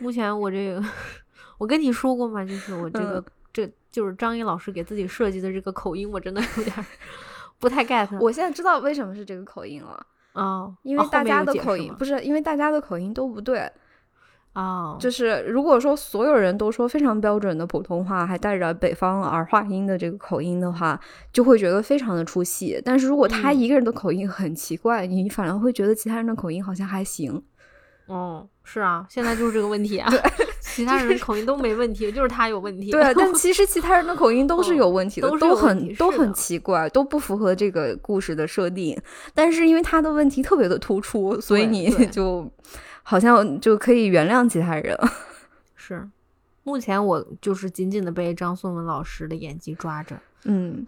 [SPEAKER 2] 目前我这个，我跟你说过嘛，就是我这个
[SPEAKER 1] 嗯
[SPEAKER 2] 这就是张译老师给自己设计的这个口音，我真的有点儿 不太 get。
[SPEAKER 1] 我现在知道为什么是这个口音了，
[SPEAKER 2] 哦，
[SPEAKER 1] 因
[SPEAKER 2] 啊
[SPEAKER 1] 为
[SPEAKER 2] 后
[SPEAKER 1] 大
[SPEAKER 2] 面
[SPEAKER 1] 家
[SPEAKER 2] 有
[SPEAKER 1] 的
[SPEAKER 2] 解
[SPEAKER 1] 口
[SPEAKER 2] 释
[SPEAKER 1] 音
[SPEAKER 2] 吗
[SPEAKER 1] 不是因为大家的口音都不对，
[SPEAKER 2] 哦，
[SPEAKER 1] 就是如果说所有人都说非常标准的普通话，还带着北方儿化音的这个口音的话，就会觉得非常的出戏。但是如果他
[SPEAKER 2] 嗯
[SPEAKER 1] 一个人的口音很奇怪，你反而会觉得其他人的口音好像还行。
[SPEAKER 2] 哦，是啊，现在就是这个问题啊，其他人口音都没问题，就是他有问题。
[SPEAKER 1] 对 啊，但其实其他人的口音都是有问题的，
[SPEAKER 2] 嗯都是
[SPEAKER 1] 都
[SPEAKER 2] 有问
[SPEAKER 1] 很
[SPEAKER 2] 题
[SPEAKER 1] 都
[SPEAKER 2] 是
[SPEAKER 1] 很
[SPEAKER 2] 的
[SPEAKER 1] 奇怪，都不符合这个故事的设定。但是因为他的问题特别的突出，所以
[SPEAKER 2] 对
[SPEAKER 1] 你
[SPEAKER 2] 对
[SPEAKER 1] 就好像就可以原谅其他人。
[SPEAKER 2] 是，目前我就是紧紧的被张颂文老师的演技抓着，
[SPEAKER 1] 嗯，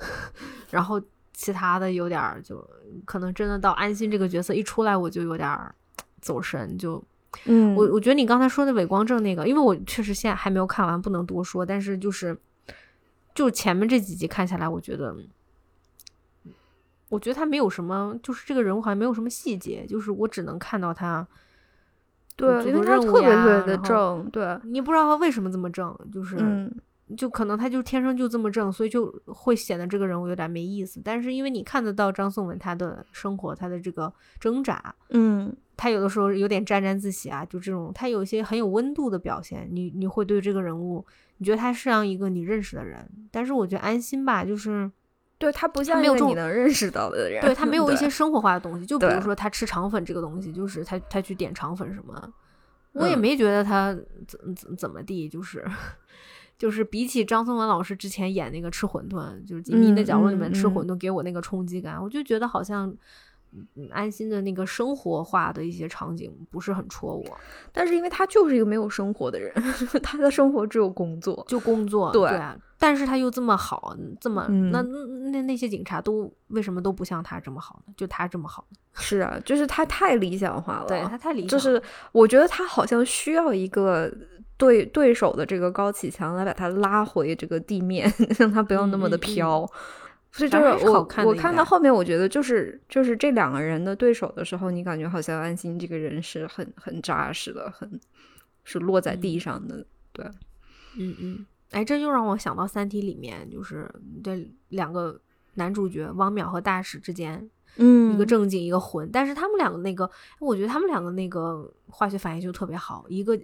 [SPEAKER 2] 然后其他的有点儿就可能真的到安心这个角色一出来，我就有点儿走神，就
[SPEAKER 1] 嗯，
[SPEAKER 2] 我我觉得你刚才说的伪光正那个，因为我确实现在还没有看完，不能多说，但是就是。就是前面这几集看下来，我觉得，我觉得他没有什么，就是这个人物好像没有什么细节，就是我只能看到他，
[SPEAKER 1] 对，
[SPEAKER 2] 做
[SPEAKER 1] 因为
[SPEAKER 2] 做
[SPEAKER 1] 他
[SPEAKER 2] 任务
[SPEAKER 1] 特别
[SPEAKER 2] 呀
[SPEAKER 1] 特别的
[SPEAKER 2] 然后
[SPEAKER 1] 正，对，
[SPEAKER 2] 你不知道他为什么这么正，就是、
[SPEAKER 1] 嗯，
[SPEAKER 2] 就可能他就天生就这么正，所以就会显得这个人物有点没意思。但是因为你看得到张颂文他的生活，他的这个挣扎，
[SPEAKER 1] 嗯，
[SPEAKER 2] 他有的时候有点沾沾自喜啊，就这种他有一些很有温度的表现，你你会对这个人物，你觉得他像一个你认识的人，但是我觉得安心吧，就是
[SPEAKER 1] 对他不像
[SPEAKER 2] 没
[SPEAKER 1] 一
[SPEAKER 2] 有
[SPEAKER 1] 个
[SPEAKER 2] 这
[SPEAKER 1] 你
[SPEAKER 2] 种
[SPEAKER 1] 能认识到的人，
[SPEAKER 2] 对他没 有一些生活化的东西，就比如
[SPEAKER 1] 对
[SPEAKER 2] 说他吃肠粉这个东西，就是他他去点肠粉什么，我也
[SPEAKER 1] 嗯
[SPEAKER 2] 没觉得他怎怎怎么地，就是 就是比起张颂文老师之前演那个吃馄饨，就是《紧密的
[SPEAKER 1] 嗯
[SPEAKER 2] 角落》里
[SPEAKER 1] 嗯
[SPEAKER 2] 面吃
[SPEAKER 1] 嗯
[SPEAKER 2] 馄饨给我那个冲击感，我就觉得好像。嗯安心的那个生活化的一些场景不是很戳我，
[SPEAKER 1] 但是因为他就是一个没有生活的人， 他的生活只有工作，
[SPEAKER 2] 就工作
[SPEAKER 1] 对
[SPEAKER 2] 啊，但是他又这么好，这么、
[SPEAKER 1] 嗯
[SPEAKER 2] 那那那那些警察都为什么都不像他这么好呢？就他这么好呢，
[SPEAKER 1] 是啊，就是他太理想化了，
[SPEAKER 2] 对他太理想
[SPEAKER 1] 哦就
[SPEAKER 2] 了，
[SPEAKER 1] 是我觉得他好像需要一个对对手的这个高启强来把他拉回这个地面， 让他不要那么的
[SPEAKER 2] 嗯嗯嗯
[SPEAKER 1] 飘。所以就
[SPEAKER 2] 反正还是好
[SPEAKER 1] 我
[SPEAKER 2] 看的
[SPEAKER 1] 我
[SPEAKER 2] 应
[SPEAKER 1] 看
[SPEAKER 2] 该
[SPEAKER 1] 到后面，我觉得就是就是这两个人的对手的时候，你感觉好像安心这个人是很很扎实的，很是落在地上的。
[SPEAKER 2] 嗯，嗯，哎，这又让我想到《三体》里面，就是这两个男主角汪淼和大使之间，
[SPEAKER 1] 嗯
[SPEAKER 2] 一个正经，一个混，但是他们两个那个，我觉得他们两个那个化学反应就特别好，一个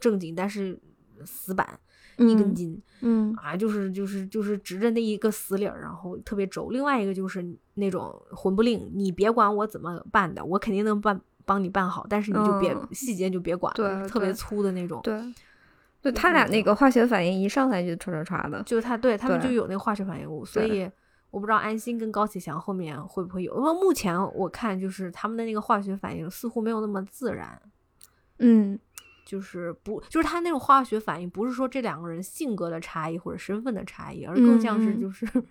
[SPEAKER 2] 正经，但是死板，一根筋。
[SPEAKER 1] 嗯
[SPEAKER 2] 啊，就是就是就是直着那一个死理儿，然后特别轴。另外一个就是那种魂不吝，你别管我怎么办的，我肯定能办帮你办好，但是你就别、
[SPEAKER 1] 嗯
[SPEAKER 2] 细节就别管了，
[SPEAKER 1] 对
[SPEAKER 2] 特别
[SPEAKER 1] 对
[SPEAKER 2] 粗的那种。
[SPEAKER 1] 对，就
[SPEAKER 2] 就
[SPEAKER 1] 他
[SPEAKER 2] 是
[SPEAKER 1] 俩
[SPEAKER 2] 那
[SPEAKER 1] 那
[SPEAKER 2] 种
[SPEAKER 1] 个化学反应一上来就唰唰唰的，
[SPEAKER 2] 就是他对他们
[SPEAKER 1] 对
[SPEAKER 2] 就有那个化学反应物，所
[SPEAKER 1] 对
[SPEAKER 2] 以我不知道安心跟高启强后面会不会有。因为目前我看就是他们的那个化学反应似乎没有那么自然，
[SPEAKER 1] 嗯
[SPEAKER 2] 就是不就是他那种化学反应不是说这两个人性格的差异或者身份的差异，而更像是
[SPEAKER 1] 嗯嗯
[SPEAKER 2] 就是。就是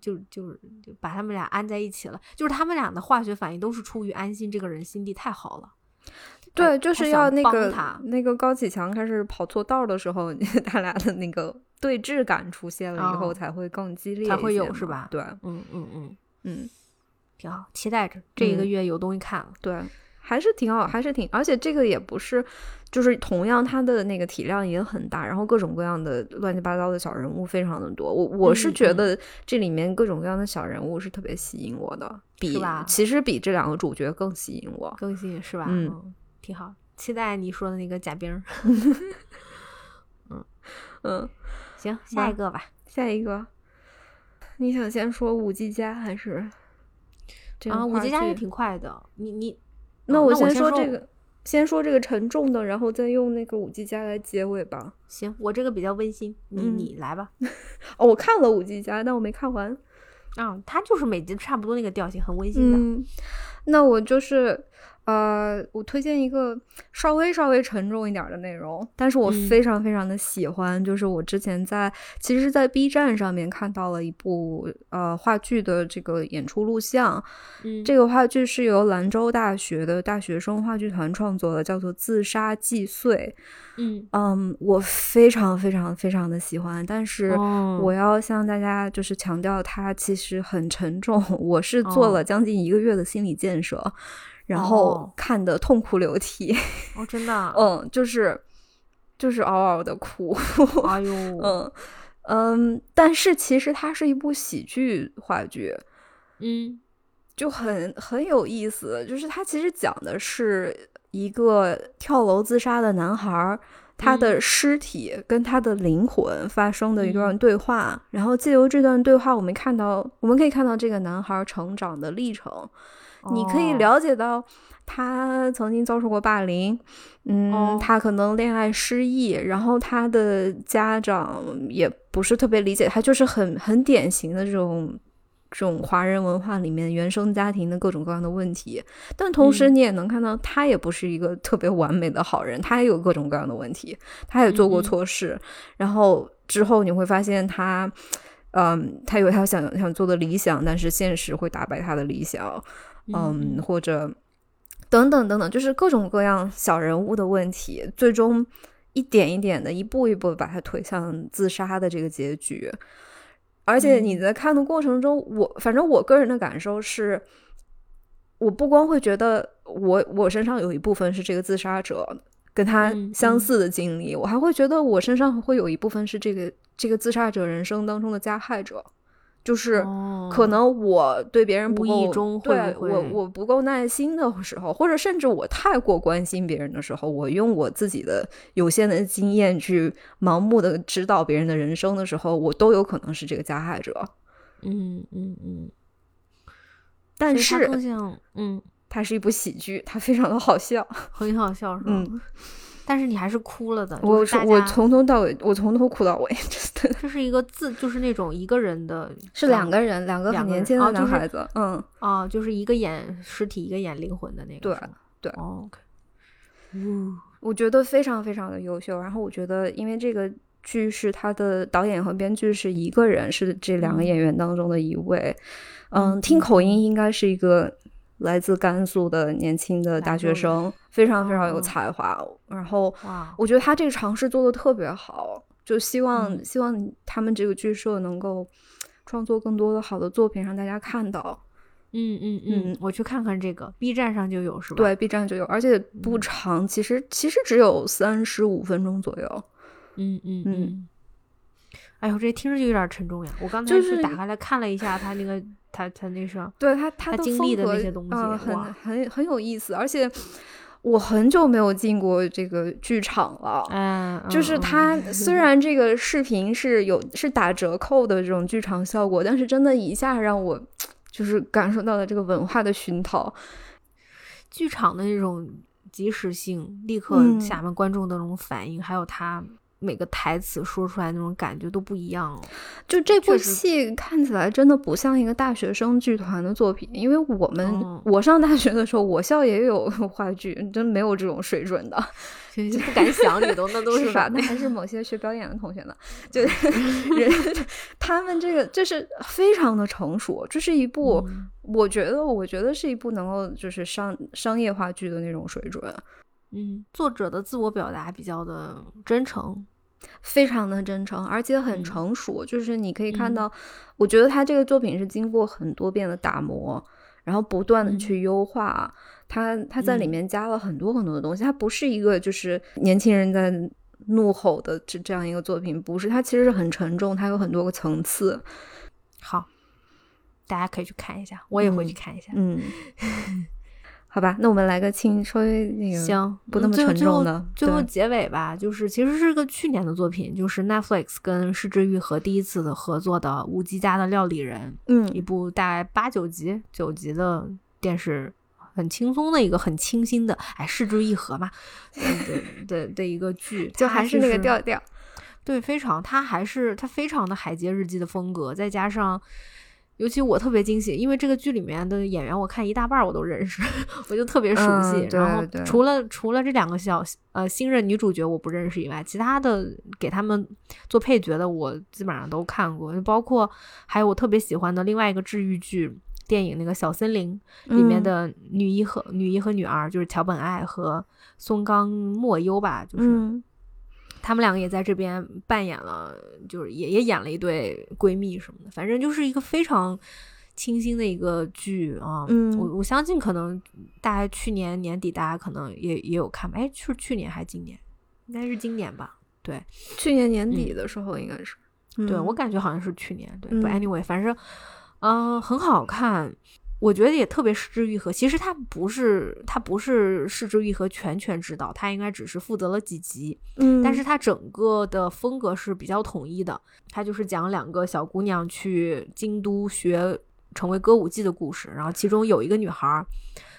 [SPEAKER 2] 就就是就把他们俩安在一起了，就是他们俩的化学反应都是出于安心这个人心地太好了，
[SPEAKER 1] 对，就
[SPEAKER 2] 他
[SPEAKER 1] 是
[SPEAKER 2] 想
[SPEAKER 1] 要那
[SPEAKER 2] 帮
[SPEAKER 1] 个
[SPEAKER 2] 他
[SPEAKER 1] 那个高启强开始跑错道的时候， 他俩的那个对峙感出现了以后，
[SPEAKER 2] 哦
[SPEAKER 1] 才会更激烈一些
[SPEAKER 2] 才
[SPEAKER 1] 嘛，
[SPEAKER 2] 会有是吧
[SPEAKER 1] 对，
[SPEAKER 2] 嗯嗯嗯，
[SPEAKER 1] 嗯，
[SPEAKER 2] 挺好，期待着这一个
[SPEAKER 1] 嗯
[SPEAKER 2] 月有东西看了，
[SPEAKER 1] 对，还是挺好，还是挺，而且这个也不是，就是同样它的那个体量也很大，然后各种各样的乱七八糟的小人物非常的多。我我是
[SPEAKER 2] 嗯
[SPEAKER 1] 觉
[SPEAKER 2] 嗯
[SPEAKER 1] 得这里面各种各样的小人物是特别吸引我的，比
[SPEAKER 2] 吧
[SPEAKER 1] 其实比这两个主角更吸引我。
[SPEAKER 2] 更新是吧？
[SPEAKER 1] 嗯
[SPEAKER 2] 挺好，期待你说的那个贾冰 儿。
[SPEAKER 1] 嗯，
[SPEAKER 2] 行，下一个吧。
[SPEAKER 1] 下一个，你想先说五 G 家还是这个
[SPEAKER 2] 啊，五
[SPEAKER 1] 话
[SPEAKER 2] 吉家
[SPEAKER 1] 剧
[SPEAKER 2] 也挺快的，你你
[SPEAKER 1] 那
[SPEAKER 2] 嗯
[SPEAKER 1] 我
[SPEAKER 2] 那我先
[SPEAKER 1] 说
[SPEAKER 2] 说
[SPEAKER 1] 这个，先说这个沉重的，然后再用那个五 G 家来结尾吧。
[SPEAKER 2] 行，我这个比较温馨，你、
[SPEAKER 1] 嗯
[SPEAKER 2] 你来吧。
[SPEAKER 1] 哦，我看了五 G 家，但我没看完。
[SPEAKER 2] 啊，它就是每集差不多那个调性，很温馨的。
[SPEAKER 1] 嗯，那我就是。呃，我推荐一个稍微稍微沉重一点的内容，但是我
[SPEAKER 2] 嗯
[SPEAKER 1] 非常非常的喜欢，就是我之前在其实，在 B 站上面看到了一部呃话剧的这个演出录像，
[SPEAKER 2] 嗯
[SPEAKER 1] 这个话剧是由兰州大学的大学生话剧团创作的，叫做《自杀既碎》。
[SPEAKER 2] 嗯，
[SPEAKER 1] 嗯，我非常非常非常的喜欢，但是
[SPEAKER 2] 哦
[SPEAKER 1] 我要向大家就是强调，它其实很沉重。 我是做
[SPEAKER 2] 哦
[SPEAKER 1] 了将近一个月的心理建设，然后
[SPEAKER 2] 哦
[SPEAKER 1] 看的痛哭流涕。
[SPEAKER 2] 哦，真的啊，
[SPEAKER 1] 嗯，就是就是嗷嗷的哭。
[SPEAKER 2] 哎呦，
[SPEAKER 1] 嗯嗯，但是其实它是一部喜剧话剧，
[SPEAKER 2] 嗯
[SPEAKER 1] 就很很有意思，就是他其实讲的是一个跳楼自杀的男孩儿，他的尸体跟他的灵魂发生的一段对话，然后借由这段对话，我们看到我们可以看到这个男孩儿成长的历程，你可以
[SPEAKER 2] 哦
[SPEAKER 1] 了解到他曾经遭受过霸凌，嗯，
[SPEAKER 2] 哦
[SPEAKER 1] 他可能恋爱失意，然后他的家长也不是特别理解他，就是很很典型的这种。这种华人文化里面原生家庭的各种各样的问题，但同时
[SPEAKER 2] 嗯
[SPEAKER 1] 你也能看到他也不是一个特别完美的好人，他也有各种各样的问题，他也做过
[SPEAKER 2] 嗯嗯
[SPEAKER 1] 错事，然后之后你会发现他，嗯，他有他想想做的理想，但是现实会打败他的理想，嗯，或者等等等等，就是各种各样小人物的问题，最终一点一点的，一步一步地把他推向自杀的这个结局。而且你在看的过程中，我反正我个人的感受是，我不光会觉得我我身上有一部分是这个自杀者跟他
[SPEAKER 2] 嗯
[SPEAKER 1] 相
[SPEAKER 2] 嗯
[SPEAKER 1] 似的经历，我还会觉得我身上会有一部分是这个这个自杀者人生当中的加害者，就是。
[SPEAKER 2] 哦
[SPEAKER 1] 可能我对别人不
[SPEAKER 2] 无
[SPEAKER 1] 够，
[SPEAKER 2] 意中会
[SPEAKER 1] 对
[SPEAKER 2] 不会
[SPEAKER 1] 我我不够耐心的时候，或者甚至我太过关心别人的时候，我用我自己的有限的经验去盲目的指导别人的人生的时候，我都有可能是这个加害者。
[SPEAKER 2] 嗯嗯嗯，
[SPEAKER 1] 但
[SPEAKER 2] 所以它
[SPEAKER 1] 是
[SPEAKER 2] 更像嗯
[SPEAKER 1] 它是一部喜剧，它非常的好笑。
[SPEAKER 2] 很好笑是吧？
[SPEAKER 1] 嗯
[SPEAKER 2] 但是你还是哭了的，
[SPEAKER 1] 我
[SPEAKER 2] 就是大
[SPEAKER 1] 我
[SPEAKER 2] 家
[SPEAKER 1] 从头到尾，我从头哭到尾，真的
[SPEAKER 2] 这是一个自就是那种一个人的
[SPEAKER 1] 是两个人，两个
[SPEAKER 2] 两
[SPEAKER 1] 很
[SPEAKER 2] 个
[SPEAKER 1] 年
[SPEAKER 2] 人
[SPEAKER 1] 轻
[SPEAKER 2] 哦
[SPEAKER 1] 的
[SPEAKER 2] 就
[SPEAKER 1] 男
[SPEAKER 2] 是
[SPEAKER 1] 孩子，嗯，
[SPEAKER 2] 啊，就是一个演尸体，一个演灵魂的那个
[SPEAKER 1] 对
[SPEAKER 2] 是吗，
[SPEAKER 1] 对
[SPEAKER 2] 哦，OK，嗯
[SPEAKER 1] 我觉得非常非常的优秀。然后我觉得，因为这个剧是他的导演和编剧是一个人，是这两个
[SPEAKER 2] 嗯
[SPEAKER 1] 演员当中的一位。嗯，
[SPEAKER 2] 嗯
[SPEAKER 1] 听
[SPEAKER 2] 嗯
[SPEAKER 1] 口音
[SPEAKER 2] 嗯
[SPEAKER 1] 应该是一个来自甘肃的年轻的大
[SPEAKER 2] 兰州
[SPEAKER 1] 学
[SPEAKER 2] 人
[SPEAKER 1] 生，非常非常有
[SPEAKER 2] 哦
[SPEAKER 1] 才华。然后
[SPEAKER 2] 哇，
[SPEAKER 1] 我觉得他这个尝试做的特别好，就希望、
[SPEAKER 2] 嗯
[SPEAKER 1] 希望他们这个剧社能够创作更多的好的作品让大家看到。
[SPEAKER 2] 嗯嗯
[SPEAKER 1] 嗯
[SPEAKER 2] 嗯，我去看看这个，B 站上就有是吧？
[SPEAKER 1] 对，B 站就有，而且
[SPEAKER 2] 嗯
[SPEAKER 1] 不长，其实其实只有三十五分钟左右。
[SPEAKER 2] 嗯嗯
[SPEAKER 1] 嗯
[SPEAKER 2] 嗯。哎呦，这听着就有点沉重呀！我刚才
[SPEAKER 1] 就是
[SPEAKER 2] 打开来看了一下他那个他他那是
[SPEAKER 1] 对他，他
[SPEAKER 2] 他
[SPEAKER 1] 的
[SPEAKER 2] 经
[SPEAKER 1] 风
[SPEAKER 2] 历的
[SPEAKER 1] 格
[SPEAKER 2] 那些东西
[SPEAKER 1] 呃
[SPEAKER 2] 哇
[SPEAKER 1] 很很很有意思。而且我很久没有进过这个剧场了，
[SPEAKER 2] 嗯，
[SPEAKER 1] 就是
[SPEAKER 2] 嗯
[SPEAKER 1] 它
[SPEAKER 2] 嗯
[SPEAKER 1] 虽然这个视频是有是打折扣的这种剧场效果，但是真的一下让我就是感受到了这个文化的熏陶。
[SPEAKER 2] 剧场的那种及时性，立刻
[SPEAKER 1] 嗯
[SPEAKER 2] 下面观众的那种反应，还有他每个台词说出来那种感觉都不一 样哦。
[SPEAKER 1] 就这部
[SPEAKER 2] 确实
[SPEAKER 1] 戏看起来真的不像一个大学生剧团的作品，因为我们、
[SPEAKER 2] 哦
[SPEAKER 1] 我上大学的时候，我校也有 话剧，真没有这种水准的。
[SPEAKER 2] 就就不敢想里头那都
[SPEAKER 1] 是吧
[SPEAKER 2] 啥？？
[SPEAKER 1] 那还是某些学表演的同学呢，就是人他们这个就是非常的成熟，这是一部、
[SPEAKER 2] 嗯
[SPEAKER 1] 我觉得我觉得是一部能够就是商商业化剧的那种水准，
[SPEAKER 2] 嗯，作者的自我表达比较的真诚。
[SPEAKER 1] 非常的真诚，而且很
[SPEAKER 2] 嗯
[SPEAKER 1] 成熟。就是你可以看
[SPEAKER 2] 嗯
[SPEAKER 1] 到，我觉得他这个作品是经过很多遍的打磨，然后不断的
[SPEAKER 2] 嗯
[SPEAKER 1] 去优化。他他在里
[SPEAKER 2] 嗯
[SPEAKER 1] 面加了很多很多的东西，它不是一个就是年轻人在怒吼的这这样一个作品，不是，它其实是很沉重，它有很多个层次。
[SPEAKER 2] 好，大家可以去看一下，我也会去
[SPEAKER 1] 嗯
[SPEAKER 2] 看一下。
[SPEAKER 1] 嗯，好吧，那我们来个轻稍微那个
[SPEAKER 2] 行，
[SPEAKER 1] 不
[SPEAKER 2] 嗯
[SPEAKER 1] 那么
[SPEAKER 2] 最后
[SPEAKER 1] 沉重
[SPEAKER 2] 最
[SPEAKER 1] 的
[SPEAKER 2] 后最后
[SPEAKER 1] 对
[SPEAKER 2] 结尾吧，就是其实是个去年的作品，就是 Netflix 跟失之愈合第一次的合作的《无极家的料理人》。一
[SPEAKER 1] 嗯
[SPEAKER 2] 部大概八九集、九集的电视，很轻松的一个很清新的，哎，视之一合嘛，嗯的的的一个剧，
[SPEAKER 1] 就
[SPEAKER 2] 它
[SPEAKER 1] 还是
[SPEAKER 2] 其
[SPEAKER 1] 那个
[SPEAKER 2] 实
[SPEAKER 1] 调调。
[SPEAKER 2] 对，非常，它还是它非常的海街日记的风格，再加上。尤其我特别惊喜，因为这个剧里面的演员，我看一大半儿我都认识， 我就特别熟
[SPEAKER 1] 嗯
[SPEAKER 2] 悉。
[SPEAKER 1] 对
[SPEAKER 2] 然后
[SPEAKER 1] 对
[SPEAKER 2] 除了除了这两个小呃新任女主角我不认识以外，其他的给他们做配角的我基本上都看过，就包括还有我特别喜欢的另外一个治愈剧电影那个《小森林》里面
[SPEAKER 1] 嗯
[SPEAKER 2] 的女一和、女一和女二，就是桥本爱和松冈莫优吧，就是
[SPEAKER 1] 嗯
[SPEAKER 2] 他们两个也在这边扮演了，就是也也演了一对闺蜜什么的，反正就是一个非常清新的一个剧啊。
[SPEAKER 1] 嗯
[SPEAKER 2] 我我相信可能大概去年年底大家可能也也有看吧，哎，是去年还是今年？应该是今年吧。
[SPEAKER 1] 去年年底的时候应该是，
[SPEAKER 2] 嗯对
[SPEAKER 1] 嗯
[SPEAKER 2] 我感觉好像是去年。对，
[SPEAKER 1] 嗯
[SPEAKER 2] 不，anyway，反正嗯、呃很好看。我觉得也特别失之愈合。其实它不是，它不是失之愈合全权指导，它应该只是负责了几集。
[SPEAKER 1] 嗯，
[SPEAKER 2] 但是它整个的风格是比较统一的，它就是讲两个小姑娘去京都学成为歌舞伎的故事，然后其中有一个女孩儿。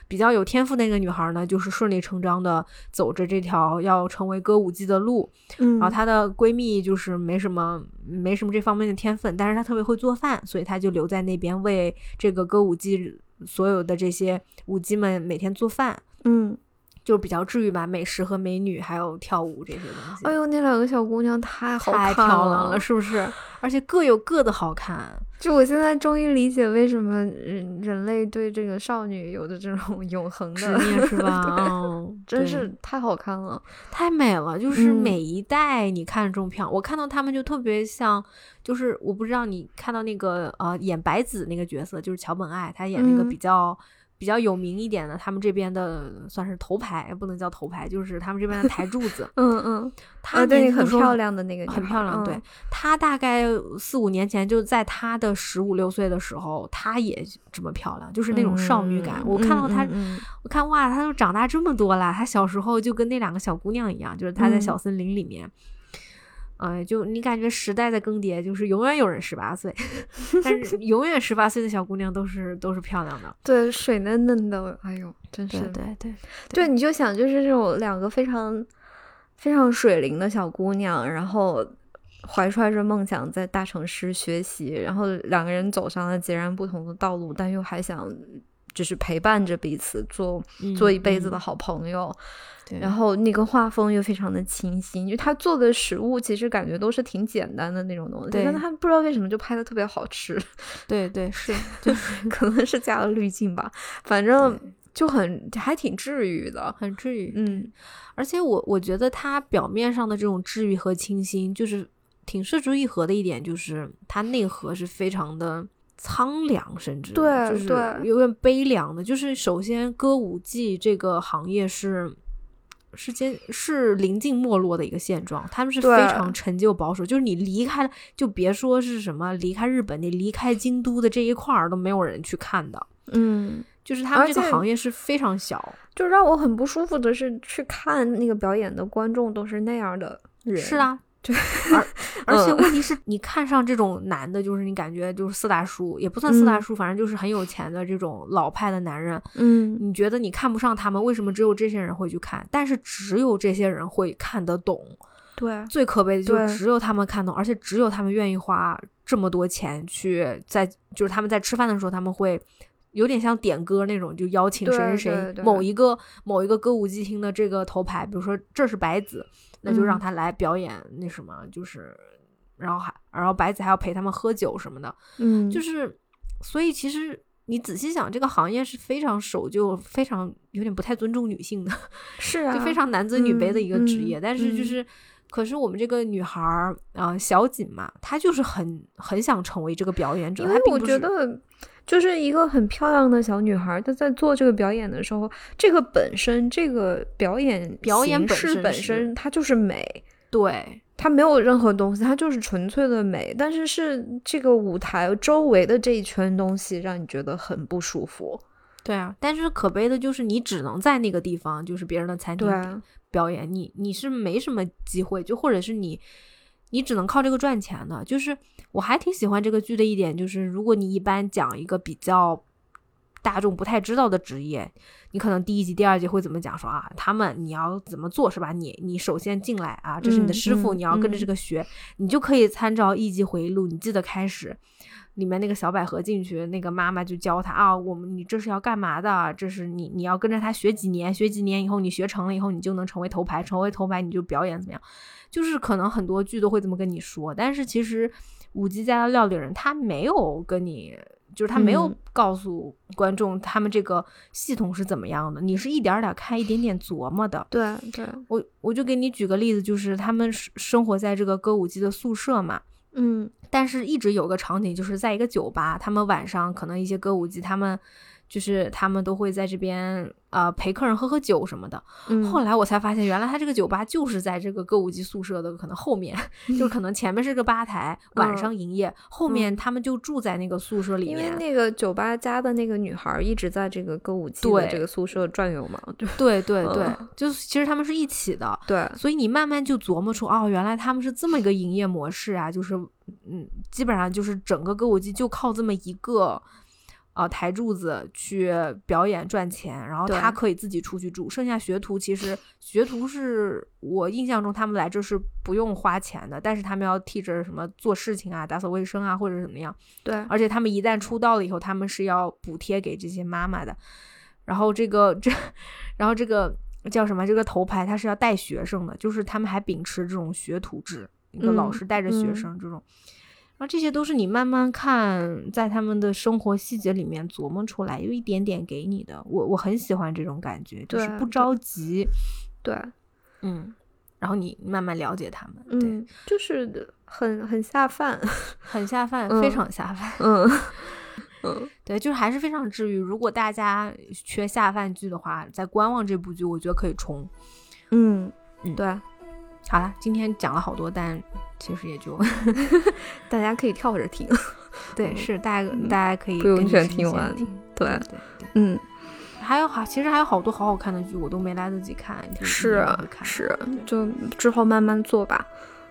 [SPEAKER 2] 比较有天赋的那个女孩儿呢，就是顺理成章的走着这条要成为歌舞伎的路，
[SPEAKER 1] 嗯，
[SPEAKER 2] 然后她的闺蜜就是没什么没什么这方面的天分，但是她特别会做饭，所以她就留在那边为这个歌舞伎所有的这些舞姬们每天做饭，
[SPEAKER 1] 嗯
[SPEAKER 2] 就是比较治愈吧，美食和美女，还有跳舞这些东西。
[SPEAKER 1] 哎呦，那两个小姑娘太好
[SPEAKER 2] 太
[SPEAKER 1] 看
[SPEAKER 2] 漂亮了，是不是？而且各有各的 好看。
[SPEAKER 1] 就我现在终于理解为什么人人类对这个少女有着这种 永恒
[SPEAKER 2] 执
[SPEAKER 1] 的，
[SPEAKER 2] 念是吧？嗯，
[SPEAKER 1] 真
[SPEAKER 2] 对
[SPEAKER 1] 是太好看了。
[SPEAKER 2] 太美了，就是
[SPEAKER 1] 嗯
[SPEAKER 2] 每一代你看中漂亮，我看到他们就特别像，就是我不知道你看到那个呃演白子那个角色，就是桥本爱，她演那个
[SPEAKER 1] 嗯。
[SPEAKER 2] 比较、比较有名一点的，他们这边的算是头牌，不能叫头牌，就是他们这边的台柱子
[SPEAKER 1] 嗯嗯，
[SPEAKER 2] 她
[SPEAKER 1] 啊，对
[SPEAKER 2] 年
[SPEAKER 1] 你
[SPEAKER 2] 轻的
[SPEAKER 1] 很
[SPEAKER 2] 时候
[SPEAKER 1] 漂。亮的那个女孩，
[SPEAKER 2] 很漂
[SPEAKER 1] 嗯
[SPEAKER 2] 亮，对，她大概四五年前就在她的十五六岁的时候，她也这么漂亮，就是那种少女感。
[SPEAKER 1] 嗯
[SPEAKER 2] 我看到
[SPEAKER 1] 嗯
[SPEAKER 2] 她，
[SPEAKER 1] 嗯嗯
[SPEAKER 2] 我看哇，她都长大这么多了，她小时候就跟那两个小姑娘一样，就是她在
[SPEAKER 1] 嗯
[SPEAKER 2] 小森林里面，呃，就你感觉时代在更迭，就是永远有人十八 岁，但是永远十八岁的小姑娘都是都是漂亮的，
[SPEAKER 1] 对，水嫩嫩的，哎呦，真是
[SPEAKER 2] 对对，
[SPEAKER 1] 对，你就想就是这种两个非常非常水灵的小姑娘，然后怀揣着梦想在大城市学习，然后两个人走上了截然不同的道路，但又还想就是陪伴着彼此，做
[SPEAKER 2] 嗯
[SPEAKER 1] 做一辈子的
[SPEAKER 2] 嗯
[SPEAKER 1] 好朋友。
[SPEAKER 2] 对
[SPEAKER 1] 然后那个画风又非常的清新，就他做的食物其实感觉都是挺简单的那种东西，
[SPEAKER 2] 对
[SPEAKER 1] 但他不知道为什么就拍的特别好吃，
[SPEAKER 2] 对对是，就是
[SPEAKER 1] 可能是加了滤镜吧，反正就很还挺治愈的。
[SPEAKER 2] 很治愈，
[SPEAKER 1] 嗯，
[SPEAKER 2] 而且我我觉得它表面上的这种治愈和清新，就是挺涉足一核的一点，就是它内核是非常的苍凉，甚至
[SPEAKER 1] 对
[SPEAKER 2] 就是
[SPEAKER 1] 对
[SPEAKER 2] 有点悲凉的。就是首先，歌舞伎这个行业是。是间是临近没落的一个现状，他们是非
[SPEAKER 1] 对
[SPEAKER 2] 常陈旧保守，就是你离开了，就别说是什么离开日本，你离开京都的这一块儿都没有人去看的，
[SPEAKER 1] 嗯，
[SPEAKER 2] 就是他们
[SPEAKER 1] 而
[SPEAKER 2] 这个
[SPEAKER 1] 且
[SPEAKER 2] 行业是非常小，
[SPEAKER 1] 就让我很不舒服的是，去看那个表演的观众都是那样的人。
[SPEAKER 2] 是，啊，
[SPEAKER 1] 对
[SPEAKER 2] 而而且
[SPEAKER 1] 嗯
[SPEAKER 2] 问题是你看上这种男的，就是你感觉就是四大叔，也不算四大
[SPEAKER 1] 嗯
[SPEAKER 2] 叔，反正就是很有钱的这种老派的男人，
[SPEAKER 1] 嗯，
[SPEAKER 2] 你觉得你看不上他们，为什么只有这些人会去看？但是只有这些人会看得懂，
[SPEAKER 1] 对，
[SPEAKER 2] 最可悲的就
[SPEAKER 1] 对
[SPEAKER 2] 是只有他们看懂，而且只有他们愿意花这么多钱去在，就是他们在吃饭的时候，他们会有点像点歌那种，就邀请谁谁
[SPEAKER 1] 对
[SPEAKER 2] 谁
[SPEAKER 1] 对对
[SPEAKER 2] 某一个某一个歌舞伎厅的这个头牌，比如说这是白子，那就让
[SPEAKER 1] 嗯
[SPEAKER 2] 他来表演那什么，就是然后还然后白子还要陪他们喝酒什么的，
[SPEAKER 1] 嗯，
[SPEAKER 2] 就是是所以其实。你仔细想，这个行业是非常守旧、非常有点不太尊重女性的，
[SPEAKER 1] 是啊，
[SPEAKER 2] 就非常男尊女卑的一个职
[SPEAKER 1] 嗯
[SPEAKER 2] 业。
[SPEAKER 1] 嗯
[SPEAKER 2] 但是就
[SPEAKER 1] 嗯
[SPEAKER 2] 是，可是我们这个女孩儿啊、呃小锦嘛，她就是很很想成为这个表演者。
[SPEAKER 1] 因
[SPEAKER 2] 她
[SPEAKER 1] 为
[SPEAKER 2] 并
[SPEAKER 1] 我
[SPEAKER 2] 不
[SPEAKER 1] 觉
[SPEAKER 2] 是
[SPEAKER 1] 得，就是一个很漂亮的小女孩，她在做这个表演的时候，这个本身，这个表演
[SPEAKER 2] 表演
[SPEAKER 1] 形
[SPEAKER 2] 本
[SPEAKER 1] 式
[SPEAKER 2] 身
[SPEAKER 1] 本
[SPEAKER 2] 是
[SPEAKER 1] 身它就是美。
[SPEAKER 2] 对
[SPEAKER 1] 它没有任何东西，它就是纯粹的美，但是是这个舞台周围的这一圈东西让你觉得很不舒服。
[SPEAKER 2] 对啊。但是可悲的就是，你只能在那个地方，就是别人的餐厅
[SPEAKER 1] 对，啊
[SPEAKER 2] 表演，你你是没什么机会，就或者是你。你只能靠这个赚钱的，就是我还挺喜欢这个剧的一点，就是如果你一般讲一个比较大众不太知道的职业，你可能第一集、第二集会怎么讲说啊，他们你要怎么做是吧？你你首先进来啊，这是你的
[SPEAKER 1] 嗯
[SPEAKER 2] 师傅，
[SPEAKER 1] 嗯
[SPEAKER 2] 你要跟着这
[SPEAKER 1] 嗯
[SPEAKER 2] 个学，你就可以参照《艺伎回忆录》，你记得开始里面那个小百合进去，那个妈妈就教他啊，我们你这是要干嘛的？这是你你要跟着他学几年，学几年以后你学成了以后，你就能成为头牌，成为头牌你就表演怎么样？就是可能很多剧都会这么跟你说，但是其实五级家的料理人他没有跟你。就是他没有
[SPEAKER 1] 嗯
[SPEAKER 2] 告诉观众他们这个系统是怎么样的，你是一点儿点儿看，一点点琢磨的。
[SPEAKER 1] 对啊对，
[SPEAKER 2] 我我就给你举个例子，就是他们生生活在这个歌舞伎的宿舍嘛，
[SPEAKER 1] 嗯
[SPEAKER 2] 但是一直有个场景，就是在一个酒吧，他们晚上可能一些歌舞伎，他们就是他们都会在这边呃陪客人喝喝酒什么的。
[SPEAKER 1] 嗯，
[SPEAKER 2] 后来我才发现，原来他这个酒吧就是在这个歌舞伎宿舍的可能后 面，就是可能前面是个吧台，晚
[SPEAKER 1] 嗯
[SPEAKER 2] 上营业，后面他们就住在那个宿舍里
[SPEAKER 1] 因为
[SPEAKER 2] 面。
[SPEAKER 1] 那个酒吧家的那个女孩一直在这个歌舞伎的
[SPEAKER 2] 对
[SPEAKER 1] 这个宿舍转悠嘛，对
[SPEAKER 2] 对对对
[SPEAKER 1] 嗯，
[SPEAKER 2] 就是其实他们是一起的，
[SPEAKER 1] 对，
[SPEAKER 2] 所以你慢慢就琢磨出，哦，原来他们是这么一个营业模式啊，就是，嗯，基本上就是整个歌舞伎就靠这么一个，呃，台柱子去表演赚钱，然后
[SPEAKER 1] 对
[SPEAKER 2] 他可以自己出去住，剩下学徒其实学徒是我印象中他们来这是不用花钱的，但是他们要替着什么做事情啊，打扫卫生啊，或者怎么样，
[SPEAKER 1] 对，
[SPEAKER 2] 而且他们一旦出道了以后，他们是要补贴给这些妈妈的。然后这个这，然后这个叫什么这个头牌，他是要带学生的，就是他们还秉持这种学徒制，一个老师
[SPEAKER 1] 嗯
[SPEAKER 2] 带着学生这种。然后这些都是你慢慢看，在他们的生活细节里面琢磨出来，有一点点给你的。我我很喜欢这种感觉，就是
[SPEAKER 1] 对
[SPEAKER 2] 不着急，
[SPEAKER 1] 对，
[SPEAKER 2] 嗯，然后你慢慢了解他们，对，
[SPEAKER 1] 嗯，就是很很下饭，
[SPEAKER 2] 很下饭，
[SPEAKER 1] 嗯
[SPEAKER 2] 非常下饭，
[SPEAKER 1] 嗯
[SPEAKER 2] 对，就是还是非常治愈。如果大家缺下饭剧的话，在观望这部剧，我觉得可以冲。
[SPEAKER 1] 嗯
[SPEAKER 2] 嗯
[SPEAKER 1] 对，
[SPEAKER 2] 好了，今天讲了好多，但其实也 就
[SPEAKER 1] 大家可以跳着听，
[SPEAKER 2] 对，是大家大家可
[SPEAKER 1] 嗯
[SPEAKER 2] 以
[SPEAKER 1] 不用
[SPEAKER 2] 根据
[SPEAKER 1] 全
[SPEAKER 2] 时间
[SPEAKER 1] 听完 对
[SPEAKER 2] 对对，
[SPEAKER 1] 嗯
[SPEAKER 2] 还有好，其实还有好多好好看的剧，我都没来得及看，就是一定会看
[SPEAKER 1] 啊是，就之后慢慢做吧，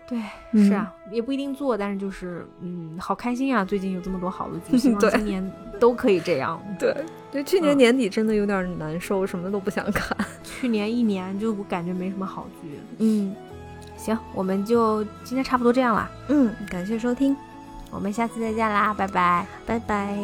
[SPEAKER 2] 对，
[SPEAKER 1] 嗯
[SPEAKER 2] 是啊，也不一定做，但是就是嗯，好开心啊！最近有这么多好的 剧，希望
[SPEAKER 1] 对
[SPEAKER 2] 今年都可以这样。
[SPEAKER 1] 对。嗯对，去年年底真的有点难受，什么都不想看。
[SPEAKER 2] 去年一年就感觉没什么好剧。
[SPEAKER 1] 嗯
[SPEAKER 2] 行，我们就今天差不多这样啦，
[SPEAKER 1] 嗯嗯，感谢收听，
[SPEAKER 2] 我们下次再见啦，拜拜。
[SPEAKER 1] 拜拜。